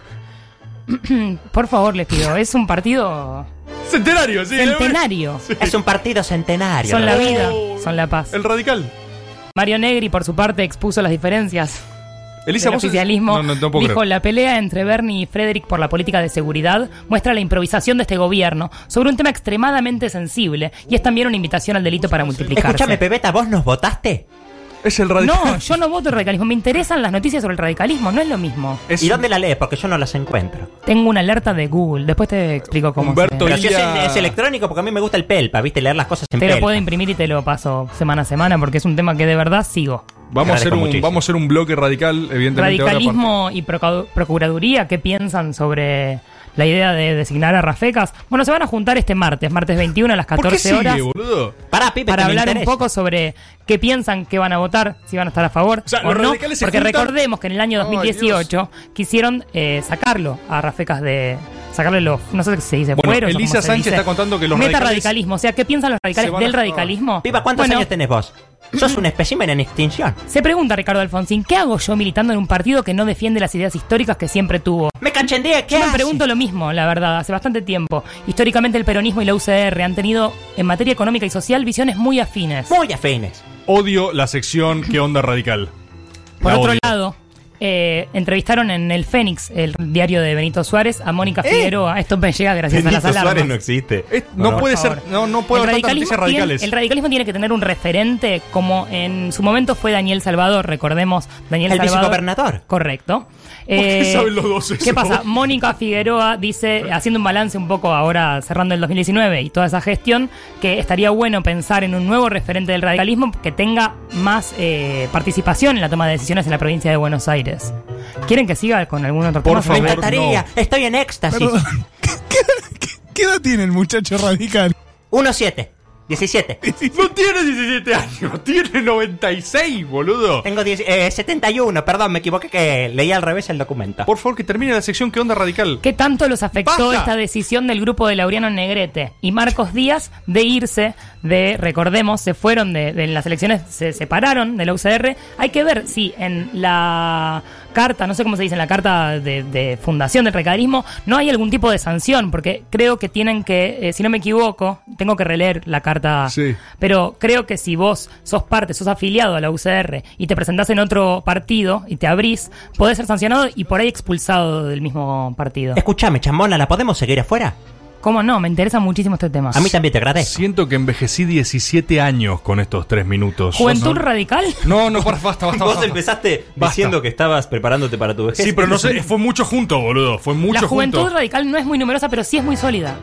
Speaker 8: Por favor, les pido. Es un partido
Speaker 6: Centenario, sí.
Speaker 8: centenario.
Speaker 7: Es un partido centenario.
Speaker 8: Son la
Speaker 7: ¿no?
Speaker 8: vida, son la paz.
Speaker 6: El radical.
Speaker 8: Mario Negri, por su parte, expuso las diferencias
Speaker 6: Elisa,
Speaker 8: del
Speaker 6: vos-
Speaker 8: oficialismo
Speaker 6: No, no, no puedo
Speaker 8: dijo
Speaker 6: creer.
Speaker 8: la pelea entre Bernie y Frederick por la política de seguridad muestra la improvisación de este gobierno sobre un tema extremadamente sensible y es también una invitación al delito para multiplicarse.
Speaker 7: Escúchame, Pepeta, ¿vos nos votaste?
Speaker 6: Es el radicalismo.
Speaker 8: No, yo no voto el radicalismo. Me interesan las noticias sobre el radicalismo, no es lo mismo.
Speaker 7: ¿Y dónde la lees? Porque yo no las encuentro.
Speaker 8: Tengo una alerta de Google, después te explico cómo.
Speaker 7: Humberto
Speaker 8: se-
Speaker 7: Pero si es, en- es electrónico, porque a mí me gusta el pelpa, ¿viste? Leer las cosas en
Speaker 8: Te lo
Speaker 7: pelpa.
Speaker 8: puedo imprimir y te lo paso semana a semana porque es un tema que de verdad sigo.
Speaker 6: Vamos a, hacer
Speaker 7: Agradezco
Speaker 6: un,
Speaker 7: muchísimo.
Speaker 6: vamos a hacer un bloque radical, evidentemente. ahora,
Speaker 8: Radicalismo y procadu- Procuraduría, ¿qué piensan sobre la idea de designar a Rafecas? Bueno, se van a juntar este martes, martes 21 a las
Speaker 6: ¿Por
Speaker 8: 14
Speaker 6: qué sigue,
Speaker 8: horas.
Speaker 6: boludo?
Speaker 7: Para, Pipe,
Speaker 8: para
Speaker 7: que me
Speaker 8: hablar un
Speaker 7: interesa.
Speaker 8: poco sobre qué piensan que van a votar, si van a estar a favor
Speaker 7: sea,
Speaker 8: o
Speaker 7: los
Speaker 8: no,
Speaker 7: radicales se
Speaker 8: porque
Speaker 7: juntan-
Speaker 8: recordemos que en el año 2018 quisieron eh, sacarlo a Rafecas de sacarle los no sé si se dice
Speaker 7: Bueno,
Speaker 8: fueros o
Speaker 7: Elisa
Speaker 8: cómo se
Speaker 7: Sánchez
Speaker 8: dice.
Speaker 7: está contando que los
Speaker 8: Meta
Speaker 7: radicales-
Speaker 8: radicalismo, o sea, ¿qué piensan los radicales
Speaker 7: Se van a
Speaker 8: del
Speaker 7: joder.
Speaker 8: radicalismo?
Speaker 7: Pipa, ¿cuántos
Speaker 8: Bueno,
Speaker 7: años tenés vos? Sos un espécimen en extinción.
Speaker 8: se pregunta Ricardo Alfonsín, ¿qué hago yo militando en un partido que no defiende las ideas históricas que siempre tuvo?
Speaker 7: Me cachendea, ¿qué
Speaker 8: Yo me pregunto lo mismo, la verdad, hace bastante tiempo. Históricamente el peronismo y la UCR han tenido en materia económica y social visiones muy afines.
Speaker 7: Muy afines.
Speaker 6: Odio la sección ¿Qué onda radical?
Speaker 8: Por
Speaker 6: La
Speaker 8: otro
Speaker 6: odio.
Speaker 8: lado, eh, entrevistaron en el Fénix, el diario de Benito Suárez, a Mónica
Speaker 7: ¿Eh?
Speaker 8: Figueroa. Esto me llega gracias a las alarmas.
Speaker 7: existe.
Speaker 6: no puede
Speaker 8: Por
Speaker 6: ser,
Speaker 8: favor.
Speaker 6: no, no puede
Speaker 8: El
Speaker 6: haber tantas
Speaker 8: radicalismo
Speaker 6: noticias
Speaker 8: tiene-
Speaker 6: radicales.
Speaker 8: el radicalismo tiene que tener un referente, como en su momento fue Daniel Salvador, recordemos. Daniel
Speaker 7: El
Speaker 8: Salvador.
Speaker 7: vicegobernador.
Speaker 8: Correcto. Eh,
Speaker 7: qué saben los dos eso?
Speaker 8: ¿Qué pasa? Mónica Figueroa dice, haciendo un balance un poco ahora, cerrando el 2019 y toda esa gestión, que estaría bueno pensar en un nuevo referente del radicalismo que tenga más eh, participación en la toma de decisiones en la provincia de Buenos Aires. ¿Quieren que siga con algún otro
Speaker 6: Por
Speaker 8: tema?
Speaker 6: favor, Me
Speaker 7: encantaría. no. Estoy en éxtasis.
Speaker 9: Perdón. ¿Qué edad tiene el muchacho radical?
Speaker 7: 1-7. 17.
Speaker 6: No tiene 17 años, tiene 96, boludo.
Speaker 7: Tengo 10, eh, 71, perdón, me equivoqué que leí al revés el documento.
Speaker 6: Por favor, que termine la sección ¿Qué onda radical?
Speaker 8: ¿Qué tanto los afectó
Speaker 6: Basta.
Speaker 8: esta decisión del grupo de Laureano Negrete y Marcos Díaz de irse de, recordemos, se fueron de, de las elecciones, se separaron de la UCR? Hay que ver si en la carta, no sé cómo se dice, en la carta de, de fundación del recaderismo, no hay algún tipo de sanción, porque creo que tienen que, eh, si no me equivoco, tengo que releer la carta
Speaker 6: Sí.
Speaker 8: pero creo que si vos sos parte, sos afiliado a la UCR y te presentás en otro partido y te abrís, podés ser sancionado y por ahí expulsado del mismo partido.
Speaker 7: Escúchame, chamona, ¿la podemos seguir afuera?
Speaker 8: ¿Cómo no? Me interesa muchísimo este tema.
Speaker 7: A mí también te agradezco.
Speaker 6: Siento que envejecí 17 años con estos 3 minutos.
Speaker 8: ¿Juventud
Speaker 6: No,
Speaker 8: radical?
Speaker 6: No, no, por basta, basta,
Speaker 7: Vos
Speaker 6: basta.
Speaker 7: empezaste
Speaker 6: Basta.
Speaker 7: diciendo que estabas preparándote para tu vejez.
Speaker 6: Sí, pero no sé, fue mucho junto, boludo. Fue mucho
Speaker 8: la juventud
Speaker 6: junto.
Speaker 8: radical no es muy numerosa, pero sí es muy sólida.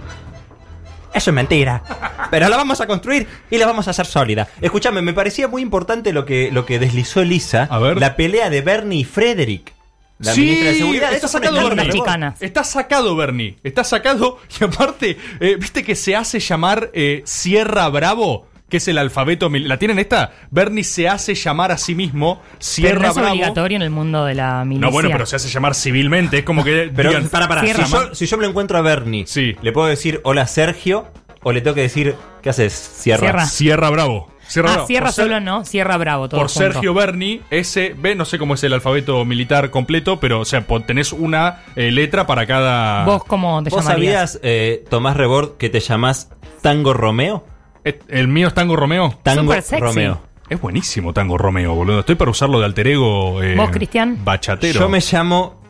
Speaker 7: Eso es mentira. Pero la vamos a construir y la vamos a hacer sólida. Escúchame, me parecía muy importante lo que, lo que deslizó Elisa. La pelea de Bernie y Frederick. La ministra de Seguridad.
Speaker 6: está
Speaker 7: Eso fue un
Speaker 6: sacado
Speaker 7: escándalo.
Speaker 6: Bernie. Está sacado Bernie. Está sacado. Y aparte, eh, viste que se hace llamar eh, Sierra Bravo, que es el alfabeto. mil- ¿La tienen esta? Bernie se hace llamar a sí mismo
Speaker 8: Pero no
Speaker 6: Sierra
Speaker 8: es
Speaker 6: Bravo.
Speaker 8: obligatorio en el mundo de la milicia.
Speaker 6: No, bueno, pero se hace llamar civilmente. Es como que.
Speaker 7: Pero,
Speaker 6: digan,
Speaker 7: para, para. Si
Speaker 8: Sierra,
Speaker 7: yo, si yo me lo encuentro a Bernie, ¿le puedo decir hola Sergio? ¿O le tengo que decir qué haces, Sierra?
Speaker 8: Sierra.
Speaker 6: Sierra Bravo. Sierra
Speaker 8: Ah,
Speaker 6: Bravo.
Speaker 8: Sierra
Speaker 6: Por ser-
Speaker 8: solo no, Sierra Bravo. Todo
Speaker 6: por
Speaker 8: junto.
Speaker 6: Sergio Berni, SB, no sé cómo es el alfabeto militar completo, pero o sea, po- tenés una eh, letra para cada.
Speaker 8: ¿Vos cómo te
Speaker 7: ¿Vos
Speaker 8: llamarías?
Speaker 7: sabías, eh, Tomás Rebord, que te llamás Tango Romeo?
Speaker 6: Eh, ¿El mío es Tango Romeo?
Speaker 7: Tango Romeo.
Speaker 6: Es buenísimo Tango Romeo, boludo. Estoy para usarlo de alter ego. eh,
Speaker 8: ¿Vos, Cristian?
Speaker 6: Bachatero.
Speaker 7: Yo me llamo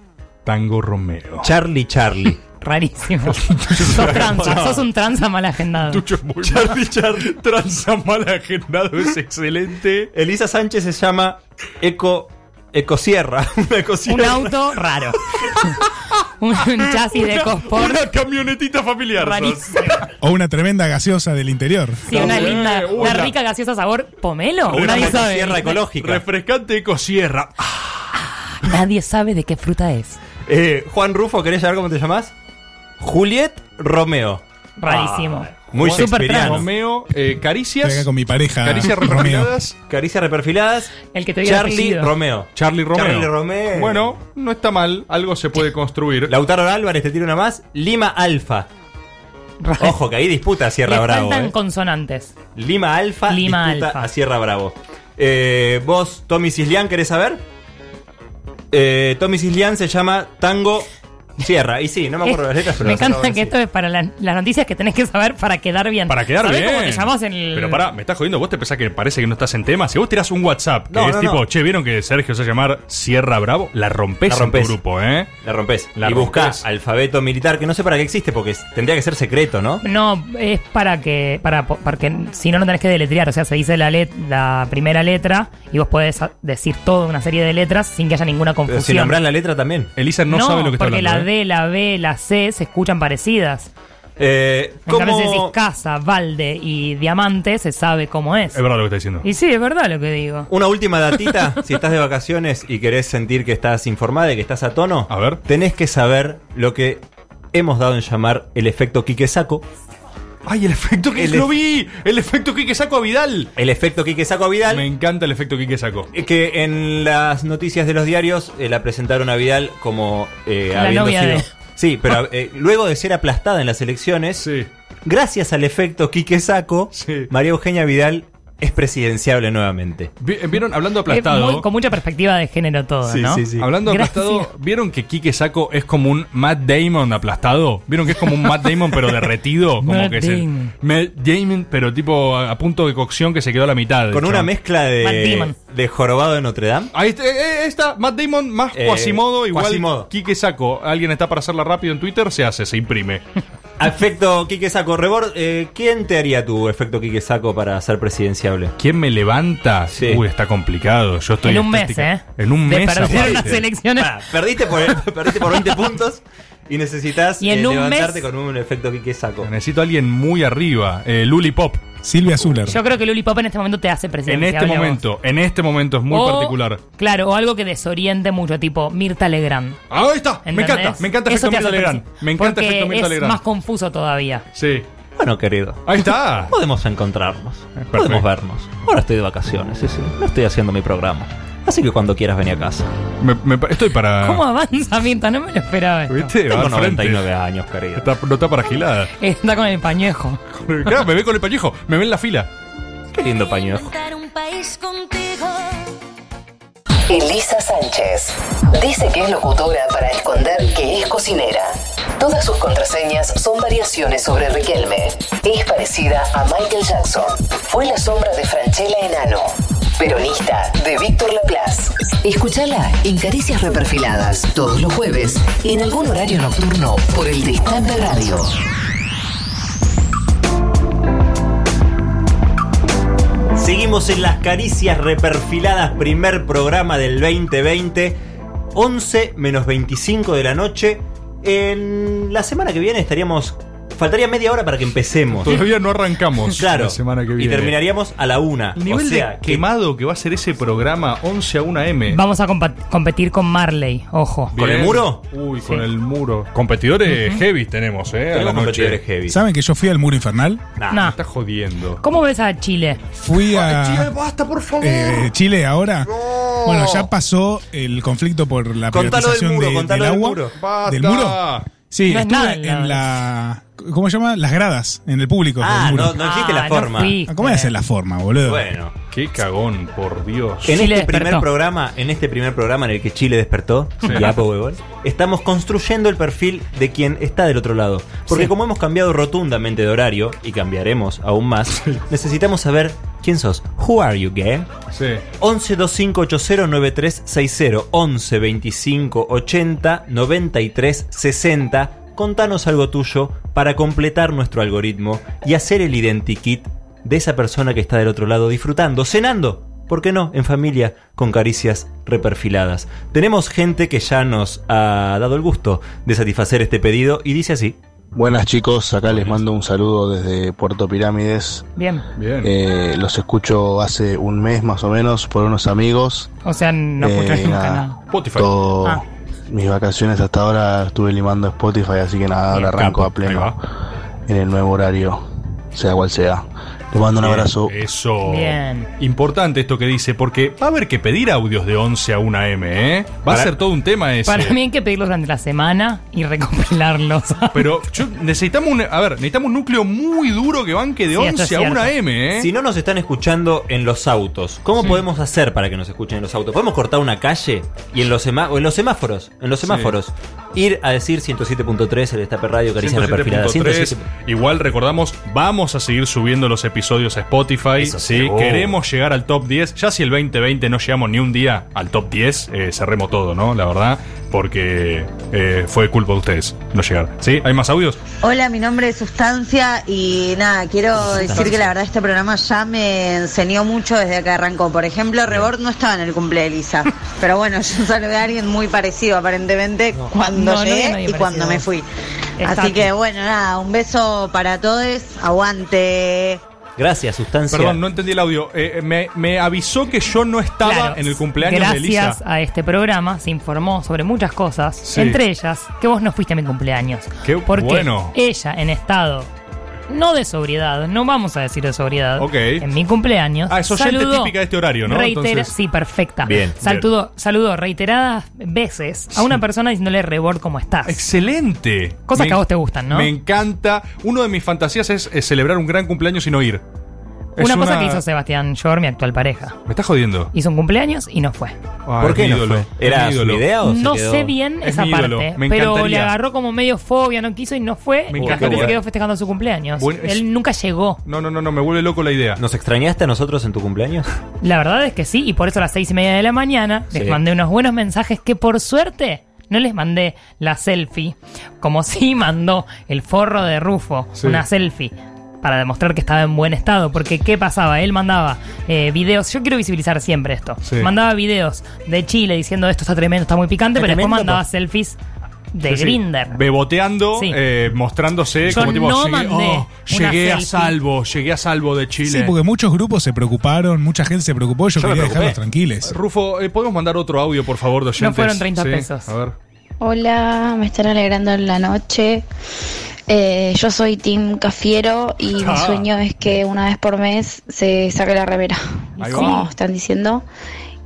Speaker 6: Tango Romeo.
Speaker 7: Charlie Charlie.
Speaker 8: Rarísimo. sos tranza, sos un tranza mal agendado.
Speaker 6: Tucho es muy Charlie Charlie. Tranza mal agendado es excelente.
Speaker 7: Elisa Sánchez se llama Eco. Ecosierra. Una
Speaker 8: Un
Speaker 7: ecosierra.
Speaker 8: auto raro. un, un chasis de
Speaker 6: Una-
Speaker 8: Cosport
Speaker 6: Una camionetita familiar. sos.
Speaker 8: rarísimo.
Speaker 9: O una tremenda gaseosa del interior.
Speaker 8: Sí, una
Speaker 6: Eh,
Speaker 8: linda, una
Speaker 6: una.
Speaker 8: rica gaseosa sabor pomelo.
Speaker 6: Una
Speaker 8: Nadie
Speaker 7: Sierra
Speaker 8: sabe.
Speaker 7: ecológica.
Speaker 6: Refrescante Ecosierra. Ah,
Speaker 8: Nadie sabe de qué fruta es.
Speaker 7: Eh, Juan Rufo, ¿querés saber cómo te llamás? Juliet Romeo. Ah,
Speaker 8: Rarísimo.
Speaker 7: Muy
Speaker 8: Super
Speaker 7: shakespeareano.
Speaker 8: trans.
Speaker 6: Romeo, eh,
Speaker 9: Estoy acá
Speaker 6: caricias.
Speaker 9: con mi pareja.
Speaker 6: Caricias
Speaker 9: Romeo.
Speaker 6: reprobadas.
Speaker 7: Caricias reperfiladas.
Speaker 8: El que te diga el
Speaker 7: Charlie
Speaker 8: apellido.
Speaker 7: Romeo.
Speaker 6: Charlie Romeo.
Speaker 7: Charlie Romeo.
Speaker 6: Bueno, no está mal, algo se puede construir.
Speaker 7: Lautaro Álvarez, te tiro una más. Lima Alfa. Ojo, que ahí disputa a Sierra
Speaker 8: Le
Speaker 7: Bravo.
Speaker 8: faltan
Speaker 7: eh.
Speaker 8: consonantes.
Speaker 7: Lima Alfa
Speaker 8: Lima
Speaker 7: disputa
Speaker 8: Alfa.
Speaker 7: a Sierra Bravo. Eh, vos, Tommy Cislián, ¿querés saber? Eh, Tommy Cislián se llama Tango Cierra. Y sí, no me acuerdo las letras, pero
Speaker 8: me
Speaker 7: las
Speaker 8: encanta
Speaker 7: acabo de
Speaker 8: que esto es para la- las noticias que tenés que saber para quedar bien.
Speaker 6: Para quedar
Speaker 8: ¿Sabés
Speaker 6: bien.
Speaker 8: cómo te llamás en el.
Speaker 6: Pero pará, me estás jodiendo. Vos te pensás que parece que no estás en tema. Si vos tirás un WhatsApp que
Speaker 8: No,
Speaker 6: es
Speaker 8: no,
Speaker 6: tipo,
Speaker 8: no.
Speaker 6: che, ¿vieron que Sergio se va a llamar Sierra Bravo? La rompés,
Speaker 7: La rompés.
Speaker 6: en tu grupo, ¿eh?
Speaker 7: La rompés.
Speaker 6: La
Speaker 7: y
Speaker 6: rompés.
Speaker 7: buscás alfabeto militar, que no sé para qué existe, porque s- tendría que ser secreto, ¿no?
Speaker 8: No, es para que. Para, po- porque si no, no tenés que deletrear. O sea, se dice la, let- la primera letra y vos podés a- decir toda una serie de letras sin que haya ninguna
Speaker 7: Pero
Speaker 8: confusión.
Speaker 7: si nombrás la letra también.
Speaker 6: Elisa
Speaker 8: porque la D, la B, la C se escuchan parecidas.
Speaker 7: Eh,
Speaker 8: En cambio,
Speaker 7: ¿cómo-
Speaker 8: si decís casa, balde y diamante, se sabe cómo es.
Speaker 7: Es verdad lo que está diciendo.
Speaker 8: Y sí, es verdad lo que digo.
Speaker 7: Una última datita, si estás de vacaciones y querés sentir que estás informada y que estás a tono, a ver. tenés que saber lo que hemos dado en llamar el efecto Quique Saco.
Speaker 6: ¡Ay, el efecto que
Speaker 7: El
Speaker 6: lo
Speaker 7: ef-
Speaker 6: vi! ¡El efecto que saco a Vidal!
Speaker 7: El efecto Quique Saco a Vidal. Me
Speaker 6: encanta el efecto Quique Saco.
Speaker 7: Que en las noticias de los diarios eh, la presentaron a Vidal como eh,
Speaker 8: La
Speaker 7: habiendo
Speaker 8: novia
Speaker 7: sido-
Speaker 8: de-
Speaker 7: Sí, pero eh, luego de ser aplastada en las elecciones, gracias al efecto Quique Saco, María Eugenia Vidal es presidenciable nuevamente.
Speaker 6: Vi- eh, Vieron, hablando
Speaker 8: Es
Speaker 6: aplastado.
Speaker 8: muy- con mucha perspectiva de género todo,
Speaker 7: Sí,
Speaker 8: ¿no?
Speaker 7: sí, sí.
Speaker 6: Hablando de
Speaker 8: Gracias.
Speaker 6: aplastado, ¿vieron que Quique Saco es como un Matt Damon aplastado? ¿Vieron que es como un Matt Damon pero derretido? Como
Speaker 8: Matt
Speaker 6: que es el-
Speaker 8: Damon.
Speaker 6: Matt Damon, pero tipo a, a punto de cocción que se quedó a la mitad.
Speaker 7: Con una
Speaker 6: chabón.
Speaker 7: mezcla de, de jorobado de Notre Dame.
Speaker 6: Ahí está, eh, eh, está, Matt Damon más
Speaker 7: Eh,
Speaker 6: Quasimodo, igual
Speaker 7: Quasimodo.
Speaker 6: Quique Saco. Alguien está para hacerla rápido en Twitter, se hace, se imprime.
Speaker 7: Efecto Quique Saco. Rebord, eh, ¿quién te haría tu efecto Quique Saco para ser presidenciable?
Speaker 6: ¿Quién me levanta? Uy, está complicado. Yo estoy
Speaker 8: En un mes,
Speaker 6: estética-
Speaker 8: ¿eh?
Speaker 6: En un
Speaker 8: De
Speaker 6: mes.
Speaker 8: perder
Speaker 6: aparte.
Speaker 8: las elecciones.
Speaker 7: Pará, perdiste, por, perdiste por 20 puntos y necesitas
Speaker 8: Y en un
Speaker 7: Eh, levantarte
Speaker 8: mes-
Speaker 7: con un efecto Quique Saco.
Speaker 6: Necesito a alguien muy arriba. Eh, Luli Pop.
Speaker 9: Silvia Zuller.
Speaker 8: Yo creo que Luli Pop en este momento te hace
Speaker 6: En
Speaker 8: presidenciable.
Speaker 6: este
Speaker 8: a vos. Oh.
Speaker 6: momento, en este momento es muy
Speaker 8: O-
Speaker 6: particular.
Speaker 8: Claro, o algo que desoriente mucho, tipo Mirta Legrand.
Speaker 6: Ahí está, me encanta, me encanta
Speaker 8: Eso
Speaker 6: efecto
Speaker 8: te hace
Speaker 6: Mirta Legrand.
Speaker 8: presi-
Speaker 6: Me encanta
Speaker 8: porque
Speaker 6: efecto Mirta
Speaker 8: es
Speaker 6: Legrand.
Speaker 8: más confuso todavía.
Speaker 6: Sí.
Speaker 7: Bueno, querido.
Speaker 6: Ahí está.
Speaker 7: Podemos encontrarnos. Podemos vernos. Ahora estoy de vacaciones, sí, sí. No estoy haciendo mi programa. Así que cuando quieras venir a casa.
Speaker 6: estoy para.
Speaker 8: ¿Cómo avanza Mirta? No me lo esperaba. esto.
Speaker 7: Tengo 99 años, querido.
Speaker 6: no está para gilada.
Speaker 8: Está con el pañejo.
Speaker 6: Claro, me ve con el pañejo, me ve en la fila.
Speaker 7: Qué lindo pañejo.
Speaker 1: Elisa Sánchez dice que es locutora para esconder que es cocinera. Todas sus contraseñas son variaciones sobre Riquelme. Es parecida a Michael Jackson. Fue la sombra de Franchella Enano. Peronista de Víctor Laplace. Escúchala en Caricias Reperfiladas todos los jueves y en algún horario nocturno por el Distante Radio.
Speaker 7: Seguimos en las caricias reperfiladas, primer programa del 2020, 11 menos 25 de la noche. En la semana que viene estaríamos... Faltaría media hora para que empecemos.
Speaker 6: Todavía no arrancamos
Speaker 7: Claro.
Speaker 6: la semana que
Speaker 7: Y
Speaker 6: viene.
Speaker 7: terminaríamos a la una.
Speaker 6: El nivel
Speaker 7: o sea,
Speaker 6: de quemado que va a ser ese programa 11 a 1 M.
Speaker 8: Vamos a compa- competir con Marley, ojo.
Speaker 6: Bien. Uy, con
Speaker 8: Sí.
Speaker 6: el muro. Competidores heavy tenemos, ¿eh?
Speaker 7: Tenemos competidores
Speaker 6: heavy.
Speaker 9: ¿Saben que yo fui al muro infernal?
Speaker 7: Nah,
Speaker 8: Nah.
Speaker 6: me está jodiendo.
Speaker 8: ¿Cómo ves a Chile?
Speaker 9: Fui a
Speaker 6: basta, por favor.
Speaker 9: eh, Chile ahora. Bueno, ya pasó el conflicto por la
Speaker 7: Contalo del
Speaker 9: privatización
Speaker 7: muro,
Speaker 9: de-
Speaker 7: contalo
Speaker 9: del
Speaker 7: del
Speaker 9: agua.
Speaker 7: muro. Basta.
Speaker 9: ¿Del muro? Sí,
Speaker 7: No es
Speaker 9: estuve
Speaker 7: nada del lado.
Speaker 9: en la... ¿Cómo se llama? Las gradas, en el público.
Speaker 7: Ah,
Speaker 9: del muro.
Speaker 7: no- no existe la Ah, no forma. fuiste.
Speaker 9: ¿Cómo es la forma, boludo?
Speaker 7: Bueno.
Speaker 6: Qué cagón, por Dios.
Speaker 7: En este primer programa, en este primer programa en el que Chile despertó,
Speaker 6: Sí.
Speaker 7: ya, po, huevón, estamos construyendo el perfil de quien está del otro lado. Porque
Speaker 6: Sí.
Speaker 7: como hemos cambiado rotundamente de horario y cambiaremos aún más, necesitamos saber quién sos. Who are you, gay?
Speaker 6: Sí.
Speaker 7: 11 25 80 9360 11 25 80 93 60 Contanos algo tuyo para completar nuestro algoritmo y hacer el identikit de esa persona que está del otro lado disfrutando, cenando, ¿por qué no? En familia, con caricias reperfiladas. Tenemos gente que ya nos ha dado el gusto de satisfacer este pedido y dice así.
Speaker 14: Buenas chicos, acá les mando un saludo desde Puerto Pirámides.
Speaker 8: Bien.
Speaker 14: Eh, los escucho hace un mes más o menos por unos amigos.
Speaker 8: O sea, no
Speaker 14: Eh,
Speaker 8: escuchas nunca
Speaker 14: nada,
Speaker 8: nada.
Speaker 14: todo-
Speaker 8: Ah.
Speaker 14: Mis vacaciones hasta ahora estuve limando Spotify, así que nada, ahora arranco a pleno en el nuevo horario, sea cual sea. Les mando un
Speaker 6: Bien,
Speaker 14: abrazo.
Speaker 6: Eso.
Speaker 8: Bien.
Speaker 6: Importante esto que dice, porque va a haber que pedir audios de 11 a 1 M, ¿eh? Va
Speaker 8: Para-
Speaker 6: a ser todo un tema ese.
Speaker 8: Para mí hay que pedirlos durante la semana y recopilarlos.
Speaker 6: Pero yo- necesitamos un, a ver, necesitamos un núcleo muy duro que banque de
Speaker 8: Sí,
Speaker 6: 11
Speaker 8: esto
Speaker 6: a
Speaker 8: es
Speaker 6: 1
Speaker 8: cierto.
Speaker 6: M, ¿eh?
Speaker 7: Si no nos están escuchando en los autos, ¿cómo podemos hacer para que nos escuchen en los autos? ¿Podemos cortar una calle y en los, semá- o en los semáforos? En los semáforos. ir a decir 107.3, el Destape Radio, Caricia Reperfilada.
Speaker 6: 107.3. Igual recordamos, vamos a seguir subiendo los episodios a Spotify. ¿sí?
Speaker 7: seguro.
Speaker 6: Queremos llegar al top 10. Ya si el 2020 no llegamos ni un día al top 10, eh, cerremos todo, ¿no? La verdad, porque eh, fue culpa de ustedes no llegar. ¿Sí? ¿Hay más audios?
Speaker 15: Hola, mi nombre es Sustancia y nada, quiero decir que la verdad este programa ya me enseñó mucho desde que arrancó. Por ejemplo, Rebord no estaba en el cumple de Elisa, pero bueno, yo saludé a alguien muy parecido aparentemente cuando
Speaker 16: No, no había
Speaker 15: llegué
Speaker 16: nadie
Speaker 15: y cuando
Speaker 16: parecido.
Speaker 15: me fui.
Speaker 16: Está
Speaker 15: Así
Speaker 16: aquí.
Speaker 15: que bueno, nada, un beso para todos, aguante.
Speaker 7: Gracias, Sustancia.
Speaker 6: Perdón, no entendí el audio. Eh, eh, me, me avisó que yo no estaba
Speaker 8: Claro,
Speaker 6: en el cumpleaños de Elisa.
Speaker 8: Gracias a este programa se informó sobre muchas cosas,
Speaker 6: Sí.
Speaker 8: entre ellas que vos no fuiste a mi cumpleaños.
Speaker 6: Qué
Speaker 8: Porque
Speaker 6: bueno.
Speaker 8: ella, en estado no de sobriedad, no vamos a decir de sobriedad, en mi cumpleaños.
Speaker 6: Ah, es oyente
Speaker 8: saludó,
Speaker 6: típica de este horario, ¿no?
Speaker 8: reitera-
Speaker 6: Entonces-
Speaker 8: sí, perfecta.
Speaker 6: Bien,
Speaker 8: Saludó, saludó reiteradas veces a una persona diciéndole rebord cómo estás.
Speaker 6: Excelente.
Speaker 8: Cosas
Speaker 6: Me-
Speaker 8: que a vos te gustan, ¿no?
Speaker 6: Me encanta. Uno de mis fantasías es, eh, celebrar un gran cumpleaños y no ir. Es
Speaker 8: una, cosa que hizo Sebastián Shore, mi actual pareja.
Speaker 6: Me estás jodiendo.
Speaker 8: Hizo un cumpleaños y no fue.
Speaker 6: Ah,
Speaker 7: ¿Por
Speaker 6: es
Speaker 7: qué
Speaker 6: mi
Speaker 7: no
Speaker 6: ídolo.
Speaker 7: fue?
Speaker 6: Es
Speaker 7: ¿Era
Speaker 6: mi
Speaker 7: su
Speaker 6: ídolo.
Speaker 7: idea o
Speaker 8: No sé bien
Speaker 6: Es
Speaker 8: esa
Speaker 6: mi ídolo.
Speaker 8: parte,
Speaker 6: Me
Speaker 8: pero
Speaker 6: encantaría.
Speaker 8: le agarró como medio fobia, no quiso y no fue.
Speaker 6: Me
Speaker 8: y la gente
Speaker 6: encantaría.
Speaker 8: se quedó festejando su cumpleaños.
Speaker 6: Bueno, es-
Speaker 8: Él nunca llegó.
Speaker 6: No, no, no, no, me vuelve loco la idea.
Speaker 7: ¿Nos extrañaste a nosotros en tu cumpleaños?
Speaker 8: La verdad es que sí, y por eso a las seis y media de la mañana
Speaker 7: Sí.
Speaker 8: les mandé unos buenos mensajes que por suerte no les mandé la selfie, como sí mandó el forro de Rufo,
Speaker 16: Sí.
Speaker 8: una selfie. Para demostrar que estaba en buen estado, porque ¿qué pasaba? Él mandaba eh, videos, yo quiero visibilizar siempre esto,
Speaker 16: Sí.
Speaker 8: mandaba videos de Chile diciendo esto está tremendo, está muy picante,
Speaker 6: Es
Speaker 8: pero después
Speaker 6: tremendo,
Speaker 8: mandaba
Speaker 6: po.
Speaker 8: selfies de
Speaker 6: Sí, sí.
Speaker 8: Grinder.
Speaker 6: Beboteando,
Speaker 8: Sí.
Speaker 6: eh, mostrándose
Speaker 8: Yo
Speaker 6: como tipo,
Speaker 8: no
Speaker 6: llegué,
Speaker 8: mandé
Speaker 6: oh,
Speaker 8: una
Speaker 6: llegué a
Speaker 8: selfie.
Speaker 6: salvo, llegué a salvo de Chile.
Speaker 9: Sí, porque muchos grupos se preocuparon, mucha gente se preocupó, yo,
Speaker 6: Yo me
Speaker 9: quería
Speaker 6: preocupé.
Speaker 9: dejarlos tranquiles.
Speaker 6: Rufo, eh, ¿podemos mandar otro audio, por favor, de oyentes?
Speaker 9: fueron 30
Speaker 6: Sí,
Speaker 9: pesos.
Speaker 6: A ver.
Speaker 17: Hola, me están alegrando la noche. Eh, yo soy Tim Cafiero y mi
Speaker 16: Ah.
Speaker 17: sueño es que una vez por mes se saque la remera,
Speaker 16: Ahí va.
Speaker 17: como están diciendo,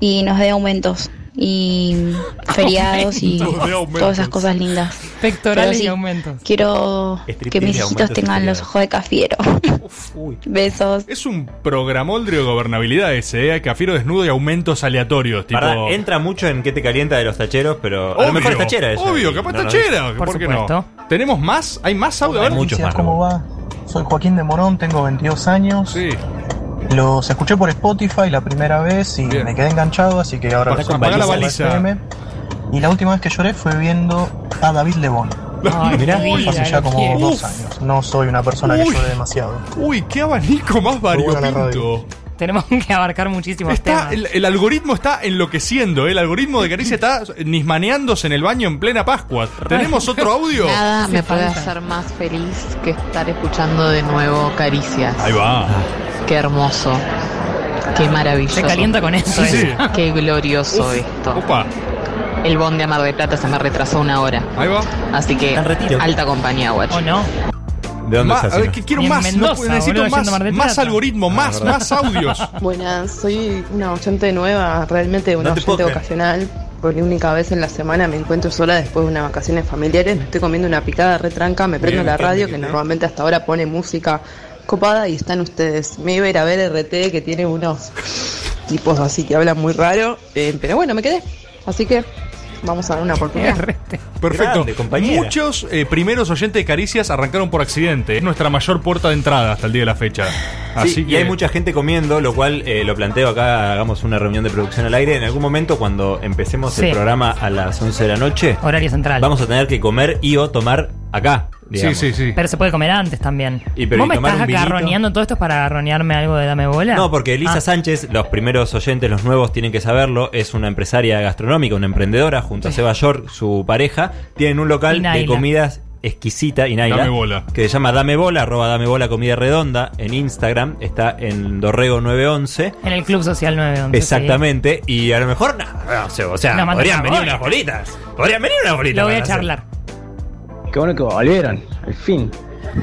Speaker 17: y nos dé aumentos y feriados y
Speaker 16: Aumentos, de aumentos.
Speaker 17: todas esas cosas lindas.
Speaker 8: Pectorales
Speaker 17: Pero
Speaker 8: y aumentos.
Speaker 17: Quiero que
Speaker 6: Striptease
Speaker 17: mis
Speaker 6: y
Speaker 17: hijitos
Speaker 6: aumentos
Speaker 17: tengan los ojos de Cafiero. Besos.
Speaker 6: Es un programoldrio de gobernabilidad ese, ¿eh? Cafiro desnudo y aumentos aleatorios. Tipo,
Speaker 7: Pará, entra mucho en qué te calienta de los tacheros, pero. a lo mejor es tachera ella.
Speaker 6: Obvio, capaz
Speaker 7: No, no,
Speaker 6: tachera.
Speaker 7: no.
Speaker 6: ¿Por, qué no? ¿Tenemos más? ¿Hay más audio? A ver.
Speaker 18: ¿Cómo va? Soy Joaquín de Morón, tengo 22 años. Los escuché por Spotify la primera vez y me quedé enganchado, así que ahora
Speaker 6: Apagá
Speaker 18: los escucho
Speaker 6: la
Speaker 18: por
Speaker 6: baliza.
Speaker 18: FM. Y la última vez que lloré fue viendo a David Lebón.
Speaker 6: Ay,
Speaker 18: Mirá,
Speaker 6: no
Speaker 18: fue hace
Speaker 6: digas,
Speaker 18: ya como
Speaker 6: quiero.
Speaker 18: dos años. No soy una persona que
Speaker 6: Uy.
Speaker 18: llore demasiado.
Speaker 6: Uy, qué abanico más variopinto.
Speaker 8: Tenemos que abarcar muchísimos
Speaker 6: Está,
Speaker 8: temas.
Speaker 6: el, el algoritmo está enloqueciendo, ¿eh? el algoritmo de Caricia está nismaneándose en el baño en plena Pascua. ¿Tenemos otro audio?
Speaker 19: Nada me puede
Speaker 6: falta.
Speaker 19: hacer más feliz que estar escuchando de nuevo Caricias.
Speaker 6: Ahí va.
Speaker 19: Qué hermoso. Qué maravilloso.
Speaker 8: Se calienta con eso, Sí, ¿eh? sí.
Speaker 19: Qué glorioso
Speaker 8: Uf,
Speaker 19: esto. El bond de Mar de Plata se me retrasó una hora.
Speaker 6: Ahí va.
Speaker 19: Así que
Speaker 7: Está en retiro.
Speaker 19: alta compañía, guacho.
Speaker 8: ¿O no?
Speaker 7: ¿De dónde
Speaker 6: Ma-
Speaker 7: estás?
Speaker 6: a ver, que quiero
Speaker 19: Ni en
Speaker 6: más, no
Speaker 19: Mendoza,
Speaker 6: puedo- necesito
Speaker 19: boludo, yendo a
Speaker 6: más,
Speaker 19: Mar del
Speaker 6: más
Speaker 19: Plata.
Speaker 6: algoritmo,
Speaker 19: Ah,
Speaker 6: más,
Speaker 19: verdad.
Speaker 6: más audios.
Speaker 20: Buenas, soy una oyente nueva, realmente una
Speaker 6: No te puedo
Speaker 20: oyente
Speaker 6: creer.
Speaker 20: ocasional. Por única vez en la semana me encuentro sola después de unas vacaciones familiares. Me estoy comiendo una picada retranca, me prendo
Speaker 21: Bien,
Speaker 20: la
Speaker 21: bien,
Speaker 20: radio
Speaker 21: bien,
Speaker 20: que
Speaker 21: bien.
Speaker 20: normalmente hasta ahora pone música copada y están ustedes. Me iba a ir a ver RT que tiene unos tipos así que hablan muy raro, eh, pero bueno, me quedé. Así que vamos a dar una oportunidad.
Speaker 6: Perfecto.
Speaker 7: Grande, compañera.
Speaker 6: Muchos eh, primeros oyentes de Caricias arrancaron por accidente. Es nuestra mayor puerta de entrada hasta el día de la fecha.
Speaker 7: Ah, Sí,
Speaker 6: Así que
Speaker 7: Y hay mucha gente comiendo, lo cual eh, lo planteo acá, hagamos una reunión de producción al aire. En algún momento, cuando empecemos
Speaker 8: Sí.
Speaker 7: el programa a las 11 de la noche,
Speaker 8: Horario central.
Speaker 7: vamos a tener que comer y o tomar acá. digamos.
Speaker 8: Pero se puede comer antes también.
Speaker 7: Y pero
Speaker 8: ¿Vos
Speaker 7: y
Speaker 8: me
Speaker 7: tomar
Speaker 8: estás
Speaker 7: un vinito.
Speaker 8: agarroneando todo esto para agarronearme algo de Dame Bola?
Speaker 7: No, porque Elisa
Speaker 8: Ah,
Speaker 7: Sánchez, los primeros oyentes, los nuevos tienen que saberlo, es una empresaria gastronómica, una emprendedora, junto a Seba York, su pareja, tienen un
Speaker 8: Y
Speaker 7: local
Speaker 8: Naila.
Speaker 7: de comidas exquisita y Naila,
Speaker 6: Dame bola.
Speaker 7: que se llama Dame Bola, arroba Dame Bola Comida Redonda, en Instagram, está en Dorrego 911.
Speaker 8: En el Club Social 911.
Speaker 7: Exactamente, y a lo mejor, no, no sé, o sea,
Speaker 8: Una manta
Speaker 7: podrían venir
Speaker 8: sabor.
Speaker 7: unas bolitas, podrían venir unas
Speaker 8: sí.
Speaker 7: bolitas.
Speaker 8: Lo voy a
Speaker 7: para hacer.
Speaker 8: charlar.
Speaker 22: Qué bueno que volvieron, al fin.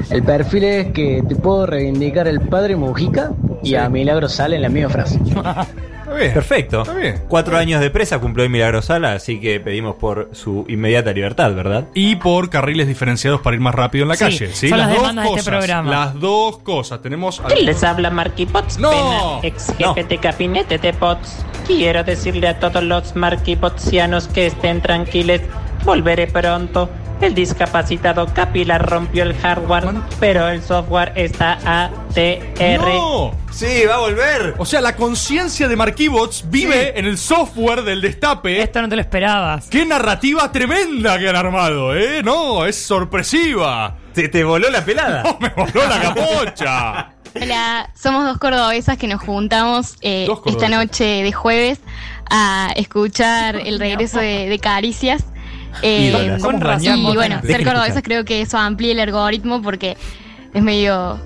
Speaker 22: El perfil es que te puedo reivindicar el padre Mujica y a Milagro sale en la misma frase.
Speaker 7: Perfecto. Cuatro años de presa cumplió hoy Milagrosala, así que pedimos por su inmediata libertad, ¿verdad?
Speaker 6: Y por carriles diferenciados para ir más rápido en la
Speaker 7: Sí,
Speaker 6: calle. ¿sí?
Speaker 7: son las
Speaker 6: dos
Speaker 7: demandas de este
Speaker 6: cosas,
Speaker 7: programa.
Speaker 6: Las dos cosas. Tenemos. al-
Speaker 23: Sí, Les habla Marky Potts,
Speaker 6: No.
Speaker 23: Pena, ex jefe de gabinete de Potts. Quiero decirle a todos los Marky Pottsianos que estén tranquiles, Volveré pronto. El discapacitado capilar rompió el hardware, pero el software está ATR.
Speaker 7: ¡No! Sí, va a volver.
Speaker 6: O sea, la conciencia de Marquibots vive en el software del destape.
Speaker 8: Esto no te lo esperabas.
Speaker 6: ¡Qué narrativa tremenda que han armado, eh! No, es sorpresiva.
Speaker 7: Te, te voló la pelada.
Speaker 6: No, me voló la capocha.
Speaker 3: Hola, somos dos cordobesas que nos juntamos eh,
Speaker 6: Dos
Speaker 3: esta
Speaker 6: cordobesas.
Speaker 3: noche de jueves a escuchar el regreso de, de Caricias. Eh,
Speaker 16: Ídolas. Con razón,
Speaker 3: Y bueno,
Speaker 16: Botana.
Speaker 3: ser
Speaker 16: Dejen
Speaker 3: cordobesas
Speaker 16: escuchar.
Speaker 3: creo que eso amplía el algoritmo porque es medio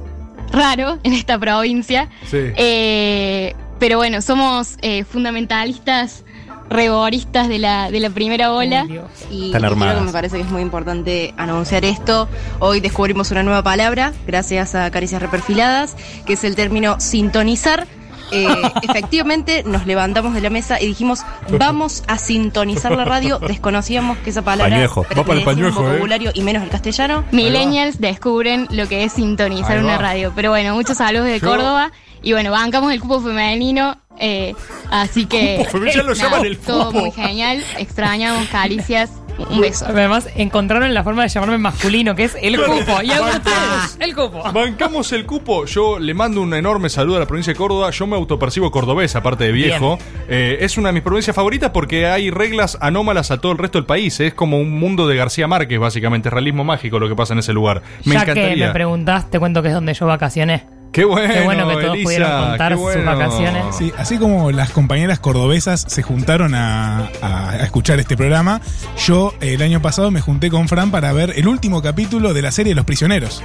Speaker 3: raro en esta provincia.
Speaker 16: Sí.
Speaker 3: Eh, pero bueno, somos eh, fundamentalistas, reboristas de la, de la primera ola.
Speaker 16: Y,
Speaker 7: Están
Speaker 16: y creo
Speaker 7: armadas.
Speaker 16: que me parece que es muy importante anunciar esto. Hoy descubrimos una nueva palabra, gracias a Caricias Reperfiladas, que es el término sintonizar. Eh, efectivamente, nos levantamos de la mesa y dijimos, vamos a sintonizar la radio. Desconocíamos que esa palabra
Speaker 7: Pañuejo. Va para el
Speaker 16: pertenecía a un
Speaker 7: pañuejo, ¿eh?
Speaker 16: vocabulario y menos el castellano.
Speaker 3: Millennials descubren lo que es sintonizar
Speaker 16: Ahí va.
Speaker 3: una radio. Pero bueno, muchos saludos de
Speaker 16: Yo-
Speaker 3: Córdoba. Y bueno, bancamos el cupo femenino. eh, así que.
Speaker 8: Cupo femenino, ya lo
Speaker 3: nada,
Speaker 8: llaman el
Speaker 3: Todo
Speaker 8: cupo.
Speaker 3: muy genial. Extrañamos, caricias. Un beso.
Speaker 8: Además, encontraron la forma de llamarme masculino, que es el
Speaker 3: Claro.
Speaker 8: cupo. Y hago
Speaker 3: Bancamos.
Speaker 8: el cupo.
Speaker 6: Bancamos el cupo. Yo le mando un enorme saludo a la provincia de Córdoba. Yo me autopercibo cordobés, aparte de viejo. Eh, es una de mis provincias favoritas porque hay reglas anómalas a todo el resto del país. Es como un mundo de García Márquez, básicamente. Es realismo mágico lo que pasa en ese lugar. Me
Speaker 8: ya que me
Speaker 6: encantaría.
Speaker 8: preguntás, te cuento que es donde yo vacacioné.
Speaker 6: Qué bueno,
Speaker 8: Qué bueno que todos
Speaker 6: Elisa,
Speaker 8: pudieron contar
Speaker 6: qué
Speaker 8: sus
Speaker 6: bueno.
Speaker 8: vacaciones.
Speaker 9: Sí, así como las compañeras cordobesas se juntaron a, a- a escuchar este programa, yo el año pasado me junté con Fran para ver el último capítulo de la serie Los Prisioneros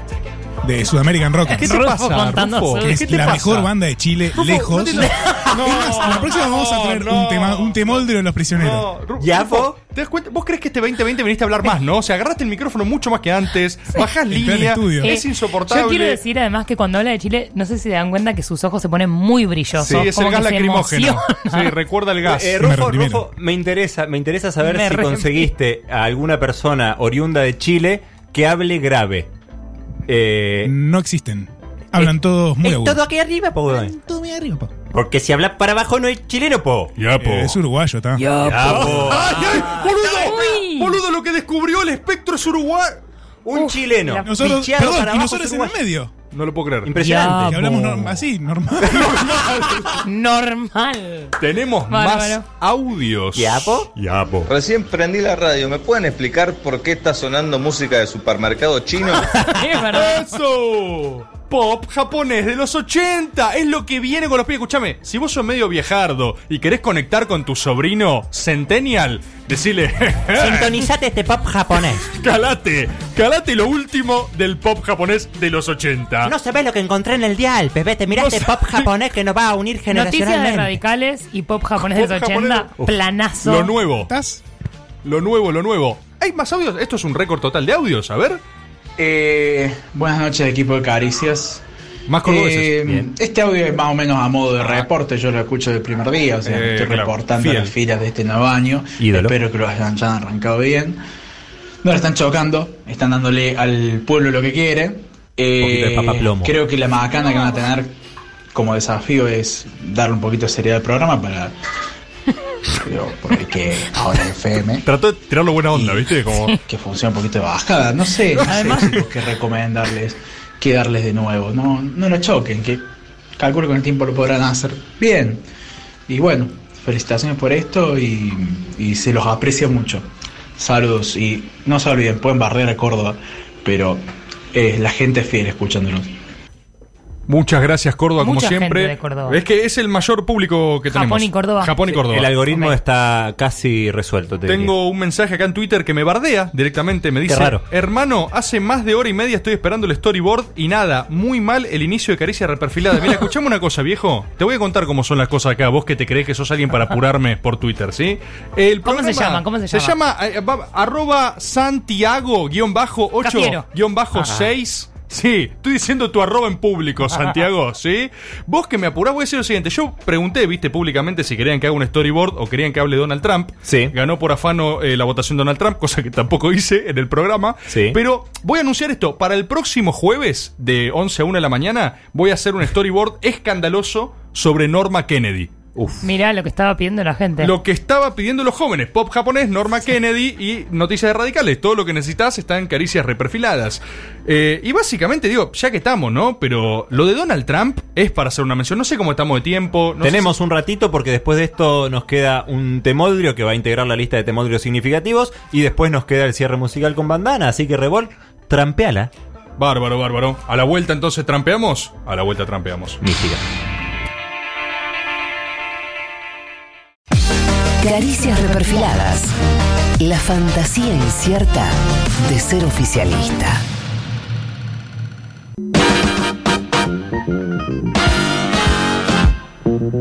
Speaker 9: de Sudamerican Rock.
Speaker 6: ¿Qué te Rufo pasa, contando Rufo? su-
Speaker 9: Que es
Speaker 6: ¿Qué te
Speaker 9: la
Speaker 6: pasa?
Speaker 9: mejor banda de
Speaker 7: Eh,
Speaker 9: Chile,
Speaker 6: Rufo,
Speaker 9: lejos.
Speaker 6: no te lo-
Speaker 9: Es más, la próxima vamos a traer un, tema, un temoldrio de Los Prisioneros.
Speaker 6: Rufo, ¿Te das cuenta? ¿Vos crees que este 2020 viniste a hablar más, no? O sea, agarraste el micrófono mucho más que antes, bajás
Speaker 9: Entré al
Speaker 6: línea,
Speaker 9: estudio.
Speaker 6: es
Speaker 8: Eh,
Speaker 6: insoportable.
Speaker 8: Yo quiero decir además que cuando habla de Chile, no sé si se dan cuenta que sus ojos se ponen muy brillosos.
Speaker 6: Sí, es el
Speaker 8: como
Speaker 6: gas
Speaker 8: que se
Speaker 6: lacrimógeno.
Speaker 8: emociona.
Speaker 6: Sí, recuerda el gas.
Speaker 7: Eh, Rufo, Rufo, me interesa, me interesa saber
Speaker 8: Me
Speaker 7: si
Speaker 8: re-
Speaker 7: conseguiste a alguna persona oriunda de Chile que hable grave. Eh,
Speaker 9: No existen. Hablan todos muy
Speaker 7: es
Speaker 9: agudos.
Speaker 7: todo aquí arriba, po, weón.
Speaker 9: Todo muy arriba, pa.
Speaker 7: Porque si hablas para abajo no es chileno, po.
Speaker 9: Ya, po. Eh, es uruguayo, ta.
Speaker 7: Ya, po.
Speaker 6: ¡Ay, ay! ¡Boludo! ¡Boludo, lo que descubrió el espectro es Uruguay!
Speaker 7: Un chileno.
Speaker 9: Nosotros,
Speaker 7: Picheado
Speaker 9: perdón,
Speaker 7: para
Speaker 9: y
Speaker 7: abajo
Speaker 9: nosotros
Speaker 7: es
Speaker 9: en el
Speaker 7: uruguayo.
Speaker 9: medio.
Speaker 6: No lo puedo creer.
Speaker 9: Que hablamos norm- así, normal.
Speaker 8: Normal.
Speaker 6: Tenemos
Speaker 8: Bárbaro.
Speaker 6: más audios.
Speaker 21: ¿Yapo?
Speaker 6: Yapo.
Speaker 21: Recién prendí la radio. ¿Me pueden explicar por qué está sonando música de supermercado chino?
Speaker 6: ¡Eso! Pop japonés de los 80 es lo que viene con los pies. Escúchame, si vos sos medio viejardo y querés conectar con tu sobrino Centennial, decile.
Speaker 7: Sintonizate este pop japonés.
Speaker 6: calate, calate lo último del pop japonés de los 80.
Speaker 7: No sabés lo que encontré en el dial, bebé. Te miraste pop japonés que nos va a unir
Speaker 8: Noticias de
Speaker 7: generacionalmente.
Speaker 8: radicales y pop japonés de
Speaker 6: Pop
Speaker 8: los 80.
Speaker 6: japonés. Uf.
Speaker 8: Planazo.
Speaker 6: Lo nuevo. Lo nuevo, lo nuevo. ¿Hay más audios? Esto es un récord total de audios, a ver.
Speaker 24: Eh. buenas noches, equipo de Caricias.
Speaker 6: Más cordobeses. Bien. Ah.
Speaker 24: este audio es más o menos a modo de reporte, yo lo escucho del primer día, o sea,
Speaker 6: Eh,
Speaker 24: estoy
Speaker 6: claro,
Speaker 24: reportando
Speaker 6: fiel.
Speaker 24: las filas de este nuevo año.
Speaker 7: Ídolo.
Speaker 24: Espero que lo hayan ya arrancado bien. No la están chocando, están dándole al pueblo lo que quiere. Eh,
Speaker 7: poquito de papaplomo.
Speaker 24: creo que la macana que van a tener como desafío es darle un poquito de seriedad al programa para. Creo, porque ahora FM.
Speaker 6: Trató de tirarlo buena onda, ¿viste? Como...
Speaker 24: Que funciona un poquito de bajada, no sé, no sé chicos, qué recomendarles, qué darles de nuevo. No, no lo choquen, que calculo que con el tiempo lo podrán hacer bien. Y bueno, felicitaciones por esto y, y se los aprecia mucho. Saludos y no se olviden, pueden barrer a Córdoba, pero eh, la gente es fiel escuchándonos.
Speaker 6: Muchas gracias, Córdoba,
Speaker 8: Mucha
Speaker 6: como
Speaker 8: gente
Speaker 6: siempre.
Speaker 8: de Córdoba.
Speaker 6: Es que es el mayor público que
Speaker 8: Japón
Speaker 6: tenemos.
Speaker 8: y Córdoba.
Speaker 6: Japón y Córdoba.
Speaker 7: El algoritmo está casi resuelto. Te diría.
Speaker 6: Tengo un mensaje acá en Twitter que me bardea directamente. Me dice:
Speaker 7: raro.
Speaker 6: Hermano, hace más de hora y media estoy esperando el storyboard y nada, muy mal el inicio de caricia reperfilada. Mira, escuchame una cosa, viejo. Te voy a contar cómo son las cosas acá. Vos que te crees que sos alguien para apurarme por Twitter, ¿sí? El
Speaker 8: ¿Cómo se
Speaker 6: programa
Speaker 8: llama? ¿Cómo se
Speaker 6: Se llama eh, va- arroba Santiago-8-6.
Speaker 8: Cafiero.
Speaker 6: Sí, estoy diciendo tu arroba en público, Santiago, ¿sí? Vos que me apurás, voy a decir lo siguiente. Yo pregunté, viste, públicamente si querían que haga un storyboard o querían que hable Donald Trump. Sí. Ganó por afano eh, la votación Donald Trump, cosa que tampoco hice en el programa.
Speaker 7: Sí.
Speaker 6: Pero voy a anunciar esto. Para el próximo jueves, de 11 a 1 de la mañana, voy a hacer un storyboard escandaloso sobre Norma Kennedy. Uf.
Speaker 8: Mirá lo que estaba pidiendo la gente.
Speaker 6: Lo que estaba pidiendo los jóvenes, pop japonés, Norma Kennedy y noticias de radicales. Todo lo que necesitas está en caricias reperfiladas. Eh, y básicamente digo, ya que estamos, ¿no? Pero lo de Donald Trump es para hacer una mención. No sé cómo estamos de tiempo. no sé
Speaker 7: Tenemos un ratito porque después de esto nos queda un temodrio que va a integrar la lista de temodrios significativos y después nos queda el cierre musical con bandana. Así que Revol, trampeala.
Speaker 6: si- Bárbaro, bárbaro. A la vuelta entonces trampeamos. A la vuelta trampeamos.
Speaker 7: Mística.
Speaker 1: Caricias reperfiladas. La fantasía incierta de ser oficialista.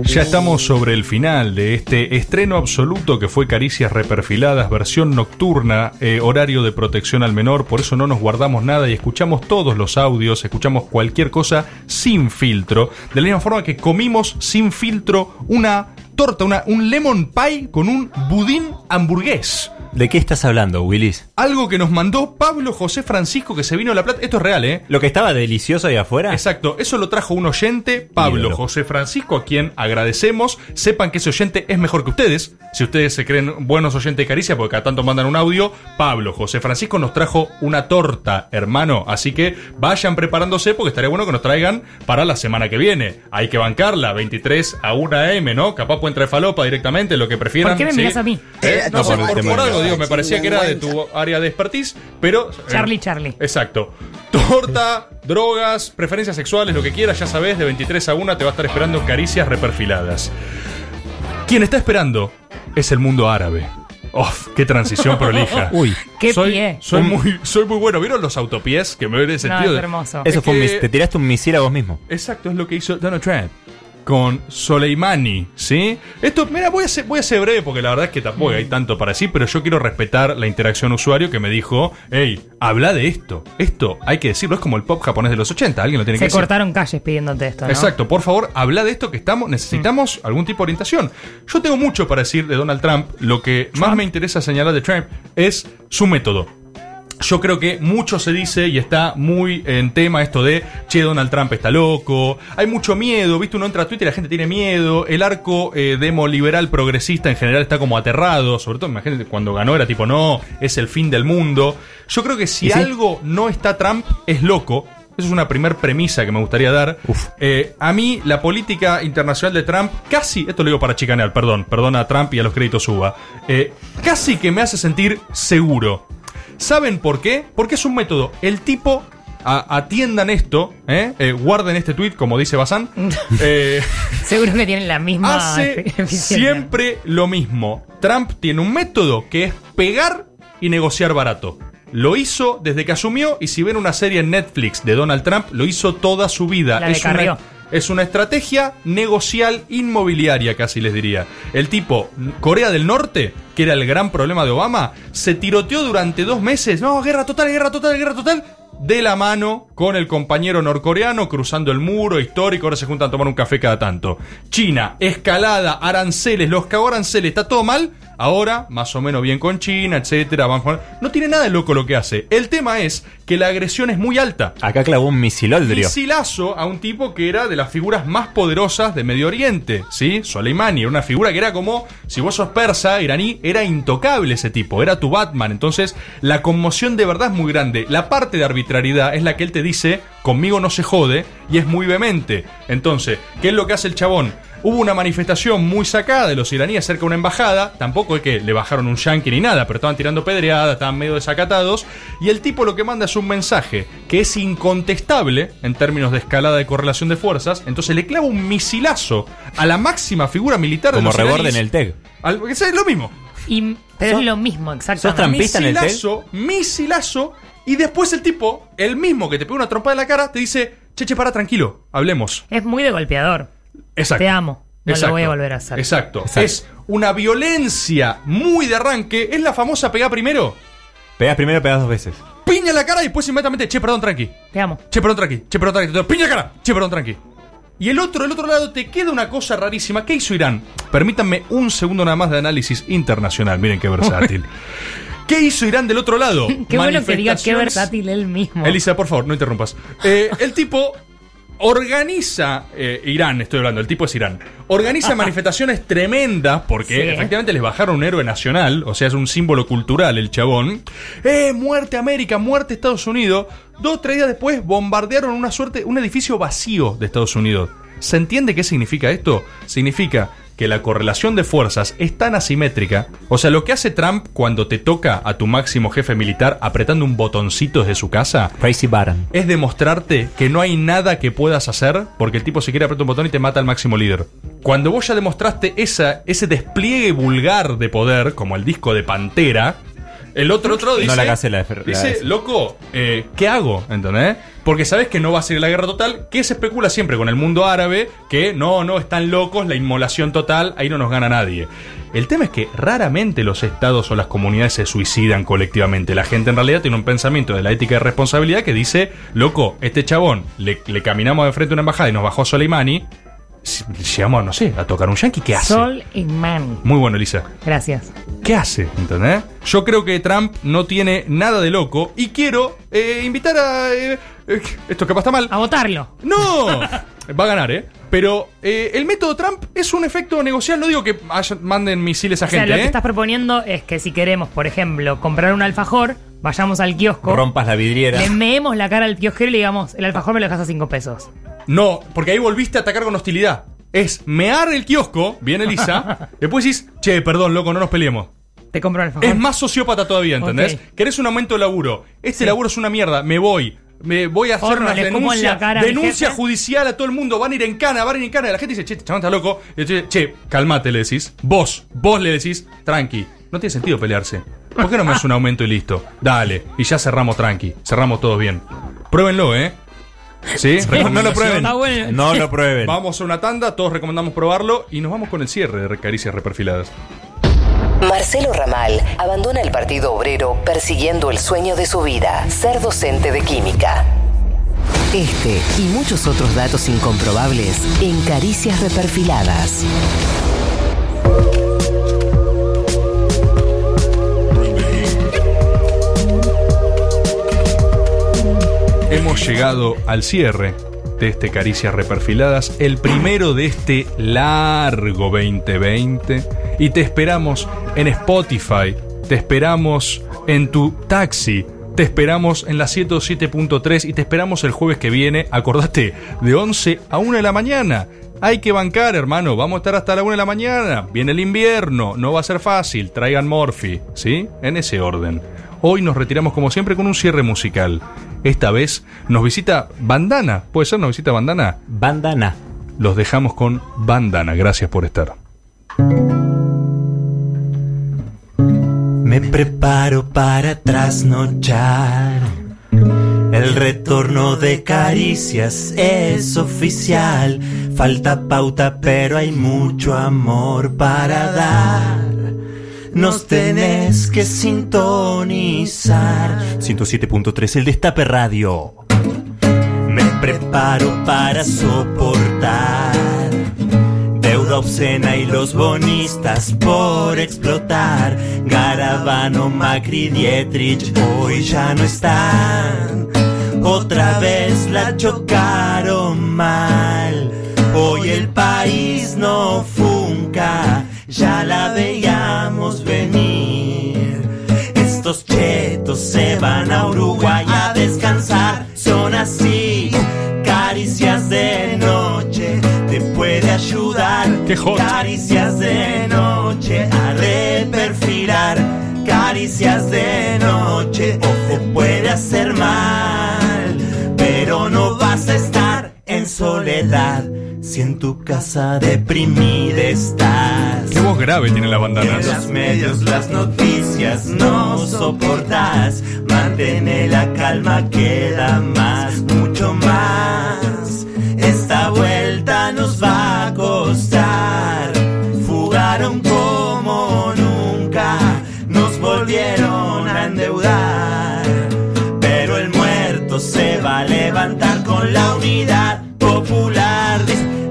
Speaker 6: Ya estamos sobre el final de este estreno absoluto que fue Caricias Reperfiladas, versión nocturna, eh, horario de protección al menor, por eso no nos guardamos nada y escuchamos todos los audios, escuchamos cualquier cosa sin filtro, de la misma forma que comimos sin filtro una torta, una, un lemon pie con un budín hamburgués.
Speaker 7: ¿De qué estás hablando, Willis?
Speaker 6: Algo que nos mandó Pablo José Francisco que se vino a La Plata. Esto es real, ¿eh?
Speaker 7: Lo que estaba delicioso ahí afuera.
Speaker 6: Exacto, eso lo trajo un oyente, Pablo
Speaker 7: Ídolo.
Speaker 6: José Francisco, a quien agradecemos. Sepan que ese oyente es mejor que ustedes. Si ustedes se creen buenos oyentes de Caricia, porque cada tanto mandan un audio, Pablo José Francisco nos trajo una torta, hermano. Así que vayan preparándose porque estaría bueno que nos traigan para la semana que viene. Hay que bancarla, 23 a 1 AM, ¿no? Capaz puede entrar falopa directamente, lo que prefieran.
Speaker 8: ¿Por qué me
Speaker 6: ¿sí?
Speaker 8: mirás a mí?
Speaker 6: Eh,
Speaker 8: Eh,
Speaker 6: no,
Speaker 8: no,
Speaker 6: por,
Speaker 8: por el
Speaker 6: por-
Speaker 8: tema
Speaker 6: por
Speaker 8: de-
Speaker 6: algo, digo, me parecía que era de tu área de expertise, pero... eh,
Speaker 8: Charlie, Charlie.
Speaker 6: Exacto. Torta, drogas, preferencias sexuales, lo que quieras, ya sabes, de 23 a 1 te va a estar esperando caricias reperfiladas. Quien está esperando es el mundo árabe. ¡Uf! ¡Qué transición prolija!
Speaker 7: Uy.
Speaker 8: Qué
Speaker 6: soy,
Speaker 8: pie.
Speaker 6: Soy
Speaker 7: Un-
Speaker 6: muy, soy muy bueno. ¿Vieron los autopies? Que me ven en
Speaker 8: No,
Speaker 6: sentido.
Speaker 8: es
Speaker 6: de-
Speaker 8: hermoso.
Speaker 7: Eso fue un
Speaker 6: que-
Speaker 7: mis- Te tiraste un misil a vos mismo.
Speaker 6: Exacto, es lo que hizo Donald Trump con Soleimani, ¿sí? Esto, mira, voy a, ser, voy a ser breve porque la verdad es que tampoco hay tanto para sí, pero yo quiero respetar la interacción usuario que me dijo, hey, habla de esto, esto hay que decirlo, es como el pop japonés de los 80, alguien lo tiene que
Speaker 8: Se
Speaker 6: decir.
Speaker 8: cortaron calles pidiéndote esto, ¿no? Mm.
Speaker 6: Exacto, por favor, habla de esto que estamos, necesitamos algún tipo de orientación. Yo tengo mucho para decir de Donald Trump, lo que más me interesa señalar de Trump es su método. Yo creo que mucho se dice y está muy en tema esto de, che, Donald Trump está loco, hay mucho miedo, viste, uno entra a Twitter y la gente tiene miedo, el arco eh, demo liberal progresista en general está como aterrado, sobre todo, imagínate, cuando ganó era tipo, no, es el fin del mundo. Yo creo que si
Speaker 7: ¿Y sí?
Speaker 6: algo no está Trump, es loco. Esa es una primer premisa que me gustaría dar. Eh, a mí, la política internacional de Trump, casi, esto lo digo para chicanear, perdón, perdón a Trump y a los créditos suba, eh, casi que me hace sentir seguro. ¿Saben por qué? Porque es un método. El tipo, a- atiendan esto, ¿eh? Eh, guarden este tweet, como dice Bazán. Eh,
Speaker 8: Seguro que tienen la misma
Speaker 6: hace
Speaker 8: efe- eficiencia.
Speaker 6: siempre lo mismo. Trump tiene un método que es pegar y negociar barato. Lo hizo desde que asumió y si ven una serie en Netflix de Donald Trump, lo hizo toda su vida.
Speaker 8: La de Carrió.
Speaker 6: una, es una estrategia negocial inmobiliaria, casi les diría. El tipo, Corea del Norte, que era el gran problema de Obama, se tiroteó durante dos meses. No, guerra total, guerra total, guerra total. De la mano con el compañero norcoreano cruzando el muro histórico. Ahora se juntan a tomar un café cada tanto. China, escalada, aranceles, los cagó aranceles, está todo mal. Ahora, más o menos bien con China, etcétera. van con- No tiene nada de loco lo que hace. El tema es que la agresión es muy alta.
Speaker 7: Acá clavó un misiloldrio.
Speaker 6: Misilazo a un tipo que era de las figuras más poderosas de Medio Oriente, ¿sí? Soleimani, era una figura que era como, si vos sos persa, iraní, era intocable ese tipo, era tu Batman. Entonces, la conmoción de verdad es muy grande. La parte de arbitrariedad es la que él te dice, conmigo no se jode, y es muy vehemente. Entonces, ¿qué es lo que hace el chabón? Hubo una manifestación muy sacada de los iraníes cerca de una embajada. Tampoco es que le bajaron un yanqui ni nada, pero estaban tirando pedreadas, estaban medio desacatados. Y el tipo lo que manda es un mensaje que es incontestable en términos de escalada de correlación de fuerzas. Entonces le clava un misilazo a la máxima figura militar
Speaker 7: Como
Speaker 6: de los
Speaker 7: reborde
Speaker 6: iraníes.
Speaker 7: en el TEG.
Speaker 6: Al- que sea, es lo mismo.
Speaker 8: Y, pero es lo mismo, exactamente.
Speaker 6: Misilazo, misilazo. Y después el tipo, el mismo que te pega una trompa en la cara, te dice: Che, che, para, tranquilo, hablemos.
Speaker 8: Es muy de golpeador.
Speaker 6: Exacto.
Speaker 8: Te amo. No
Speaker 6: Exacto.
Speaker 8: lo voy a volver a hacer.
Speaker 6: Exacto. Es una violencia muy de arranque. Es la famosa pegá primero.
Speaker 7: Pegás primero, pegás dos veces.
Speaker 6: Piña en la cara y después inmediatamente, che, perdón, tranqui.
Speaker 8: Te amo.
Speaker 6: Che, perdón, tranqui. Che, perdón, tranqui. Piña en la cara. Che, perdón, tranqui. Y el otro, el otro lado, te queda una cosa rarísima. ¿Qué hizo Irán? Permítanme un segundo nada más de análisis internacional. Miren qué versátil. ¿Qué hizo Irán del otro lado?
Speaker 8: Qué bueno que diga qué
Speaker 6: Manifestaciones-
Speaker 8: versátil él mismo.
Speaker 6: Elisa, por favor, no interrumpas. Eh, el tipo Organiza, eh, Irán, estoy hablando, el tipo es Irán. Organiza manifestaciones tremendas porque
Speaker 25: Sí.
Speaker 6: efectivamente les bajaron un héroe nacional, o sea, es un símbolo cultural el chabón. ¡Eh, muerte América, muerte Estados Unidos! Dos, tres días después bombardearon una suerte, un edificio vacío de Estados Unidos. ¿Se entiende qué significa esto? Significa que la correlación de fuerzas es tan asimétrica. O sea, lo que hace Trump cuando te toca a tu máximo jefe militar apretando un botoncito desde su casa. Es demostrarte que no hay nada que puedas hacer porque el tipo se quiere apretar un botón y te mata al máximo líder. Cuando vos ya demostraste esa, ese despliegue vulgar de poder, como el disco de Pantera, el otro otro
Speaker 25: No
Speaker 6: dice...
Speaker 25: la hagas la- la-
Speaker 6: Dice, loco, eh, ¿qué hago? ¿Entendés? Porque sabes que no va a ser la guerra total, que se especula siempre con el mundo árabe, que no, no, están locos, la inmolación total, ahí no nos gana nadie. El tema es que raramente los estados o las comunidades se suicidan colectivamente. La gente en realidad tiene un pensamiento de la ética de responsabilidad que dice, loco, este chabón, le, le caminamos de frente a una embajada y nos bajó Soleimani, si- llegamos, no sé, a tocar un yanqui, ¿qué hace?
Speaker 8: Sol y man.
Speaker 6: Muy bueno, Elisa.
Speaker 8: Gracias.
Speaker 6: ¿Qué hace? ¿Entendés? Yo creo que Trump no tiene nada de loco y quiero eh, invitar a. eh, eh, esto capaz está mal.
Speaker 8: A votarlo.
Speaker 6: ¡No! Va a ganar, ¿eh? Pero eh, el método Trump es un efecto negocial. No digo que haya- manden misiles a
Speaker 8: O sea,
Speaker 6: gente,
Speaker 8: lo que
Speaker 6: ¿eh?
Speaker 8: estás proponiendo es que si queremos, por ejemplo, comprar un alfajor, vayamos al kiosco,
Speaker 25: Rompas la vidriera.
Speaker 8: le meemos la cara al kiosquero y le digamos, el alfajor me lo dejas a 5 pesos.
Speaker 6: No, porque ahí volviste a atacar con hostilidad. Es mear el kiosco, viene Elisa, después decís, che, perdón, loco, no nos peleemos.
Speaker 8: Te compro el alfajor.
Speaker 6: Es más sociópata todavía, ¿entendés?
Speaker 8: Ok.
Speaker 6: Querés un aumento de laburo. Este laburo es una mierda, me voy. Me voy a hacer
Speaker 8: Horno,
Speaker 6: una
Speaker 8: le escupo en la
Speaker 6: denuncia,
Speaker 8: cara al
Speaker 6: denuncia
Speaker 8: jefe.
Speaker 6: judicial a todo el mundo. Van a ir en cana, van a ir en cana. La gente dice, che, este chabón está loco. Y yo, Che, che, calmate, le decís. Vos, vos le decís, tranqui. No tiene sentido pelearse. ¿Por qué no me das un aumento y listo? Dale, y ya cerramos tranqui. Cerramos todos bien. Pruébenlo, ¿eh? ¿Sí?
Speaker 25: Sí.
Speaker 6: No lo prueben.
Speaker 25: Está bueno. No lo prueben.
Speaker 6: Vamos a una tanda, todos recomendamos probarlo y nos vamos con el cierre de Caricias Reperfiladas.
Speaker 1: Marcelo Ramal abandona el Partido Obrero persiguiendo el sueño de su vida, ser docente de química. Este y muchos otros datos incomprobables en Caricias Reperfiladas.
Speaker 6: Hemos llegado al cierre de este Caricias Reperfiladas, el primero de este largo 2020. Y te esperamos en Spotify, te esperamos en tu taxi, te esperamos en la 107.3 y te esperamos el jueves que viene, acordate, de 11 a 1 de la mañana. Hay que bancar, hermano. Vamos a estar hasta la 1 de la mañana. Viene el invierno. No va a ser fácil. Traigan Morphy. ¿Sí? En ese orden. Hoy nos retiramos como siempre con un cierre musical. Esta vez nos visita Bandana. ¿Puede ser? ¿Nos visita Bandana? Bandana. Los dejamos con Bandana. Gracias por estar.
Speaker 25: Me preparo para trasnochar. El retorno de caricias es oficial. Falta pauta, pero hay mucho amor para dar. Nos tenés que
Speaker 8: Ah.
Speaker 25: sintonizar. 107.3 El Destape Radio. Me preparo para soportar. Deuda obscena y los bonistas por explotar. Garabano, Macri, Dietrich hoy ya no están. Otra vez la chocaron mal. Hoy el país no funca. Ya la veíamos venir. Estos chetos se van a Uruguay a descansar. Son así. Caricias de noche te puede ayudar. Caricias de noche a reperfilar. Caricias de noche ojo puede hacer mal, pero no vas a estar en soledad. Si en tu casa deprimida estás.
Speaker 6: Qué voz grave tiene la bandana.
Speaker 25: En los medios las noticias no soportas. Mantén la calma, queda más, mucho más. Esta vuelta nos va a costar. Fugaron como nunca, nos volvieron a endeudar. Pero el muerto se va a levantar con la unidad popular.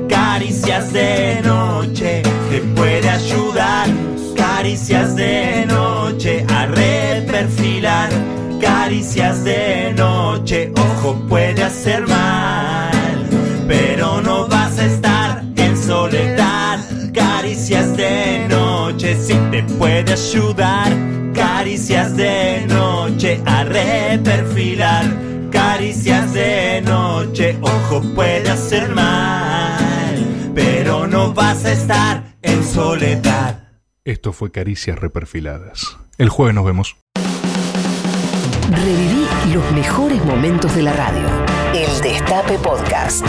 Speaker 25: Caricias de noche te puede ayudar. Caricias de noche a reperfilar. Caricias de noche, ojo, puede hacer mal. puede ayudar. Caricias de noche a reperfilar. Caricias de noche, ojo, puede hacer mal. Pero no vas a estar en soledad.
Speaker 6: Esto fue Caricias Reperfiladas. El jueves nos vemos.
Speaker 1: Reviví los mejores momentos de la radio. El Destape Podcast.